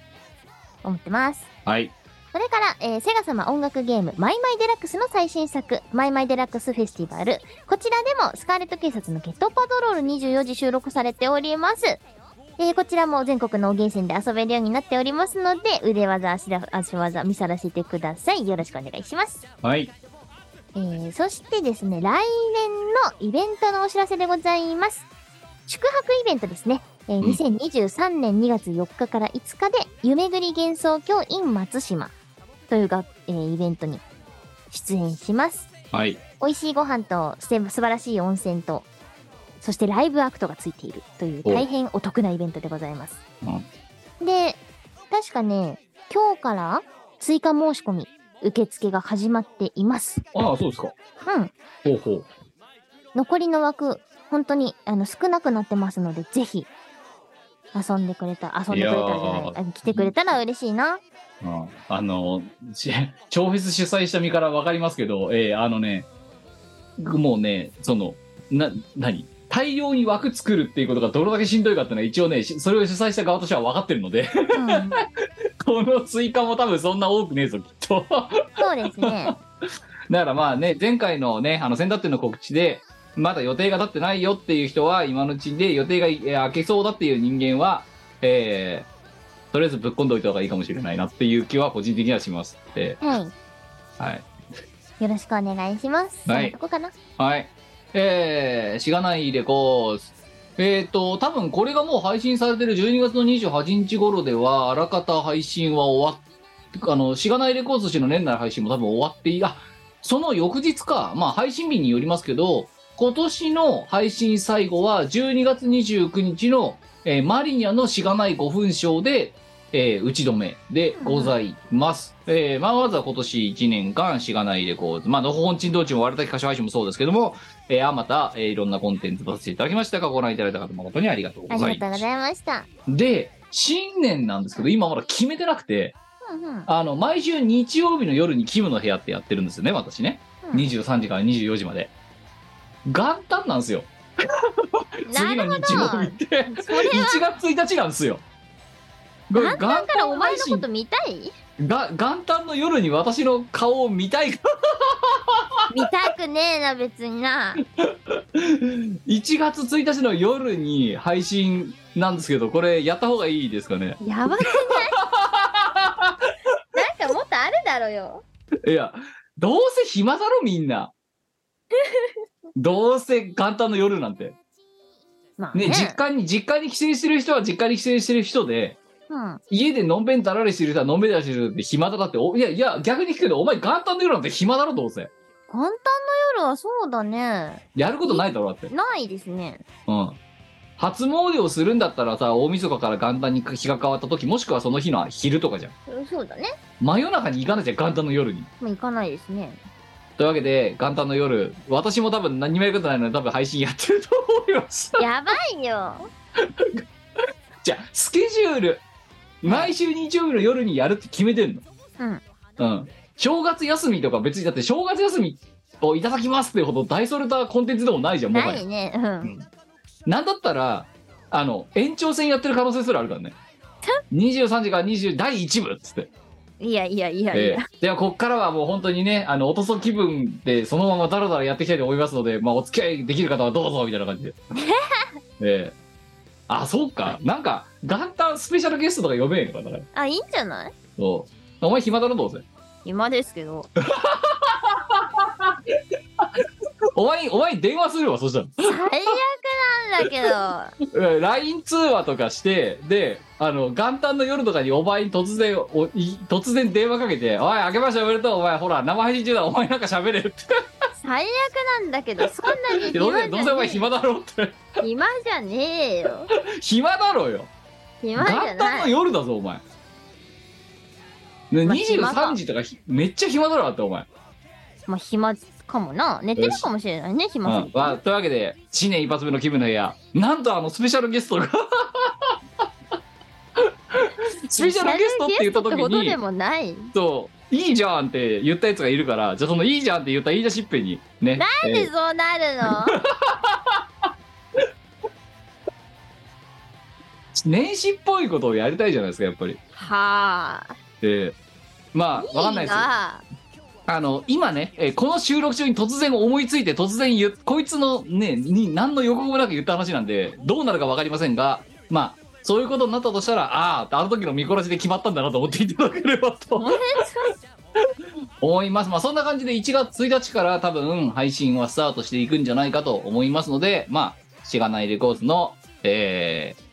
思ってます。はい。それから、えーセガ様音楽ゲーム、マイマイデラックスの最新作、マイマイデラックスフェスティバル。こちらでも、スカーレット警察のゲットパトロール24時収録されております。えーこちらも全国のおゲーセンで遊べるようになっておりますので、腕技、足だ足技見さらせてください。よろしくお願いします。はい。えーそしてですね、来年のイベントのお知らせでございます。宿泊イベントですね。えーうん2023年2月4日から5日で、夢ぐり幻想郷 in 松島というが、えーイベントに出演します。はい。美味しいご飯と、すて素晴らしい温泉と、そしてライブアクトがついているというお大変お得なイベントでございます。うんで、確かね、今日から追加申し込み、受付が始まっています。ああ、そうですか。うん。ほうほう。残りの枠、本当にあの少なくなってますので、ぜひ、遊んでくれた、遊んでくれたらじゃないいやあ、来てくれたら嬉しいな。うんあの、し 超フェス主催した身から分かりますけど、えーあのね、もうね、その、な、何大量に枠作るっていうことがどれだけしんどいかってのは一応ね、しそれを主催した側としては分かってるので、 うん、この追加も多分そんな多くねえぞ、きっと。だか そうですね。らまあね、前回のね、あの、センターっての告知で、まだ予定が立ってないよっていう人は今のうちで予定がえー開けそうだっていう人間は、えーとりあえずぶっ込んでおいた方がいいかもしれないなっていう気は個人的にはしますえはーはいい。よろしくお願いします。はそいんなとこかな。はい。えー、しがないレコーズ。えっ、ー、と、多分これがもう配信されてる12月の28日頃では、あらかた配信は終わっ、あの、しがないレコーズ氏の年内配信も多分終わってい、あ、その翌日か、まあ配信日によりますけど、今年の配信最後は12月29日の、えーマリニャのしがない5分賞で、えー打ち止めでございます。えーまあ、まずは今年1年間、しがないレコード、まあ、のほほんちんどうちんも割れた歌手配信もそうですけども、えーあまた、えーいろんなコンテンツとさせていただきましたが、ご覧いただいた方誠にありがとうあごりざがとうごいます。ざいました。で、新年なんですけど、今まだ決めてなくて、うんうん。あの、毎週日曜日の夜にキムの部屋ってやってるんですよね、私ね。うん23時から24時まで。元旦なんですよ。次なのるほ日曜日ど。って。それは1月1日なんですよ。元旦からお前配の信こと見たいが元旦の夜に私の顔を見たいか見たくねえな、別にな。 1月1日の夜に配信なんですけどこれやった方がいいですかねやばくないなんかもっとあるだろうよ。いやどうせ暇だろみんなどうせ元旦の夜なんてまあね。ね実家に実家に帰省してる人は実家に帰省してる人でうん。家でのんべんたられしてる人はのんべんたられしてる人って暇だだっておいやいや逆に聞くけどお前元旦の夜なんて暇だろどうせ簡単の夜はそうだね。やることないだろだってないですね。うん。初詣をするんだったらさ、大晦日から元旦に日が変わった時、もしくはその日の昼とかじゃん。そうだね。真夜中に行かなきゃ元旦の夜に。もう行かないです ね。というわけで、元旦の夜、私も多分何もやることないので多分配信やってると思います。やばいよ。じゃあ、スケジュール。毎週日曜日の夜にやるって決めてんの。うん。うん。正月休みとか別に、だって正月休みをいただきますってほど大それたコンテンツでもないじゃん、もはなやい。ね。うん。なんだったら、あの、延長戦やってる可能性すらあるからね。23時から20、第1部っつって。いやいやいやいえや。え、ではここからはもう本当にねあの落とそ気分でそのままだらだらやっていきたいと思いますので、まあ、お付き合いできる方はどうぞみたいな感じでええあそうかなんか元旦スペシャルゲストとか呼べえのかだからあ、いいんじゃないそうお前暇だろどうせ今ですけど。お前お前に電話するわそしたら最悪なんだけど。えー LINE 通話とかしてであの元旦の夜とかにお前に突然おい突然電話かけて「おい明けましておめでとうお前ほら生配信中だお前なんか喋れ」って最悪なんだけど。そんなに「どうせどうせお前暇じゃね暇だろ」ってえ。暇じゃねえよ。 「暇だろよ」暇じゃ元旦なのい。夜だぞお前ねまあ暇か23時とかひめっちゃ暇だろだってお前、まあ暇かもな。寝てるかもしれないね、うん暇すぎてまあというわけで新年一発目の気分の部屋なんとあのスペシャルゲストが スペシャルゲストって言った時スペシャルゲストほどでにもない。そういいじゃんって言ったやつがいるからじゃあそのいいじゃんって言ったいいじゃしっぺにねなんえでーそうなる の年始っぽいことをやりたいじゃないですかやっぱりはあ。えーまあわかんないですよがあの今ね、えーこの収録中に突然思いついて突然言うこいつのねに何の予告もなく言った話なんでどうなるか分かりませんがまあそういうことになったとしたらあああの時の見こらしで決まったんだなと思っていただければと思いますまあそんな感じで1月1日から多分配信はスタートしていくんじゃないかと思いますのでまあしがないレコーズのえー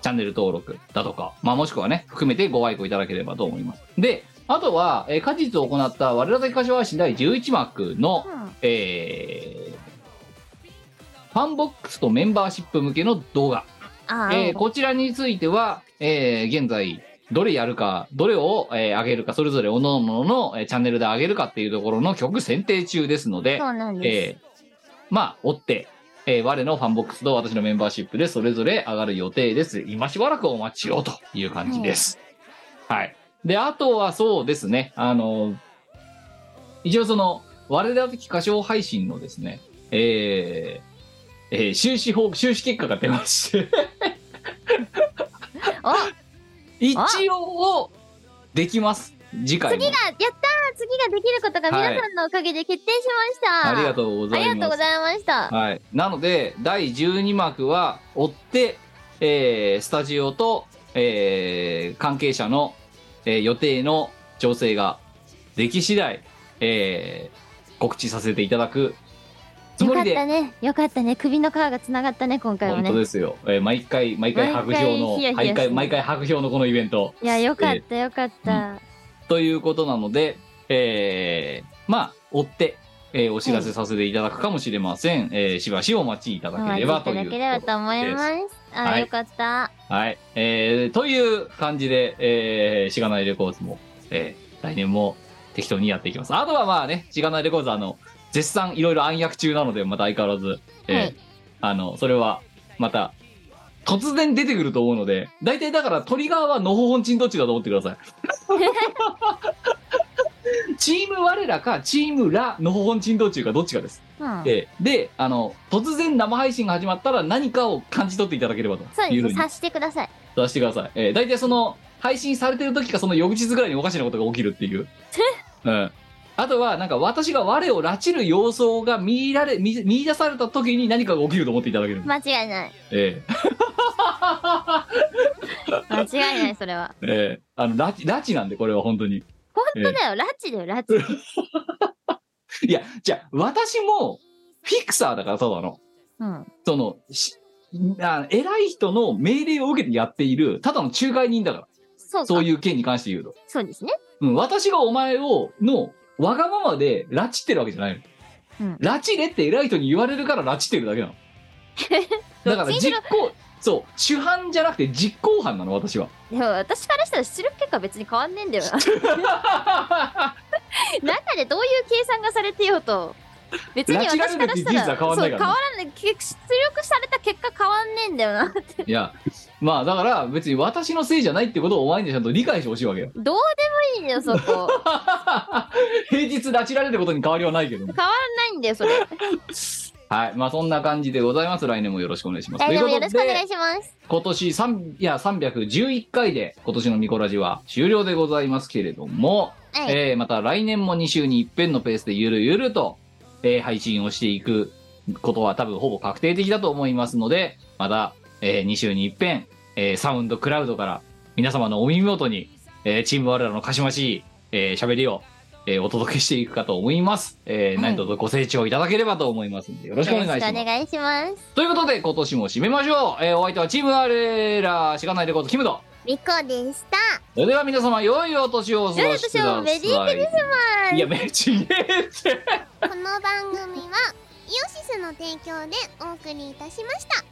チャンネル登録だとか、まあ、もしくはね、含めてご愛顧いただければと思います。で、あとは、えー果実を行った我ら的歌唱配信第11幕の、うんえーファンボックスとメンバーシップ向けの動画、ああ、えーこちらについては、えー現在どれやるかどれを、えー上げるかそれぞれ各々のえーチャンネルで上げるかっていうところの曲選定中ですのでそうなんです。えーまあ追って、えー我のファンボックスと私のメンバーシップでそれぞれ上がる予定です今しばらくお待ちをという感じです、はいであとはそうですねあの一応その我ら的歌唱配信のですねえーえー収支報収支結果が出ましてお一応できます次回も次がやったー次ができることがはい皆さんのおかげで決定しました。ありがとうございますありがとうございました。はい、なので第12幕は追って、えースタジオと、えー関係者の、えー予定の調整ができ次第、えー告知させていただくつよもかっりで、たね。よかったね。首の皮がつながったね、今回は本当ね。ですよ、えー毎回毎回白票の毎回ヒヤヒヤ毎す回る毎回白票のこのイベントいや、よかった、よかった。ということなので、えーまあ追って、えーお知らせさせていただくかもしれません、えーしばしお待ちいたおだけ待ちれいばとたいうだとければと思ころいですます。あ、はいよかった。はい。えー、という感じで、えー、しがないレコーズも、えー、来年も適当にやっていきます。あとはまあね、しがないレコーズはあの、絶賛いろいろ暗躍中なので、また相変わらず、えーはいあの、それは、また、突然出てくると思うので、大体だからトリガーはのほほんちんどっちだと思ってく ださい。チーム我らか、チームら、のほほんちんどっちゅうかどっちかです。うんえーで、あの、突然生配信が始まったら何かを感じ取っていただければというふそうにうです。察してください。出してください。えー、大体その、配信されてる時かその翌日ぐらいにおかしなことが起きるっていう。うん。あとは、なんか私が我を拉致る様相が見られ、見見出された時に何かが起きると思っていただける。間違いない。ええ間違いない、それは。ええあの、拉致、拉致なんで、これは本当に。本当だよ、拉致だよ、拉致。いや、じゃあ、私も、フィクサーだから、ただの。うん。その、しあ偉い人の命令を受けてやっている、ただの仲介人だかそうら。か。そそうういう件に関して言うと。ですね。うん、私がお前を、の、わがままで拉致ってるわけじゃないの。うん拉致れって偉い人に言われるから拉致ってるだ けなの。だからどっちにし実ろ行、そう、主犯じゃなくて実行犯なの、私は。 でも私からしたら出力結果別に変わんねえんだよな。中でどういう計算がされてようと。別に私からしたら、拉致られるっていう事実は変わんないそうからね変わらない。出力された結果変わんねえんだよな。 いや、まあだから別に私のせいじゃないってことをお前にちゃんと理解してほしいわけよ。 どうでもいいんだよ、そこ。平日拉致られることに変わりはないけども。変わらないんだよ、それ。はい。まあそんな感じでございます。来年もよろしくお願いします。来年もというよころとしでくお願いします。今年3いや311回で今年のミコラジは終了でございますけれども、はいえーまた来年も2週に一遍のペースでゆるゆると、えー配信をしていくことは多分ほぼ確定的だと思いますのでまた、え2週に一遍、えーサウンドクラウドから皆様のお耳元に、えーチーム我らのかしましい、えー、喋りを、えーお届けしていくかと思います、えはーい何卒ご清聴いただければと思いますのでよろしくお願いしますよろしくお願いします。ということで、今年も締めましょう。えーお相手はチームアレラー、しがないレコード、キムと。みこでした。それでは皆様、良いお年をお過ごしください。良いお年をメリークリスマスいや、めちげえって。この番組はイオシスの提供でお送りいたしました